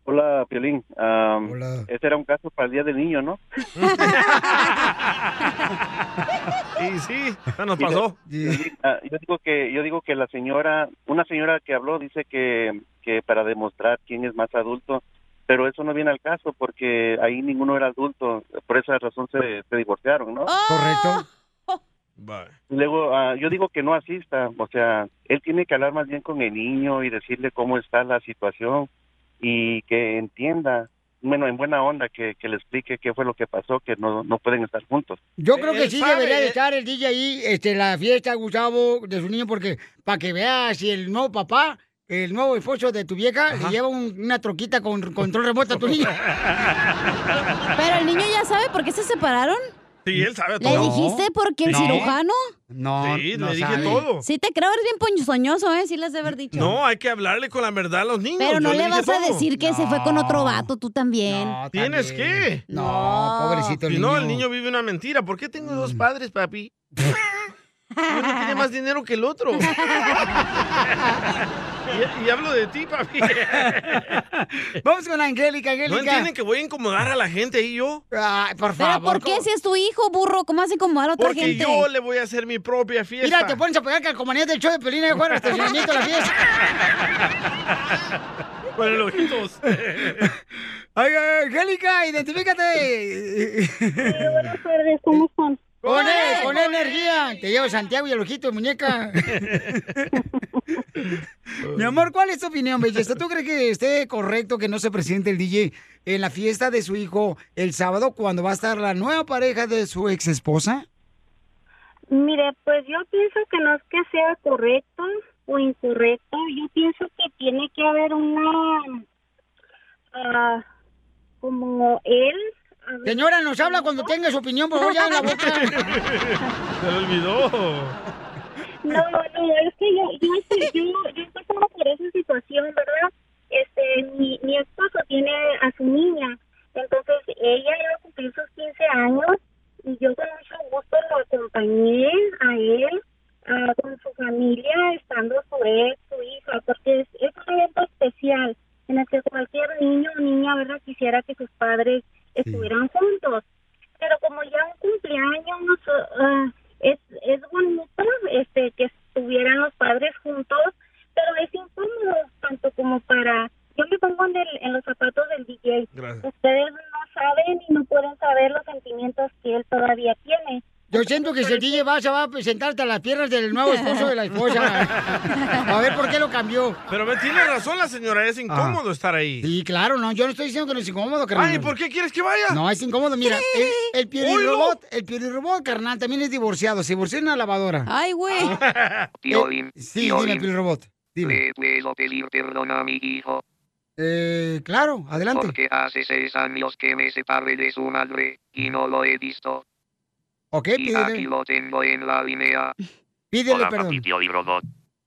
Hola, Piolín. Am, Ese era un caso para el Día del Niño, ¿no?
Y sí, ya nos pasó.
Mira, ah, yo digo que yo digo que la señora, una señora que habló dice que que para demostrar quién es más adulto, pero eso no viene al caso porque ahí ninguno era adulto, por esa razón se, se divorciaron, ¿no?
¡Oh!
Correcto.
Luego ah, yo digo que no asista, o sea, él tiene que hablar más bien con el niño y decirle cómo está la situación y que entienda, bueno, en buena onda que, que le explique qué fue lo que pasó, que no no pueden estar juntos.
Yo creo que
él
sí
sabe,
debería de
él-
estar el DJ ahí, este, la fiesta, Gustavo, de su niño, porque para que vea si el nuevo papá, el nuevo esposo de tu vieja, le lleva un- una troquita con control remoto a tu niño.
Pero el niño ya sabe por qué se separaron.
Sí, él sabe
¿Le
todo.
dijiste por qué el
No.
cirujano?
No,
Sí,
no
le dije
sabe.
todo.
Sí, te creo, eres bien ponzoñoso, ¿eh? Sí, les de haber dicho.
No, hay que hablarle con la verdad a los niños.
Pero no
Yo
le
dije
vas a
todo.
decir que se fue con otro vato, tú también.
¿Tienes que?
No, pobrecito el
Si no,
niño. Mm.
el niño vive una mentira. ¿Por qué tengo dos padres, papi? Uno tiene más dinero que el otro. y, y hablo de ti, papi.
Vamos con Angélica,
¿No
Angélica.
entienden que voy a incomodar a la gente y yo?
Ay, por
¿Pero por qué si es tu hijo, burro? ¿Cómo hace incomodar a otra
Porque
gente?
yo le voy a hacer mi propia fiesta.
Mira, te pones a pegar calcomanías del show de Pelín y jugar hasta el estacionamiento de la fiesta.
Con los ojitos.
Ay, ay, Angélica, identifícate.
Buenas tardes, ¿cómo están?
Con él, con energía. Te llevo Santiago y el ojito de muñeca. Mi amor, ¿cuál es tu opinión, belleza? ¿Tú crees que esté correcto que no se presente el DJ en la fiesta de su hijo el sábado cuando va a estar la nueva pareja de su ex esposa?
Mire, pues yo pienso que no es que sea correcto o incorrecto, yo pienso que tiene que haber una... ah, como él...
Señora, nos habla cuando tenga su opinión, por favor, ya en la boca.
Se lo olvidó.
No, no, es que yo, yo, estoy- yo, yo estoy como por esa situación, ¿verdad? Este, mi, mi esposo tiene a su niña, entonces ella iba a cumplir sus 15 años y yo con mucho gusto lo acompañé a él, ah, con su familia, estando su ex, su hija, porque es, es un evento especial en el que cualquier niño o niña, ¿verdad? Quisiera que sus padres estuvieran juntos pero como ya un cumpleaños ah, es, es bonito este que estuvieran los padres juntos pero es incómodo tanto como para yo me pongo en, el- en los zapatos del DJ
Gracias.
ustedes no saben y no pueden saber los sentimientos que él todavía tiene
Yo siento que si el DJ va, se va a presentarte a las piernas del nuevo esposo de la esposa. A ver por qué lo cambió. Ah.
Pero me tiene razón la señora, es incómodo estar ahí.
Sí, claro, no, yo no estoy diciendo que no es incómodo, carnal.
Ay, ¿por qué quieres que vaya?
No, es incómodo, mira, el, el robot, el robot, carnal, también es divorciado, se divorció en una lavadora. Ah.
Ay, güey.
Piolín, sí, dime,
Piolín.
Piolirobot,
¿Le puedo pedir perdón a mi hijo?
Eh, claro, adelante.
Porque hace seis años que me separé de su madre y no lo he visto.
Ok,
Y aquí
Eh, pídele,
lo tengo en la línea.
pídele
Hola,
perdón.
papi Pioli Robot.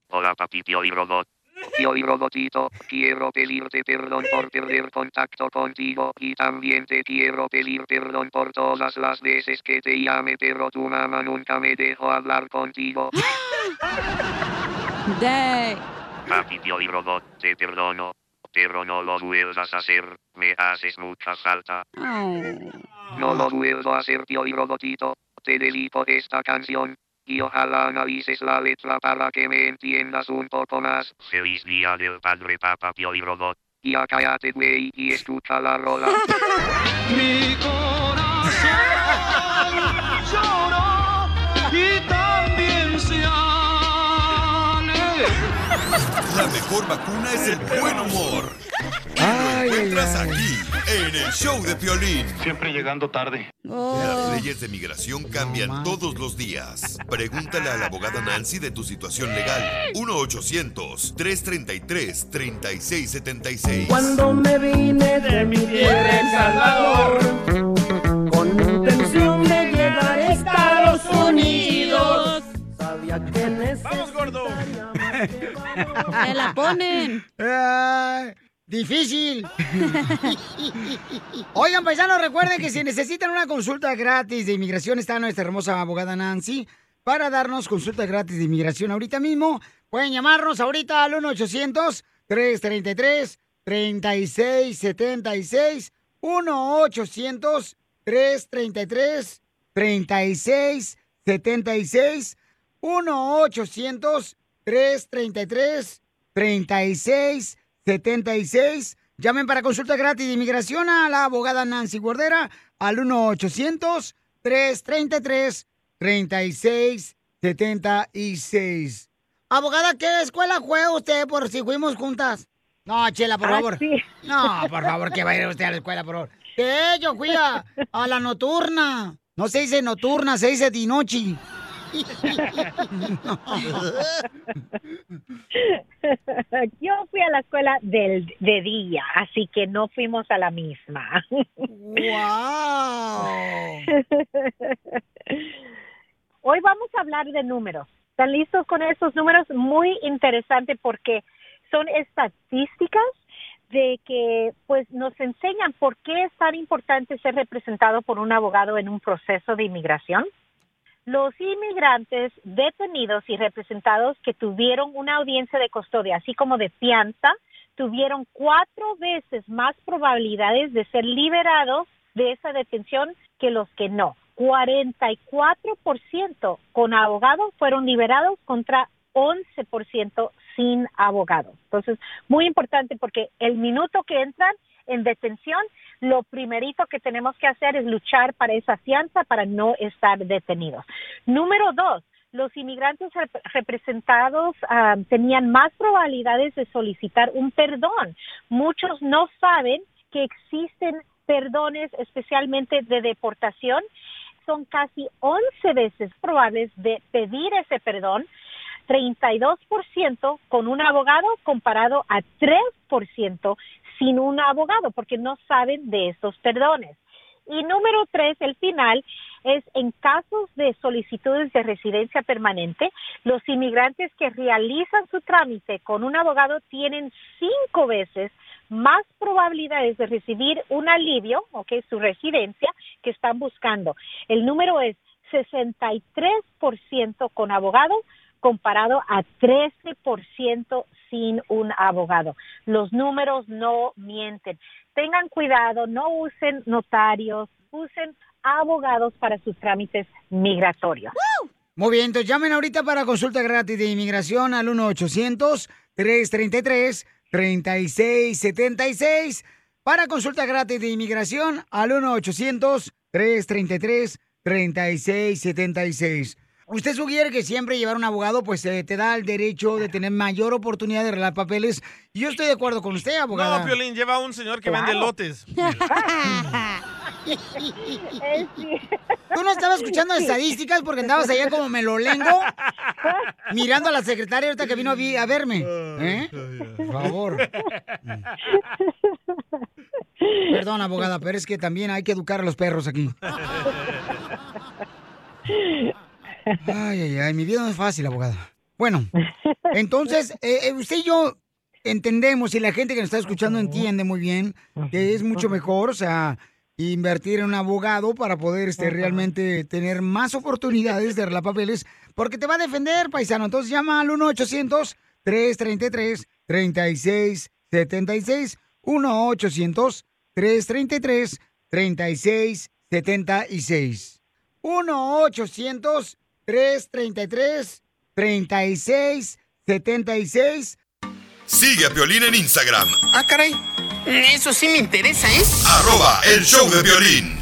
Hola, papi Pioli Robot. Pioli Robotito, quiero pedirte perdón por perder contacto contigo y también te quiero pedir perdón por todas las veces que te llame, pero tu mamá nunca me dejó hablar contigo. Papi Pioli Robot, te perdono, pero no lo vuelvas a hacer, me haces mucha falta. No lo vuelvo a hacer, Pioli Robotito, te dedico esta canción. Y ojalá analices la letra para que me entiendas un poco más. Feliz día del padre, papá, tío y robot. Y acállate, güey, y escucha la rola.
Mi corazón lloró y también se
La mejor vacuna es el buen humor. Y lo encuentras aquí, en el show de Piolín. Siempre llegando tarde. Las
Oh,
leyes de migración cambian todos los días. Pregúntale a la abogada Nancy de tu situación legal. 1-800-333-3676.
Cuando me vine de mi tierra El Salvador, con intención de llegar a Estados Unidos, sabía que necesitaba
¡Vamos, gordo!
¡Me la ponen! Difícil. Oigan, paisanos, recuerden que si necesitan una consulta gratis de inmigración, está nuestra hermosa abogada Nancy para darnos consulta gratis de inmigración ahorita mismo. Pueden llamarnos ahorita al 1-800-333-3676. 1-800-333-3676. 1-800-333-3676. 76. Llamen para consulta gratis de inmigración a la abogada Nancy Guardera al 1-800-333-3676. Abogada, ¿qué escuela fue usted por si fuimos juntas? No, Chela, por
Ah,
favor.
sí.
No, por favor, que va a ir usted a la escuela, por favor. Que yo fui a, a la nocturna. No se dice nocturna, se dice dinochi.
Yo fui a la escuela del, de día, así que no fuimos a la misma. Hoy vamos a hablar de números. ¿Están listos con estos números? Muy interesante porque son estadísticas de que pues nos enseñan por qué es tan importante ser representado por un abogado en un proceso de inmigración. Los inmigrantes detenidos y representados que tuvieron una audiencia de custodia, así como de fianza, tuvieron cuatro veces más probabilidades de ser liberados de esa detención que los que no. 44% con abogado fueron liberados contra 11% sin abogado. Entonces, muy importante porque el minuto que entran en detención, lo primerito que tenemos que hacer es luchar para esa fianza para no estar detenidos. Número dos, los inmigrantes rep- representados ah, tenían más probabilidades de solicitar un perdón. Muchos no saben que existen perdones, especialmente de deportación. Son casi 11 veces probables de pedir ese perdón 32% con un abogado comparado a 3% sin un abogado, porque no saben de estos perdones. Y número tres, el final, es en casos de solicitudes de residencia permanente, los inmigrantes que realizan su trámite con un abogado tienen cinco veces más probabilidades de recibir un alivio, ok, su residencia que están buscando. El número es 63% con abogado comparado a 13% sin un abogado. Los números no mienten. Tengan cuidado, no usen notarios, usen abogados para sus trámites migratorios.
Muy bien, entonces llamen ahorita para consulta gratis de inmigración al 1-800-333-3676. Para consulta gratis de inmigración al 1-800-333-3676. Usted sugiere que siempre llevar un abogado, pues eh, te da el derecho de tener mayor oportunidad de arreglar papeles. Y yo estoy de acuerdo con usted, abogado.
No, Piolín, lleva a un señor que
Claro.
vende lotes.
¿Tú no estabas escuchando estadísticas porque andabas allá como melolengo? Mirando a la secretaria ahorita que vino a vi- a verme. ¿Eh? Por favor. Perdón, abogada, pero es que también hay que educar a los perros aquí. Ay, ay, ay, mi vida no es fácil, abogada. Bueno, entonces, eh, eh, usted y yo entendemos, y la gente que nos está escuchando entiende muy bien, que es mucho mejor, o sea, invertir en un abogado para poder este, realmente tener más oportunidades de arreglar papeles, porque te va a defender, paisano. Entonces llama al 1-800-333-3676. 1-800-333-3676. 1-800-333-3676.
Sigue a Piolín en Instagram,
Ah, caray.
Eso sí me interesa, ¿eh?
Ah. arroba el show de Piolín.